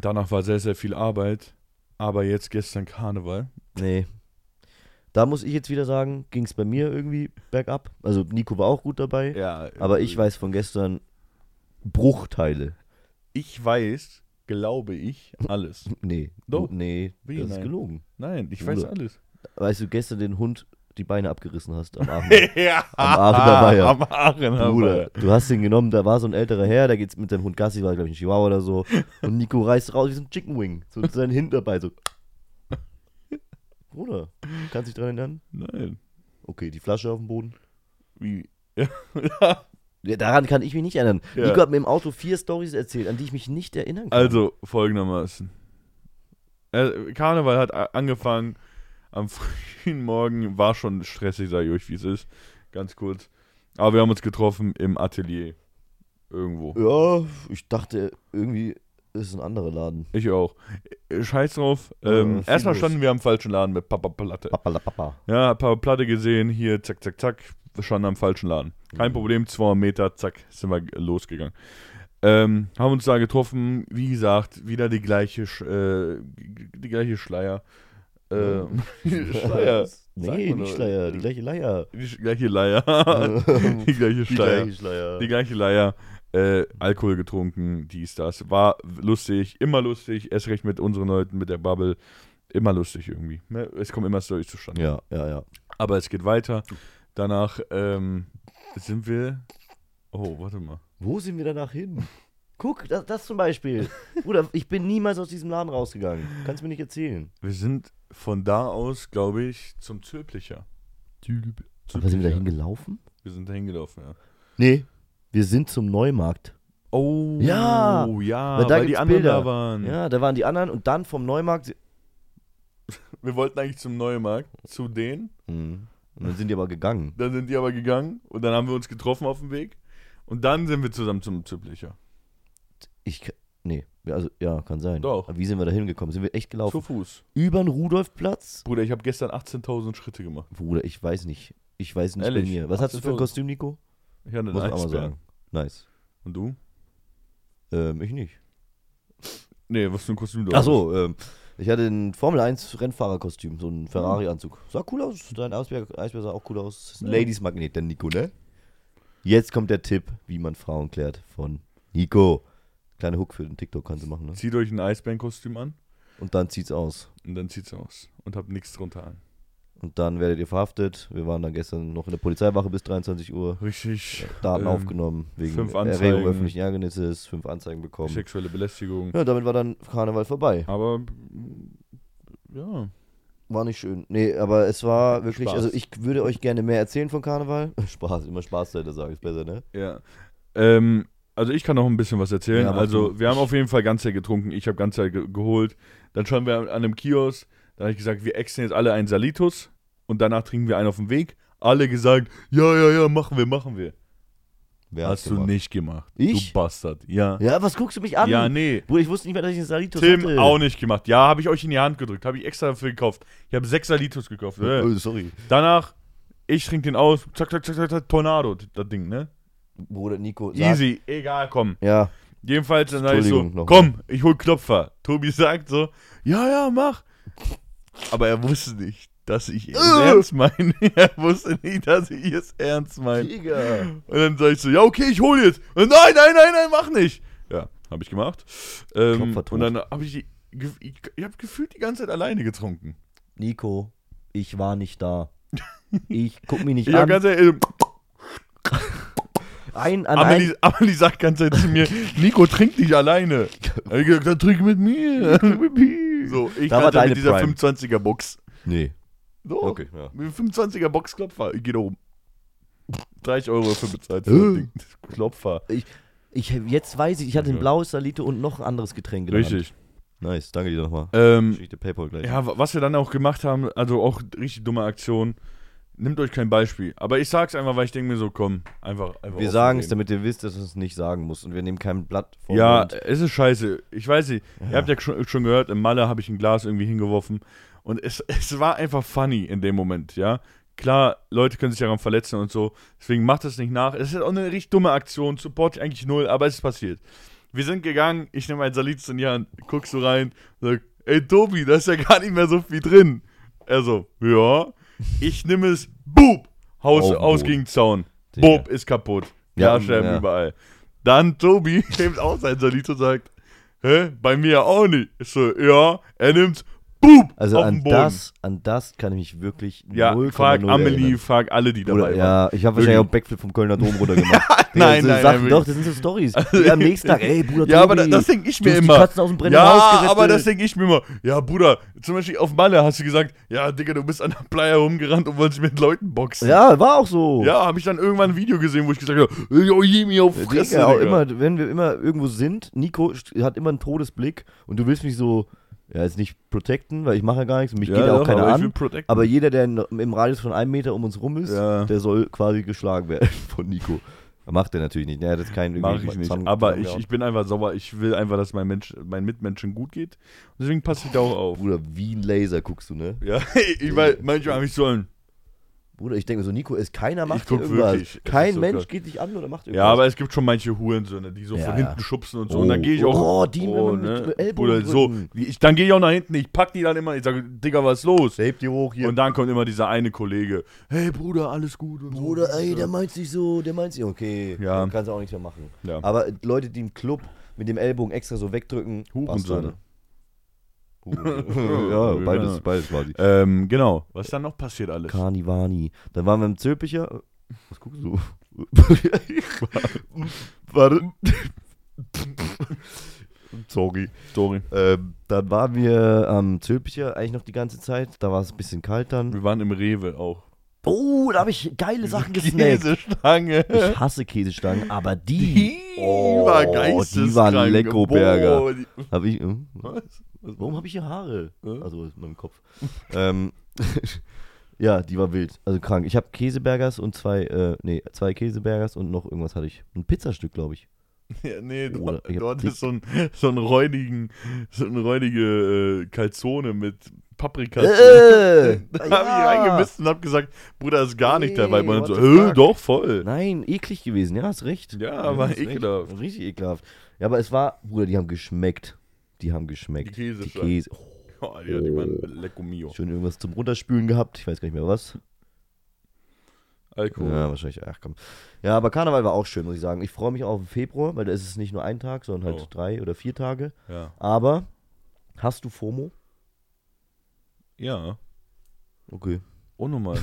[SPEAKER 1] Danach war sehr, sehr viel Arbeit. Aber jetzt gestern Karneval.
[SPEAKER 2] Nee. Da muss ich jetzt wieder sagen, ging es bei mir irgendwie bergab. Also Nico war auch gut dabei.
[SPEAKER 1] Ja,
[SPEAKER 2] aber ich weiß von gestern Bruchteile.
[SPEAKER 1] Ich weiß, glaube ich, alles.
[SPEAKER 2] Nee.
[SPEAKER 1] Doch.
[SPEAKER 2] Nee,
[SPEAKER 1] Wie,
[SPEAKER 2] das
[SPEAKER 1] nein?
[SPEAKER 2] ist gelogen.
[SPEAKER 1] Nein, ich
[SPEAKER 2] Bruder.
[SPEAKER 1] weiß alles.
[SPEAKER 2] Weißt du, gestern den Hund die Beine abgerissen hast am Abend.
[SPEAKER 1] ja.
[SPEAKER 2] Am Aachener Weiher.
[SPEAKER 1] Am Aachener
[SPEAKER 2] Bruder,
[SPEAKER 1] Weiher.
[SPEAKER 2] du hast ihn genommen, da war so ein älterer Herr, da geht's mit seinem Hund Gassi, war glaube ich ein Chihuahua oder so. Und Nico reißt raus wie so ein Chicken Wing. So sein Hint dabei, so. Bruder, kannst dich dran erinnern?
[SPEAKER 1] Nein.
[SPEAKER 2] Okay, die Flasche auf dem Boden.
[SPEAKER 1] Wie?
[SPEAKER 2] Ja, daran kann ich mich nicht erinnern.
[SPEAKER 1] Ja.
[SPEAKER 2] Nico hat mir im Auto vier Stories erzählt, an die ich mich nicht erinnern kann.
[SPEAKER 1] Also, folgendermaßen. Äh, Karneval hat a- angefangen. Am frühen Morgen war schon stressig, sage ich euch, wie es ist. Ganz kurz. Aber wir haben uns getroffen im Atelier. Irgendwo.
[SPEAKER 2] Ja, ich dachte, irgendwie ist es ein anderer Laden.
[SPEAKER 1] Ich auch. Äh, Scheiß drauf.
[SPEAKER 2] Ja,
[SPEAKER 1] Ähm,
[SPEAKER 2] viel
[SPEAKER 1] erstmal
[SPEAKER 2] los.
[SPEAKER 1] standen wir am falschen Laden mit Papa Platte.
[SPEAKER 2] Papa la Papa.
[SPEAKER 1] Ja, hab Papa Platte gesehen, hier, zack, zack, zack, wir standen am falschen Laden. Kein
[SPEAKER 2] Mhm.
[SPEAKER 1] Problem, 200 Meter, zack, sind wir g- losgegangen. Ähm, haben uns da getroffen, wie gesagt, wieder die gleiche, Sch äh, g- die gleiche Schleier. Äh, Schleier. Sag
[SPEAKER 2] Nee,
[SPEAKER 1] mal
[SPEAKER 2] nicht
[SPEAKER 1] doch.
[SPEAKER 2] Schleier, die gleiche Leier.
[SPEAKER 1] Die sch- gleiche Leier. die gleiche
[SPEAKER 2] Die
[SPEAKER 1] Schleier.
[SPEAKER 2] gleiche Schleier.
[SPEAKER 1] Die gleiche Leier. Äh, Alkohol getrunken, dies, das. War lustig, immer lustig, erst recht mit unseren Leuten, mit der Bubble. Immer lustig irgendwie. Ne? Es kommen immer Storys zustande.
[SPEAKER 2] Ja, ja, ja.
[SPEAKER 1] Aber es geht weiter. Danach ähm, Sind wir. Oh, warte mal.
[SPEAKER 2] Wo sind wir danach hin? Guck, das, das zum Beispiel. Bruder, ich bin niemals aus diesem Laden rausgegangen. Kannst mir nicht erzählen.
[SPEAKER 1] Wir sind von da aus, glaube ich, zum Zülplicher. Zülp-
[SPEAKER 2] Aber sind wir da
[SPEAKER 1] Zülplicher.
[SPEAKER 2] hingelaufen?
[SPEAKER 1] Wir sind da hingelaufen, ja.
[SPEAKER 2] Nee. Wir sind zum Neumarkt.
[SPEAKER 1] Oh,
[SPEAKER 2] Ja,
[SPEAKER 1] ja,
[SPEAKER 2] weil
[SPEAKER 1] weil,
[SPEAKER 2] da
[SPEAKER 1] die
[SPEAKER 2] gibt's
[SPEAKER 1] anderen
[SPEAKER 2] Bilder.
[SPEAKER 1] da waren.
[SPEAKER 2] Ähm. Ja, da waren die anderen und dann vom Neumarkt.
[SPEAKER 1] Wir wollten eigentlich zum Neumarkt, zu denen.
[SPEAKER 2] Mhm. Und dann sind die aber gegangen.
[SPEAKER 1] Dann sind die aber gegangen und dann haben wir uns getroffen auf dem Weg. Und dann sind wir zusammen zum Zülplicher.
[SPEAKER 2] Ich. k- Nee. Ja, Also, ja, kann sein.
[SPEAKER 1] Doch.
[SPEAKER 2] Aber wie sind wir da hingekommen? Sind wir echt gelaufen?
[SPEAKER 1] Zu Fuß.
[SPEAKER 2] Über den Rudolfplatz?
[SPEAKER 1] Bruder, ich habe gestern 18.000 Schritte gemacht.
[SPEAKER 2] Bruder, ich weiß nicht. Ich weiß nicht
[SPEAKER 1] Ehrlich?
[SPEAKER 2] bei mir. Was hast du für ein
[SPEAKER 1] 18.000.
[SPEAKER 2] Kostüm, Nico?
[SPEAKER 1] Ich hatte einen
[SPEAKER 2] Muss man auch mal
[SPEAKER 1] Eisbären.
[SPEAKER 2] sagen. Nice.
[SPEAKER 1] Und du?
[SPEAKER 2] Ähm, ich nicht.
[SPEAKER 1] Nee, was für ein Kostüm du
[SPEAKER 2] Ach
[SPEAKER 1] hast.
[SPEAKER 2] so, ähm, ich hatte ein Formel 1 Rennfahrerkostüm, so ein Ferrari-Anzug. Sah cool aus, dein Eisbär, Eisbär sah auch cool aus. Das ist ein Ladies-Magnet, der Nico, ne? Jetzt kommt der Tipp, wie man Frauen klärt von Nico. Kleine Hook für den TikTok kannst du machen, ne?
[SPEAKER 1] Zieht euch ein Eisbärenkostüm an
[SPEAKER 2] Und dann zieht's aus.
[SPEAKER 1] und dann zieht's aus. Und habt nichts drunter an.
[SPEAKER 2] Und dann werdet ihr verhaftet. Wir waren dann gestern noch in der Polizeiwache bis 23 Uhr.
[SPEAKER 1] Richtig.
[SPEAKER 2] Daten
[SPEAKER 1] ähm,
[SPEAKER 2] aufgenommen wegen
[SPEAKER 1] fünf
[SPEAKER 2] Erregung
[SPEAKER 1] Anzeigen.
[SPEAKER 2] öffentlichen Ärgernisses, fünf Anzeigen bekommen.
[SPEAKER 1] Sexuelle Belästigung.
[SPEAKER 2] Ja, damit war dann Karneval vorbei.
[SPEAKER 1] Aber mm, ja.
[SPEAKER 2] War nicht schön. Nee, aber es war wirklich,
[SPEAKER 1] Spaß.
[SPEAKER 2] also ich würde euch gerne mehr erzählen von Karneval. Spaß, immer Spaß Leute, sagen, ist besser, ne?
[SPEAKER 1] Ja. Ähm, also ich kann noch ein bisschen was erzählen.
[SPEAKER 2] Ja, mach
[SPEAKER 1] also
[SPEAKER 2] du.
[SPEAKER 1] wir haben auf jeden Fall ganze getrunken. Ich habe ganze ge geholt. Dann standen wir an einem Kiosk. Dann habe ich gesagt, wir exen jetzt alle einen Salitus und danach trinken wir einen auf dem Weg. Alle gesagt, ja, ja, ja, machen wir, machen wir.
[SPEAKER 2] Wer hat's
[SPEAKER 1] Hast du
[SPEAKER 2] gemacht?
[SPEAKER 1] nicht gemacht. Du
[SPEAKER 2] Ich?
[SPEAKER 1] Bastard. Ja.
[SPEAKER 2] Ja, was guckst du mich an?
[SPEAKER 1] Ja, nee.
[SPEAKER 2] Bruder, ich wusste nicht mehr, dass ich einen Salitus
[SPEAKER 1] Tim
[SPEAKER 2] hatte.
[SPEAKER 1] auch nicht gemacht. Ja, habe ich euch in die Hand gedrückt. Habe ich extra dafür gekauft. Ich habe sechs Salitos gekauft. Äh.
[SPEAKER 2] Oh, sorry.
[SPEAKER 1] Danach, ich trinke den aus. Zack, zack, zack, zack, zack, Tornado, das Ding, ne?
[SPEAKER 2] Bruder, Nico, sag,
[SPEAKER 1] Easy, egal, komm.
[SPEAKER 2] Ja,
[SPEAKER 1] Jedenfalls, dann sag ich so,
[SPEAKER 2] Entschuldigung, nochmal.
[SPEAKER 1] komm, ich hol Klopfer. Tobi sagt so, ja, ja, mach. Aber er wusste nicht, dass ich es
[SPEAKER 2] Äh.
[SPEAKER 1] ernst meine. Er wusste nicht, dass ich es ernst meine.
[SPEAKER 2] Digga.
[SPEAKER 1] Und dann sag ich so, ja, okay, ich hol jetzt. Und nein, nein, nein, nein, mach nicht. Ja, habe ich gemacht. Ähm,
[SPEAKER 2] Klopfer tot.
[SPEAKER 1] und dann habe ich, die- ge- ich, ich hab gefühlt die ganze Zeit alleine getrunken.
[SPEAKER 2] Nico, ich war nicht da. Ich guck mich nicht
[SPEAKER 1] Ich hab
[SPEAKER 2] an.
[SPEAKER 1] ganz ehrlich,
[SPEAKER 2] Ein, an ein,
[SPEAKER 1] Amelie, Amelie sagt ganz ehrlich zu mir, Nico, trink nicht alleine. Hab ich gesagt, dann trink mit mir. so, ich
[SPEAKER 2] Da war
[SPEAKER 1] kannte
[SPEAKER 2] deine
[SPEAKER 1] mit dieser
[SPEAKER 2] Prime.
[SPEAKER 1] 25er-Box.
[SPEAKER 2] Nee.
[SPEAKER 1] So.
[SPEAKER 2] Okay, ja.
[SPEAKER 1] Mit dem 25er Boxklopfer. Ich gehe da oben. 30 Euro für bezahlt.
[SPEAKER 2] Äh.
[SPEAKER 1] Ding. Klopfer.
[SPEAKER 2] Ich, ich, jetzt weiß ich, ich hatte ein
[SPEAKER 1] Ja.
[SPEAKER 2] blaues Salito und noch ein anderes Getränk. in der Hand.
[SPEAKER 1] Richtig.
[SPEAKER 2] Nice, danke dir nochmal.
[SPEAKER 1] Ähm,
[SPEAKER 2] Geschichte Paypal gleich.
[SPEAKER 1] ja, wa- was wir dann auch gemacht haben, also auch richtig dumme Aktion. Nehmt euch kein Beispiel. Aber ich sag's einfach, weil ich denke mir so, komm, einfach. einfach
[SPEAKER 2] Wir
[SPEAKER 1] offen
[SPEAKER 2] sagen es,
[SPEAKER 1] reden.
[SPEAKER 2] damit ihr wisst, dass du es nicht sagen musst. Und wir nehmen kein Blatt vor.
[SPEAKER 1] Ja, es ist scheiße. Ich weiß nicht. Ihr habt ja schon, schon gehört, im Malle habe ich ein Glas irgendwie hingeworfen. Und es, es war einfach funny in dem Moment, ja. Klar, Leute können sich daran verletzen und so. Deswegen macht es nicht nach. Es ist auch eine richtig dumme Aktion. Support ich eigentlich null, aber es ist passiert. Wir sind gegangen. Ich nehme einen Salit in die Hand, guck so rein, sag, ey Tobi, da ist ja gar nicht mehr so viel drin. Er so, ja. Ich nehme es, boop, Haus,
[SPEAKER 2] Auf den
[SPEAKER 1] aus
[SPEAKER 2] Boden.
[SPEAKER 1] gegen den Zaun.
[SPEAKER 2] Digga.
[SPEAKER 1] Boop, ist kaputt.
[SPEAKER 2] Ja,
[SPEAKER 1] Ja, sterben
[SPEAKER 2] ja.
[SPEAKER 1] überall. Dann Tobi nimmt auch sein Salit und sagt, hä, bei mir auch nicht. Ich so, ja, er nimmt, boop,
[SPEAKER 2] Also
[SPEAKER 1] auf den
[SPEAKER 2] an
[SPEAKER 1] Boden.
[SPEAKER 2] das, an das kann ich mich wirklich
[SPEAKER 1] ja,
[SPEAKER 2] 0,0
[SPEAKER 1] frag Amelie,
[SPEAKER 2] erinnern.
[SPEAKER 1] frag alle, die dabei
[SPEAKER 2] Oder, ja, ich habe wahrscheinlich auch einen Backflip vom Kölner Dom runter gemacht.
[SPEAKER 1] nein,
[SPEAKER 2] so
[SPEAKER 1] nein,
[SPEAKER 2] Sachen,
[SPEAKER 1] nein,
[SPEAKER 2] doch, das sind so Stories. Die am nächsten Tag, ey, Bruder,
[SPEAKER 1] waren. Ja, aber da-
[SPEAKER 2] Tobi,
[SPEAKER 1] das denke ich
[SPEAKER 2] du
[SPEAKER 1] mir
[SPEAKER 2] hast die
[SPEAKER 1] immer.
[SPEAKER 2] Katzen aus dem brennenden Haus
[SPEAKER 1] ja,
[SPEAKER 2] gerettet.
[SPEAKER 1] aber das denke ich mir immer. Ja, Bruder, zum Beispiel auf Malle hast du gesagt, ja, Digga, du bist an der Playa rumgerannt und wolltest mit Leuten boxen.
[SPEAKER 2] Ja, war auch so.
[SPEAKER 1] Ja, habe ich dann irgendwann ein Video gesehen, wo ich gesagt habe, yo, Jimmy auf
[SPEAKER 2] Äh, Digga,
[SPEAKER 1] Fresse,
[SPEAKER 2] auch
[SPEAKER 1] Digga.
[SPEAKER 2] immer, wenn wir immer irgendwo sind, Nico st- hat immer einen Todesblick und du willst mich so, ja, jetzt nicht protecten, weil ich mache ja gar nichts, mich
[SPEAKER 1] ja,
[SPEAKER 2] geht ja auch
[SPEAKER 1] doch,
[SPEAKER 2] keiner
[SPEAKER 1] aber ich
[SPEAKER 2] an.
[SPEAKER 1] will protecten.
[SPEAKER 2] Aber jeder, der in, im Radius von einem Meter um uns rum ist,
[SPEAKER 1] Ja.
[SPEAKER 2] der soll quasi geschlagen werden von Nico. Macht er natürlich nicht. ne? Er hat jetzt keinen
[SPEAKER 1] Mach
[SPEAKER 2] irgendwie
[SPEAKER 1] ich nicht.
[SPEAKER 2] zusammen-
[SPEAKER 1] aber ich,
[SPEAKER 2] zusammengehauen.
[SPEAKER 1] ich bin einfach sauer. Ich will einfach, dass mein, Mensch, mein Mitmenschen gut geht. Und deswegen passe ich da auch auf.
[SPEAKER 2] Bruder, wie ein Laser guckst du, ne?
[SPEAKER 1] Ja, ich weiß, manchmal habe ich so ein.
[SPEAKER 2] Bruder, ich denke mir so, Nico, ist keiner macht hier
[SPEAKER 1] guck
[SPEAKER 2] irgendwas.
[SPEAKER 1] wirklich. Es ist
[SPEAKER 2] Kein
[SPEAKER 1] so
[SPEAKER 2] Mensch
[SPEAKER 1] krass.
[SPEAKER 2] geht dich an oder macht irgendwas.
[SPEAKER 1] Ja, aber es gibt schon manche Hurensöhne, die so
[SPEAKER 2] Ja,
[SPEAKER 1] von
[SPEAKER 2] ja.
[SPEAKER 1] hinten schubsen und so.
[SPEAKER 2] Oh.
[SPEAKER 1] Und dann gehe ich auch. ne?
[SPEAKER 2] Oh, die mit- mit- mit Ellbogen
[SPEAKER 1] Bruder, so.
[SPEAKER 2] drücken.
[SPEAKER 1] Ich, dann gehe ich auch nach hinten. Ich pack die dann immer. Ich sage, Digga, was ist los?
[SPEAKER 2] Shape die hoch hier.
[SPEAKER 1] Und dann kommt immer dieser eine Kollege. Hey, Bruder, alles gut. Und
[SPEAKER 2] Bruder,
[SPEAKER 1] so.
[SPEAKER 2] ey, der meint sich so, der meint sich, okay,
[SPEAKER 1] Ja.
[SPEAKER 2] dann kannst du auch nichts mehr machen.
[SPEAKER 1] Ja.
[SPEAKER 2] Aber Leute, die im Club mit dem Ellbogen extra so wegdrücken,
[SPEAKER 1] Hurensohne.
[SPEAKER 2] Bastarde. Huren- ja, beides,
[SPEAKER 1] Ja.
[SPEAKER 2] beides quasi.
[SPEAKER 1] Ähm, genau. Was ist dann noch passiert alles?
[SPEAKER 2] Carnivani. Dann waren wir im Zülpicher. Was guckst du? Warte. Sorry.
[SPEAKER 1] Sorry.
[SPEAKER 2] Ähm, dann waren wir am Zülpicher eigentlich noch die ganze Zeit. Da war es ein bisschen kalt dann.
[SPEAKER 1] Wir waren im Rewe auch.
[SPEAKER 2] Oh, da habe ich geile Sachen gesnackt.
[SPEAKER 1] Käsestange.
[SPEAKER 2] Ich hasse Käsestangen, aber die,
[SPEAKER 1] Die
[SPEAKER 2] oh,
[SPEAKER 1] war
[SPEAKER 2] die waren
[SPEAKER 1] geisteskrank.
[SPEAKER 2] Leckoberger.
[SPEAKER 1] Boah, die-
[SPEAKER 2] Hab ich, hm?
[SPEAKER 1] Was? Was-
[SPEAKER 2] Warum habe ich hier Haare?
[SPEAKER 1] Hä?
[SPEAKER 2] Also in meinem Kopf. ähm, ja, die war wild, also krank. Ich habe Käsebergers und zwei, äh, nee, zwei Käsebergers und noch irgendwas hatte ich. Ein Pizzastück, glaube ich.
[SPEAKER 1] Ja, nee, do-
[SPEAKER 2] Oder Oh, ich hab
[SPEAKER 1] dort
[SPEAKER 2] dick-
[SPEAKER 1] ist so ein, so ein räudigen, so eine räudige äh, Calzone mit Paprika.
[SPEAKER 2] Äh,
[SPEAKER 1] da
[SPEAKER 2] ja.
[SPEAKER 1] habe ich reingemisst und habe gesagt, Bruder, ist gar nicht
[SPEAKER 2] Nee,
[SPEAKER 1] dabei. Und
[SPEAKER 2] what
[SPEAKER 1] so,
[SPEAKER 2] the
[SPEAKER 1] äh,
[SPEAKER 2] fuck?"
[SPEAKER 1] doch, voll.
[SPEAKER 2] Nein, eklig gewesen, ja, hast recht.
[SPEAKER 1] Ja, war
[SPEAKER 2] hast recht.
[SPEAKER 1] ekelhaft.
[SPEAKER 2] Richtig ekelhaft. Ja, aber es war, Bruder, die haben geschmeckt. Die haben
[SPEAKER 1] Die
[SPEAKER 2] geschmeckt.
[SPEAKER 1] Käse.
[SPEAKER 2] Die Käse. Oh,
[SPEAKER 1] Oh, ja, die waren Lecco Mio.
[SPEAKER 2] schön irgendwas zum Runterspülen gehabt. Ich weiß gar nicht mehr was.
[SPEAKER 1] Alkohol.
[SPEAKER 2] Ja, wahrscheinlich. Ach komm. Ja, aber Karneval war auch schön, muss ich sagen. Ich freue mich auch auf den Februar, weil da ist es nicht nur ein Tag, sondern halt
[SPEAKER 1] Oh.
[SPEAKER 2] drei oder vier Tage.
[SPEAKER 1] Ja.
[SPEAKER 2] Aber hast du FOMO?
[SPEAKER 1] ja.
[SPEAKER 2] Okay.
[SPEAKER 1] Oh, nochmal.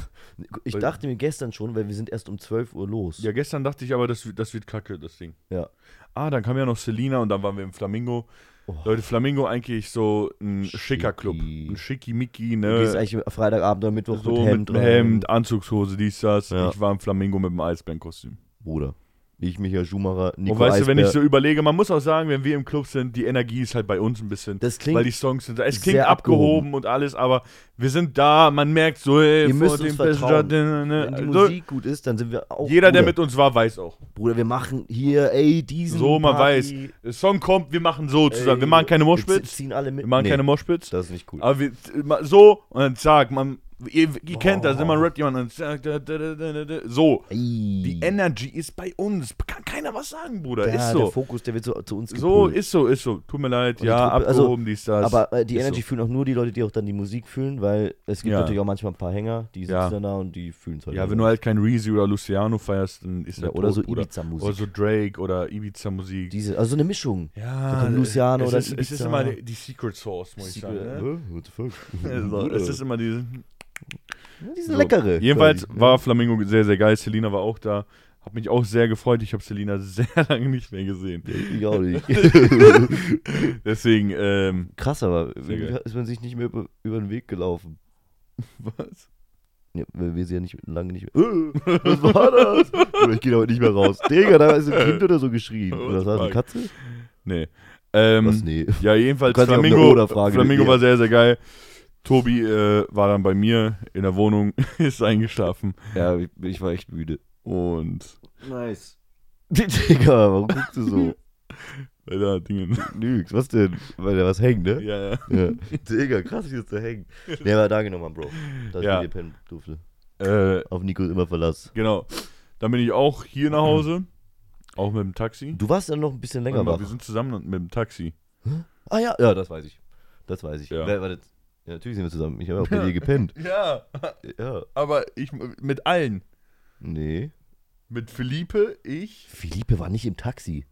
[SPEAKER 2] Ich
[SPEAKER 1] Weil-
[SPEAKER 2] dachte mir gestern schon, weil wir sind erst um 12 Uhr los.
[SPEAKER 1] Ja, gestern dachte ich aber, das, wird- das wird kacke, das Ding.
[SPEAKER 2] Ja.
[SPEAKER 1] Ah, dann kam ja noch Selina und dann waren wir im Flamingo.
[SPEAKER 2] Oh.
[SPEAKER 1] Leute, Flamingo eigentlich so ein schicker Club.
[SPEAKER 2] Schicki.
[SPEAKER 1] Ein schicki-micki,
[SPEAKER 2] Du gehst
[SPEAKER 1] ne?
[SPEAKER 2] eigentlich Freitagabend oder Mittwoch
[SPEAKER 1] So
[SPEAKER 2] mit Hemd
[SPEAKER 1] mit
[SPEAKER 2] rein.
[SPEAKER 1] Hemd, Anzugshose, dies, das.
[SPEAKER 2] Ja.
[SPEAKER 1] Ich war im Flamingo mit dem Eisbärenkostüm.
[SPEAKER 2] Bruder. Ich, Michael Schumacher, Nico
[SPEAKER 1] Und weißt du, wenn ich
[SPEAKER 2] Eisbär.
[SPEAKER 1] so überlege, man muss auch sagen, wenn wir im Club sind, die Energie ist halt bei uns ein bisschen,
[SPEAKER 2] Das klingt
[SPEAKER 1] weil die Songs sind, es klingt
[SPEAKER 2] sehr
[SPEAKER 1] abgehoben,
[SPEAKER 2] abgehoben.
[SPEAKER 1] und alles, aber wir sind da, man merkt so, ey,
[SPEAKER 2] Ihr müsst uns vertrauen.
[SPEAKER 1] ne,
[SPEAKER 2] Wenn die
[SPEAKER 1] ne, so,
[SPEAKER 2] Musik gut ist, dann sind wir auch
[SPEAKER 1] jeder,
[SPEAKER 2] Bruder.
[SPEAKER 1] der mit uns war, weiß auch.
[SPEAKER 2] Bruder, wir machen hier, ey, diesen
[SPEAKER 1] So, man weiß,
[SPEAKER 2] Party.
[SPEAKER 1] der Song kommt, wir machen so zusammen,
[SPEAKER 2] Ey,
[SPEAKER 1] wir machen keine
[SPEAKER 2] Wir
[SPEAKER 1] Moshpits,
[SPEAKER 2] ziehen alle mit.
[SPEAKER 1] wir machen
[SPEAKER 2] Nee,
[SPEAKER 1] keine Moshpits,
[SPEAKER 2] Das ist nicht cool.
[SPEAKER 1] aber wir, immer so, und dann zack, man, ihr, ihr kennt das, immer rappt jemand und zack, da, da, da, da, da, da, so. Die Energy ist bei uns, kann keiner was sagen, Bruder,
[SPEAKER 2] ja,
[SPEAKER 1] ist
[SPEAKER 2] Der
[SPEAKER 1] so.
[SPEAKER 2] Fokus, der wird so zu uns
[SPEAKER 1] So,
[SPEAKER 2] gepult.
[SPEAKER 1] ist so, ist so. Tut mir leid,
[SPEAKER 2] Und die
[SPEAKER 1] ja,
[SPEAKER 2] Truppe- also,
[SPEAKER 1] abgehoben, dies, das.
[SPEAKER 2] Aber äh, die
[SPEAKER 1] ist
[SPEAKER 2] Energy
[SPEAKER 1] so.
[SPEAKER 2] fühlen auch nur die Leute, die auch dann die Musik fühlen, weil es gibt
[SPEAKER 1] Ja.
[SPEAKER 2] natürlich auch manchmal ein paar Hänger, die sitzen
[SPEAKER 1] Ja.
[SPEAKER 2] dann da und die fühlen es halt.
[SPEAKER 1] Ja,
[SPEAKER 2] nicht.
[SPEAKER 1] wenn du halt kein Reezy oder Luciano feierst, dann ist
[SPEAKER 2] oder,
[SPEAKER 1] der
[SPEAKER 2] oder
[SPEAKER 1] tot,
[SPEAKER 2] so
[SPEAKER 1] Bruder.
[SPEAKER 2] Ibiza-Musik.
[SPEAKER 1] Oder so Drake oder Ibiza-Musik.
[SPEAKER 2] Diese, also so eine Mischung. Da
[SPEAKER 1] Ja,
[SPEAKER 2] kommt Luciano
[SPEAKER 1] es
[SPEAKER 2] oder
[SPEAKER 1] ist, es ist
[SPEAKER 2] Ibiza.
[SPEAKER 1] immer die, die Secret Sauce, muss ich sagen. Ne?
[SPEAKER 2] Hä? What the fuck?
[SPEAKER 1] Also,
[SPEAKER 2] Bruder.
[SPEAKER 1] es ist immer diese.
[SPEAKER 2] Diese
[SPEAKER 1] so.
[SPEAKER 2] leckere.
[SPEAKER 1] Jedenfalls
[SPEAKER 2] quasi. ne?
[SPEAKER 1] war Flamingo sehr, sehr geil. Selina war auch da. Hab mich auch sehr gefreut. Ich habe Selina sehr lange nicht mehr gesehen.
[SPEAKER 2] Ich auch nicht.
[SPEAKER 1] Deswegen, ähm,
[SPEAKER 2] Krass, aber
[SPEAKER 1] Sehr geil.
[SPEAKER 2] irgendwie ist man sich nicht mehr über, über den Weg gelaufen.
[SPEAKER 1] was?
[SPEAKER 2] Ja, weil wir sie ja nicht lange nicht mehr. Äh, Was war das? Oder ich gehe heute nicht mehr raus. Digga, da ist ein Kind oder so geschrien.
[SPEAKER 1] What
[SPEAKER 2] Oder
[SPEAKER 1] the
[SPEAKER 2] war das eine
[SPEAKER 1] fuck?
[SPEAKER 2] Katze?
[SPEAKER 1] Nee. Ähm,
[SPEAKER 2] Was? Nee.
[SPEAKER 1] Ja, jedenfalls
[SPEAKER 2] Du kannst dich auf
[SPEAKER 1] Flamingo,
[SPEAKER 2] eine Oder-Frage
[SPEAKER 1] Flamingo
[SPEAKER 2] mit
[SPEAKER 1] war sehr, sehr geil. Tobi äh, war dann bei mir in der Wohnung, ist eingeschlafen
[SPEAKER 2] Ja, ich, ich war echt müde.
[SPEAKER 1] und
[SPEAKER 2] Nice. Digga, warum guckst du so?
[SPEAKER 1] äh, da Dinge.
[SPEAKER 2] Nix, was denn? Weil da was hängt, ne?
[SPEAKER 1] Ja, ja.
[SPEAKER 2] Ja. Digga, krass, ich jetzt da hängen. Nee, war da genommen, Bro. Dass
[SPEAKER 1] Ja.
[SPEAKER 2] ich mit dir pennen durfte.
[SPEAKER 1] Äh,
[SPEAKER 2] Auf Nico immer Verlass.
[SPEAKER 1] genau. Dann bin ich auch hier nach Hause, auch mit dem Taxi.
[SPEAKER 2] Du warst dann noch ein bisschen länger
[SPEAKER 1] Warte mal,
[SPEAKER 2] wach.
[SPEAKER 1] wir sind zusammen mit dem Taxi.
[SPEAKER 2] Ah ja, ja, das weiß ich. Das weiß ich.
[SPEAKER 1] Ja.
[SPEAKER 2] Wer- warte. Ja, natürlich sind wir zusammen. Ich habe auch bei dir gepennt.
[SPEAKER 1] Ja,
[SPEAKER 2] Ja.
[SPEAKER 1] aber ich mit allen.
[SPEAKER 2] Nee.
[SPEAKER 1] Mit Felipe, ich.
[SPEAKER 2] Philippe war nicht im Taxi.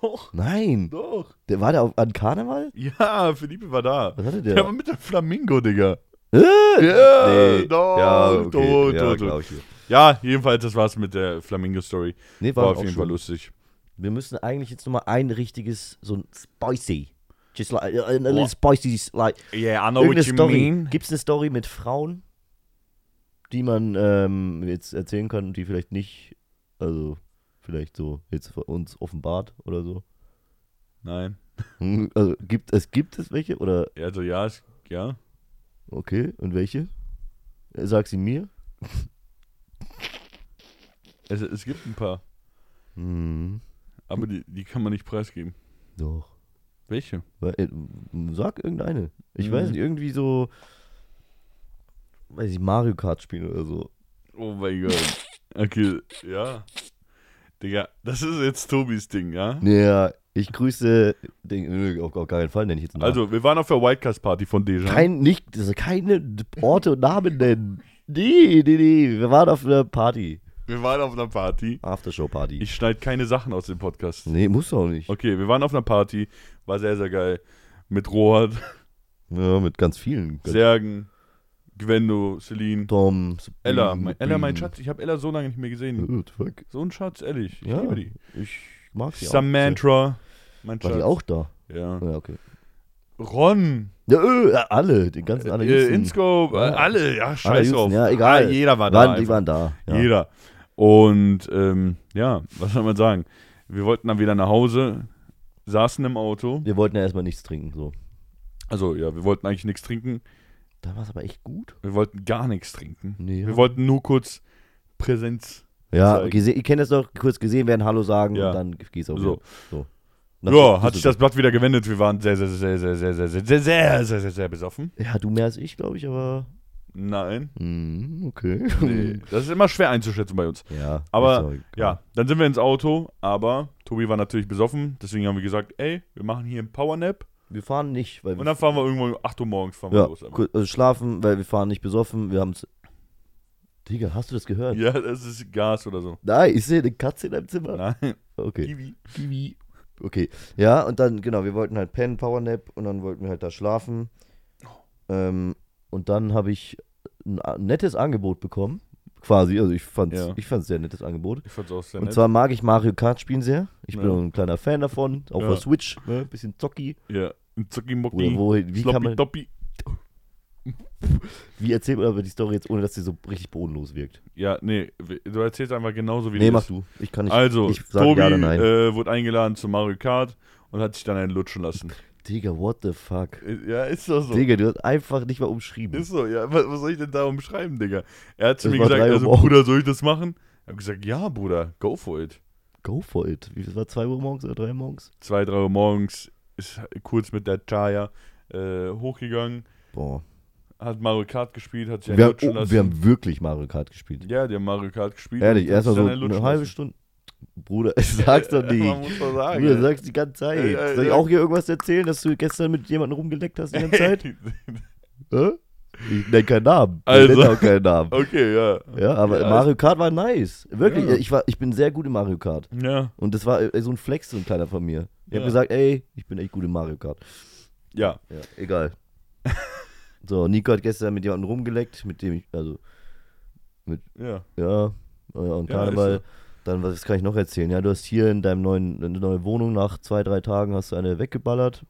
[SPEAKER 1] Doch,
[SPEAKER 2] Nein.
[SPEAKER 1] doch.
[SPEAKER 2] Der war der auf, an Karneval?
[SPEAKER 1] Ja, Felipe war da.
[SPEAKER 2] Was hatte
[SPEAKER 1] Der
[SPEAKER 2] der?
[SPEAKER 1] war mit dem Flamingo, Digga.
[SPEAKER 2] Äh,
[SPEAKER 1] Ja, doch,
[SPEAKER 2] ja, okay.
[SPEAKER 1] tot,
[SPEAKER 2] ja,
[SPEAKER 1] tot,
[SPEAKER 2] glaub ich dir.
[SPEAKER 1] Ja, jedenfalls, das war's mit der Flamingo-Story.
[SPEAKER 2] Nee,
[SPEAKER 1] War,
[SPEAKER 2] war,
[SPEAKER 1] auf jeden Fall
[SPEAKER 2] los.
[SPEAKER 1] lustig.
[SPEAKER 2] Wir müssen eigentlich jetzt nochmal ein richtiges, so ein spicy. Just like, a little spicy, like,
[SPEAKER 1] Yeah, I know
[SPEAKER 2] irgendeine Story. Gibt's eine Story mit Frauen, die man ähm, jetzt erzählen kann, die vielleicht nicht, also vielleicht so jetzt für uns offenbart oder so?
[SPEAKER 1] Nein.
[SPEAKER 2] Hm, Also gibt es, gibt es welche oder,
[SPEAKER 1] Also ja, es, ja.
[SPEAKER 2] okay, und welche? Äh, Sag sie mir.
[SPEAKER 1] Es, es gibt ein paar,
[SPEAKER 2] Hm,
[SPEAKER 1] aber die, die kann man nicht preisgeben.
[SPEAKER 2] doch.
[SPEAKER 1] Welche?
[SPEAKER 2] Weil, äh, m- Sag irgendeine. Ich
[SPEAKER 1] Mhm.
[SPEAKER 2] weiß nicht, irgendwie so. Weiß ich, Mario Kart spielen oder so.
[SPEAKER 1] Oh mein Gott. Okay, ja. Digga, das ist jetzt Tobis Ding, ja?
[SPEAKER 2] Ja, ich grüße. Den, nö, auf, auf gar keinen Fall nenne ich jetzt einen Namen.
[SPEAKER 1] Also, wir waren auf der Wildcast-Party von Dejan.
[SPEAKER 2] Kein, nicht, also keine Orte und Namen nennen. Nee, nee, nee. Wir waren auf einer Party.
[SPEAKER 1] wir waren auf einer Party.
[SPEAKER 2] Aftershow-Party.
[SPEAKER 1] Ich schneide keine Sachen aus dem Podcast.
[SPEAKER 2] Nee, muss auch nicht.
[SPEAKER 1] Okay, wir waren auf einer Party. War sehr, sehr geil. Mit Rohat,
[SPEAKER 2] Ja, mit ganz vielen. Ganz
[SPEAKER 1] Sergen, Gwendo, Celine,
[SPEAKER 2] Tom, Sabine,
[SPEAKER 1] Ella. Mein, Ella, mein
[SPEAKER 2] Sabine.
[SPEAKER 1] Schatz. Ich habe Ella so lange nicht mehr gesehen.
[SPEAKER 2] What the fuck?
[SPEAKER 1] So ein Schatz, ehrlich. Ich
[SPEAKER 2] Ja.
[SPEAKER 1] liebe die.
[SPEAKER 2] Ich mag sie auch.
[SPEAKER 1] Samantha. Mein
[SPEAKER 2] War
[SPEAKER 1] Schatz.
[SPEAKER 2] die auch da?
[SPEAKER 1] Ja.
[SPEAKER 2] Ja, okay.
[SPEAKER 1] Ron.
[SPEAKER 2] Ja, äh, alle, den ganzen
[SPEAKER 1] Äh,
[SPEAKER 2] Analysten.
[SPEAKER 1] Inscope. Äh,
[SPEAKER 2] Ja.
[SPEAKER 1] alle. Ja, scheiß
[SPEAKER 2] Houston,
[SPEAKER 1] drauf.
[SPEAKER 2] ja, egal.
[SPEAKER 1] Ah, jeder war da.
[SPEAKER 2] waren, die
[SPEAKER 1] einfach.
[SPEAKER 2] waren da. Ja.
[SPEAKER 1] Jeder. Und ähm, ja, was soll man sagen? Wir wollten dann wieder nach Hause, saßen im Auto.
[SPEAKER 2] Wir wollten ja erstmal nichts trinken. So.
[SPEAKER 1] Also ja, wir wollten eigentlich nichts trinken.
[SPEAKER 2] Da war es aber echt gut.
[SPEAKER 1] Wir wollten gar nichts trinken.
[SPEAKER 2] Nee,
[SPEAKER 1] Wir wollten nur kurz Präsenz.
[SPEAKER 2] ja,
[SPEAKER 1] zeigen.
[SPEAKER 2] gese- ihr kennt das doch, kurz gesehen werden, Hallo sagen
[SPEAKER 1] Ja.
[SPEAKER 2] und dann geht's auch
[SPEAKER 1] So.
[SPEAKER 2] wieder. So.
[SPEAKER 1] ja, hat
[SPEAKER 2] du-
[SPEAKER 1] sich das Blatt wieder gewendet. Wir waren sehr, sehr, sehr, sehr, sehr, sehr, sehr, sehr, sehr, sehr, sehr, sehr besoffen.
[SPEAKER 2] Ja, du mehr als ich, glaube ich, aber.
[SPEAKER 1] Nein.
[SPEAKER 2] Hm, okay.
[SPEAKER 1] Nee. Das ist immer schwer einzuschätzen bei uns.
[SPEAKER 2] Ja,
[SPEAKER 1] Aber,
[SPEAKER 2] ist doch egal.
[SPEAKER 1] Ja, dann sind wir ins Auto, aber Tobi war natürlich besoffen, deswegen haben wir gesagt, ey, wir machen hier einen Powernap
[SPEAKER 2] Wir fahren nicht, weil wir.
[SPEAKER 1] und dann fahren wir irgendwo um 8 Uhr morgens fahren wir
[SPEAKER 2] ja,
[SPEAKER 1] los. Aber.
[SPEAKER 2] kur- also schlafen, weil wir fahren nicht besoffen. Wir haben's. Digga, hast du das gehört?
[SPEAKER 1] Ja, das ist Gas oder so.
[SPEAKER 2] Nein, ich sehe eine Katze in deinem Zimmer.
[SPEAKER 1] Nein,
[SPEAKER 2] Okay.
[SPEAKER 1] Kiwi.
[SPEAKER 2] Okay, ja, und dann, genau, wir wollten halt pennen, Powernap und dann wollten wir halt da schlafen. Ähm, und dann habe ich ein a- nettes Angebot bekommen, quasi, also ich fand's,
[SPEAKER 1] Ja.
[SPEAKER 2] ich fand's sehr nettes Angebot.
[SPEAKER 1] Ich fand's auch sehr
[SPEAKER 2] Und
[SPEAKER 1] nett.
[SPEAKER 2] zwar mag ich Mario Kart spielen sehr. Ich bin
[SPEAKER 1] Ja.
[SPEAKER 2] auch ein kleiner Fan davon, auch
[SPEAKER 1] Ja.
[SPEAKER 2] auf der Switch, ne? bisschen zocki.
[SPEAKER 1] ja, ein
[SPEAKER 2] Oder
[SPEAKER 1] Zucki-Mucki,
[SPEAKER 2] wo, wie kann man,
[SPEAKER 1] Sloppy-Doppi.
[SPEAKER 2] wie erzählt man aber die Story jetzt, ohne dass sie so richtig bodenlos wirkt?
[SPEAKER 1] Ja, nee, du erzählst einfach genauso, wie
[SPEAKER 2] nee,
[SPEAKER 1] du
[SPEAKER 2] mach
[SPEAKER 1] bist.
[SPEAKER 2] du. Ich kann nicht.
[SPEAKER 1] Also,
[SPEAKER 2] ich sag
[SPEAKER 1] Tobi
[SPEAKER 2] gerade nein.
[SPEAKER 1] äh, wurde eingeladen zu Mario Kart und hat sich dann einen lutschen lassen.
[SPEAKER 2] Digga, what the fuck?
[SPEAKER 1] Äh, Ja, ist doch so.
[SPEAKER 2] Digga, du hast einfach nicht mal umschrieben.
[SPEAKER 1] Ist so, ja. Was, was soll ich denn da umschreiben, Digga? Er hat zu
[SPEAKER 2] Das
[SPEAKER 1] mir
[SPEAKER 2] war
[SPEAKER 1] gesagt,
[SPEAKER 2] drei Uhr
[SPEAKER 1] also
[SPEAKER 2] morgens.
[SPEAKER 1] Bruder, soll ich das machen? Ich habe gesagt, ja, Bruder, go for it.
[SPEAKER 2] Go for it. Wie das war 2 Uhr morgens oder 3 Uhr morgens?
[SPEAKER 1] Zwei, drei Uhr morgens ist kurz mit der Chaya äh, hochgegangen,
[SPEAKER 2] Boah.
[SPEAKER 1] hat Mario Kart gespielt, hat sich einen
[SPEAKER 2] Wir haben,
[SPEAKER 1] lutschen
[SPEAKER 2] oh,
[SPEAKER 1] lassen.
[SPEAKER 2] wir haben wirklich Mario Kart gespielt.
[SPEAKER 1] ja, die haben Mario Kart gespielt.
[SPEAKER 2] Ehrlich,
[SPEAKER 1] und hat
[SPEAKER 2] erstmal
[SPEAKER 1] sich
[SPEAKER 2] so
[SPEAKER 1] dann einen
[SPEAKER 2] eine
[SPEAKER 1] lutschen
[SPEAKER 2] halbe
[SPEAKER 1] lassen.
[SPEAKER 2] Stunde. Bruder, sag's doch
[SPEAKER 1] Man
[SPEAKER 2] nicht.
[SPEAKER 1] muss doch sagen.
[SPEAKER 2] Bruder, sag's die ganze Zeit.
[SPEAKER 1] Ey, ey,
[SPEAKER 2] Soll ich
[SPEAKER 1] ey.
[SPEAKER 2] auch hier irgendwas erzählen, dass du gestern mit jemandem rumgeleckt hast die ganze Zeit? Hä? Ich nenn keinen Namen.
[SPEAKER 1] Also.
[SPEAKER 2] Ich nenn auch keinen Namen.
[SPEAKER 1] okay, ja.
[SPEAKER 2] Ja, aber
[SPEAKER 1] Ja, also.
[SPEAKER 2] Mario Kart war nice. Wirklich,
[SPEAKER 1] Ja.
[SPEAKER 2] ich, war, ich bin sehr gut in Mario Kart.
[SPEAKER 1] Ja.
[SPEAKER 2] Und das war äh, so ein Flex, so ein kleiner von mir. Ich
[SPEAKER 1] Ja.
[SPEAKER 2] hab gesagt, ey, ich bin echt gut in Mario Kart.
[SPEAKER 1] Ja.
[SPEAKER 2] Ja, egal. so, Nico hat gestern mit jemandem rumgeleckt, mit dem ich, also
[SPEAKER 1] Ja.
[SPEAKER 2] Ja, äh, und
[SPEAKER 1] Ja,
[SPEAKER 2] Karneval.
[SPEAKER 1] ist
[SPEAKER 2] Dann, was kann ich noch erzählen? Ja, du hast hier in deinem neuen, in deiner neuen Wohnung nach zwei, drei Tagen hast du eine weggeballert.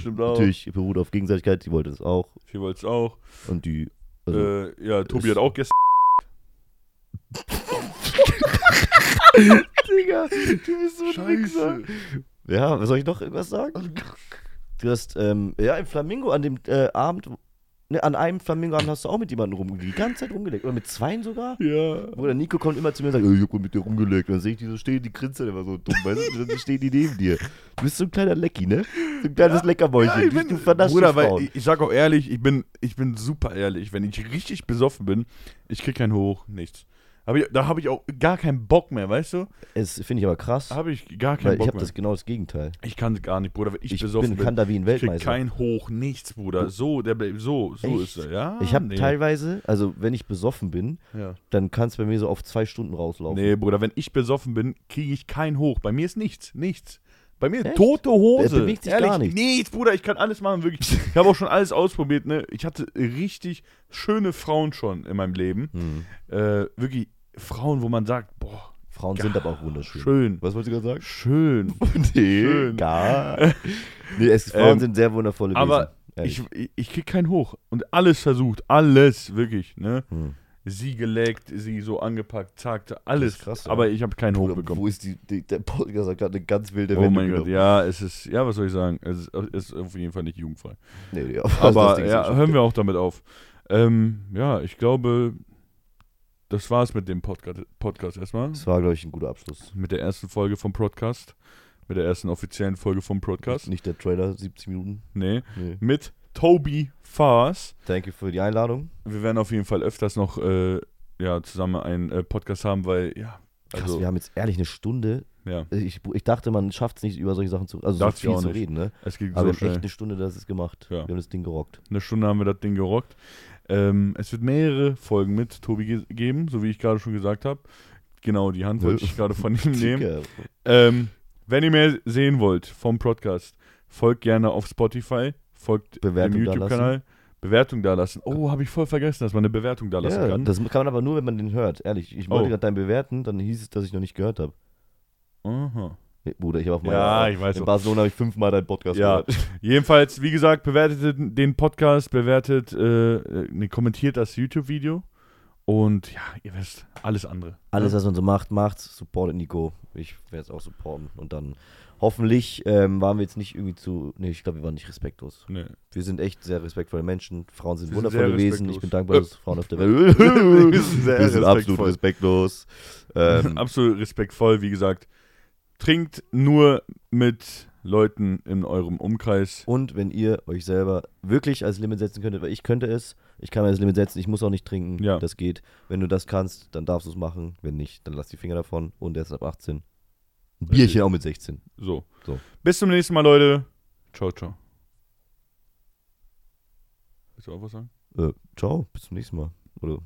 [SPEAKER 1] Stimmt auch.
[SPEAKER 2] Natürlich beruht auf Gegenseitigkeit, die wollte das auch.
[SPEAKER 1] Sie wollte es auch.
[SPEAKER 2] Und die. Also,
[SPEAKER 1] äh, ja, Tobi
[SPEAKER 2] ist-
[SPEAKER 1] hat auch gestern.
[SPEAKER 2] Digga, du bist so Ja, was soll ich noch irgendwas
[SPEAKER 1] Oh
[SPEAKER 2] sagen? Du hast, ähm, ja, im Flamingo an dem äh, Abend, ne, an einem Flamingo-Abend hast du auch mit jemandem rumgelegt, die ganze Zeit rumgelegt. Oder mit zweien sogar?
[SPEAKER 1] Ja.
[SPEAKER 2] Bruder, Nico kommt immer zu mir und sagt, "Ey, ich hab wohl mit dir rumgelegt. Und dann sehe ich die so stehen, die grinsen immer so dumm, weißt du? Dann stehen die neben dir. Du bist so ein kleiner Lecki, ne? So ein kleines Leckerbäulchen.
[SPEAKER 1] ich
[SPEAKER 2] du,
[SPEAKER 1] bin-
[SPEAKER 2] du verdaschst
[SPEAKER 1] Bruder,
[SPEAKER 2] die
[SPEAKER 1] weil
[SPEAKER 2] Frauen.
[SPEAKER 1] ich, ich sag auch ehrlich, ich bin, ich bin super ehrlich. Wenn ich richtig besoffen bin, ich krieg kein Hoch, nichts. Hab ich, da habe ich auch gar keinen Bock mehr, weißt du?
[SPEAKER 2] Es finde ich aber krass,
[SPEAKER 1] Habe ich gar keinen
[SPEAKER 2] weil ich
[SPEAKER 1] Bock
[SPEAKER 2] habe
[SPEAKER 1] mehr.
[SPEAKER 2] das genau das Gegenteil.
[SPEAKER 1] ich kann gar nicht, Bruder, wenn ich,
[SPEAKER 2] Ich,
[SPEAKER 1] besoffen
[SPEAKER 2] bin,
[SPEAKER 1] bin.
[SPEAKER 2] kann da wie ein
[SPEAKER 1] ich krieg
[SPEAKER 2] Weltmeister.
[SPEAKER 1] kein Hoch, nichts, Bruder. So, der Bla- so, so
[SPEAKER 2] Echt?
[SPEAKER 1] ist er, ja.
[SPEAKER 2] ich habe
[SPEAKER 1] nee.
[SPEAKER 2] teilweise, also wenn ich besoffen bin,
[SPEAKER 1] Ja.
[SPEAKER 2] dann kann es bei mir so auf zwei Stunden rauslaufen.
[SPEAKER 1] Nee, Bruder, wenn ich besoffen bin, kriege ich kein Hoch. Bei mir ist nichts, nichts. Bei mir
[SPEAKER 2] Echt?
[SPEAKER 1] tote Hose.
[SPEAKER 2] Der bewegt sich
[SPEAKER 1] Ehrlich,
[SPEAKER 2] gar nicht.
[SPEAKER 1] Nichts, Bruder, ich kann alles machen, wirklich. Ich habe auch schon alles ausprobiert, ne? Ich hatte richtig schöne Frauen schon in meinem Leben.
[SPEAKER 2] Hm.
[SPEAKER 1] Äh, wirklich Frauen, wo man sagt, boah,
[SPEAKER 2] Frauen sind aber auch wunderschön.
[SPEAKER 1] schön.
[SPEAKER 2] Was wolltest du gerade sagen?
[SPEAKER 1] Schön.
[SPEAKER 2] nee,
[SPEAKER 1] Schön.
[SPEAKER 2] gar. Nee, es, Frauen
[SPEAKER 1] Ähm,
[SPEAKER 2] sind sehr wundervolle Wesen.
[SPEAKER 1] aber
[SPEAKER 2] ehrlich.
[SPEAKER 1] Ich, ich, ich krieg kein Hoch. Und alles versucht, alles, wirklich, ne?
[SPEAKER 2] Hm.
[SPEAKER 1] Sie geleckt, sie so angepackt, zack, alles.
[SPEAKER 2] Das ist krass, oder?
[SPEAKER 1] aber ich habe keinen Hoch
[SPEAKER 2] Oder
[SPEAKER 1] bekommen.
[SPEAKER 2] Wo ist die, die der Podcast hat gerade eine ganz wilde
[SPEAKER 1] Oh
[SPEAKER 2] Wendung
[SPEAKER 1] mein Gott,
[SPEAKER 2] genommen.
[SPEAKER 1] ja, es ist, ja, was soll ich sagen? Es ist, es ist auf jeden Fall nicht jugendfrei.
[SPEAKER 2] Nee, nee, aber das
[SPEAKER 1] Aber
[SPEAKER 2] Ding ist
[SPEAKER 1] ja,
[SPEAKER 2] schon-
[SPEAKER 1] hören wir auch damit auf. Ähm, ja, ich glaube, das war's mit dem Podcast, Podcast erstmal.
[SPEAKER 2] Das war, glaube ich, ein guter Abschluss.
[SPEAKER 1] Mit der ersten Folge vom Podcast. Mit der ersten offiziellen Folge vom Podcast.
[SPEAKER 2] Nicht der Trailer, 70 Minuten.
[SPEAKER 1] Nee.
[SPEAKER 2] Nee.
[SPEAKER 1] Mit Toby Fars.
[SPEAKER 2] Danke für die Einladung.
[SPEAKER 1] Wir werden auf jeden Fall öfters noch äh, ja, zusammen einen äh, Podcast haben, weil, ja,
[SPEAKER 2] Krass,
[SPEAKER 1] also,
[SPEAKER 2] wir haben jetzt ehrlich eine Stunde.
[SPEAKER 1] ja,
[SPEAKER 2] Ich, ich dachte, man schafft es nicht, über solche Sachen zu, also so
[SPEAKER 1] Dachte ich
[SPEAKER 2] viel
[SPEAKER 1] auch
[SPEAKER 2] zu
[SPEAKER 1] nicht.
[SPEAKER 2] reden. Ne?
[SPEAKER 1] es geht
[SPEAKER 2] Aber
[SPEAKER 1] so
[SPEAKER 2] wir haben echt
[SPEAKER 1] schnell.
[SPEAKER 2] eine Stunde das ist gemacht.
[SPEAKER 1] Ja.
[SPEAKER 2] Wir haben das Ding gerockt.
[SPEAKER 1] Eine Stunde haben wir das Ding gerockt. Ähm, es wird mehrere Folgen mit Tobi ge geben, so wie ich gerade schon gesagt habe. Genau, die Hand wollte ich gerade von ihm nehmen.
[SPEAKER 2] Digga.
[SPEAKER 1] Ähm, wenn ihr mehr sehen wollt vom Podcast, folgt gerne auf Spotify, folgt
[SPEAKER 2] Bewertung
[SPEAKER 1] dem
[SPEAKER 2] da
[SPEAKER 1] YouTube-Kanal, Bewertung dalassen. Oh, habe ich voll vergessen, dass man eine Bewertung dalassen
[SPEAKER 2] Ja,
[SPEAKER 1] kann.
[SPEAKER 2] das kann man aber nur, wenn man den hört, ehrlich. Ich wollte
[SPEAKER 1] Oh.
[SPEAKER 2] gerade deinen bewerten, dann hieß es, dass ich noch nicht gehört habe.
[SPEAKER 1] Aha.
[SPEAKER 2] Nee, Bruder, ich habe auf meiner
[SPEAKER 1] Ja, ich weiß
[SPEAKER 2] In
[SPEAKER 1] so.
[SPEAKER 2] Barcelona habe ich fünfmal deinen Podcast
[SPEAKER 1] Ja,
[SPEAKER 2] gehört.
[SPEAKER 1] jedenfalls, wie gesagt, bewertet den- den Podcast, bewertet, äh, äh, nee, kommentiert das YouTube-Video und ja, ihr wisst, alles andere.
[SPEAKER 2] Alles, was man so macht, macht's. Supportet Nico. Ich werde es auch supporten. Und dann hoffentlich ähm, waren wir jetzt nicht irgendwie zu. Nee, ich glaube, wir waren nicht respektlos.
[SPEAKER 1] Nee.
[SPEAKER 2] Wir sind echt sehr respektvolle Menschen. Frauen sind
[SPEAKER 1] Wir sind
[SPEAKER 2] wundervolle
[SPEAKER 1] sehr
[SPEAKER 2] Wesen.
[SPEAKER 1] respektlos.
[SPEAKER 2] Ich bin dankbar,
[SPEAKER 1] Äh.
[SPEAKER 2] dass es Frauen auf der Welt Wir sind,
[SPEAKER 1] sehr
[SPEAKER 2] absolut
[SPEAKER 1] respektvoll.
[SPEAKER 2] respektlos. Ähm,
[SPEAKER 1] Absolut respektvoll, wie gesagt. Trinkt nur mit Leuten in eurem Umkreis.
[SPEAKER 2] und wenn ihr euch selber wirklich als Limit setzen könntet, weil ich könnte es, ich kann mir als Limit setzen, ich muss auch nicht trinken,
[SPEAKER 1] Ja.
[SPEAKER 2] das geht. Wenn du das kannst, dann darfst du es machen. Wenn nicht, dann lass die Finger davon und erst ab 18. Ein Bierchen auch mit 16.
[SPEAKER 1] So.
[SPEAKER 2] So.
[SPEAKER 1] Bis zum nächsten Mal, Leute. Ciao, ciao. Willst du auch was sagen?
[SPEAKER 2] Äh, ciao, bis zum nächsten Mal. Oder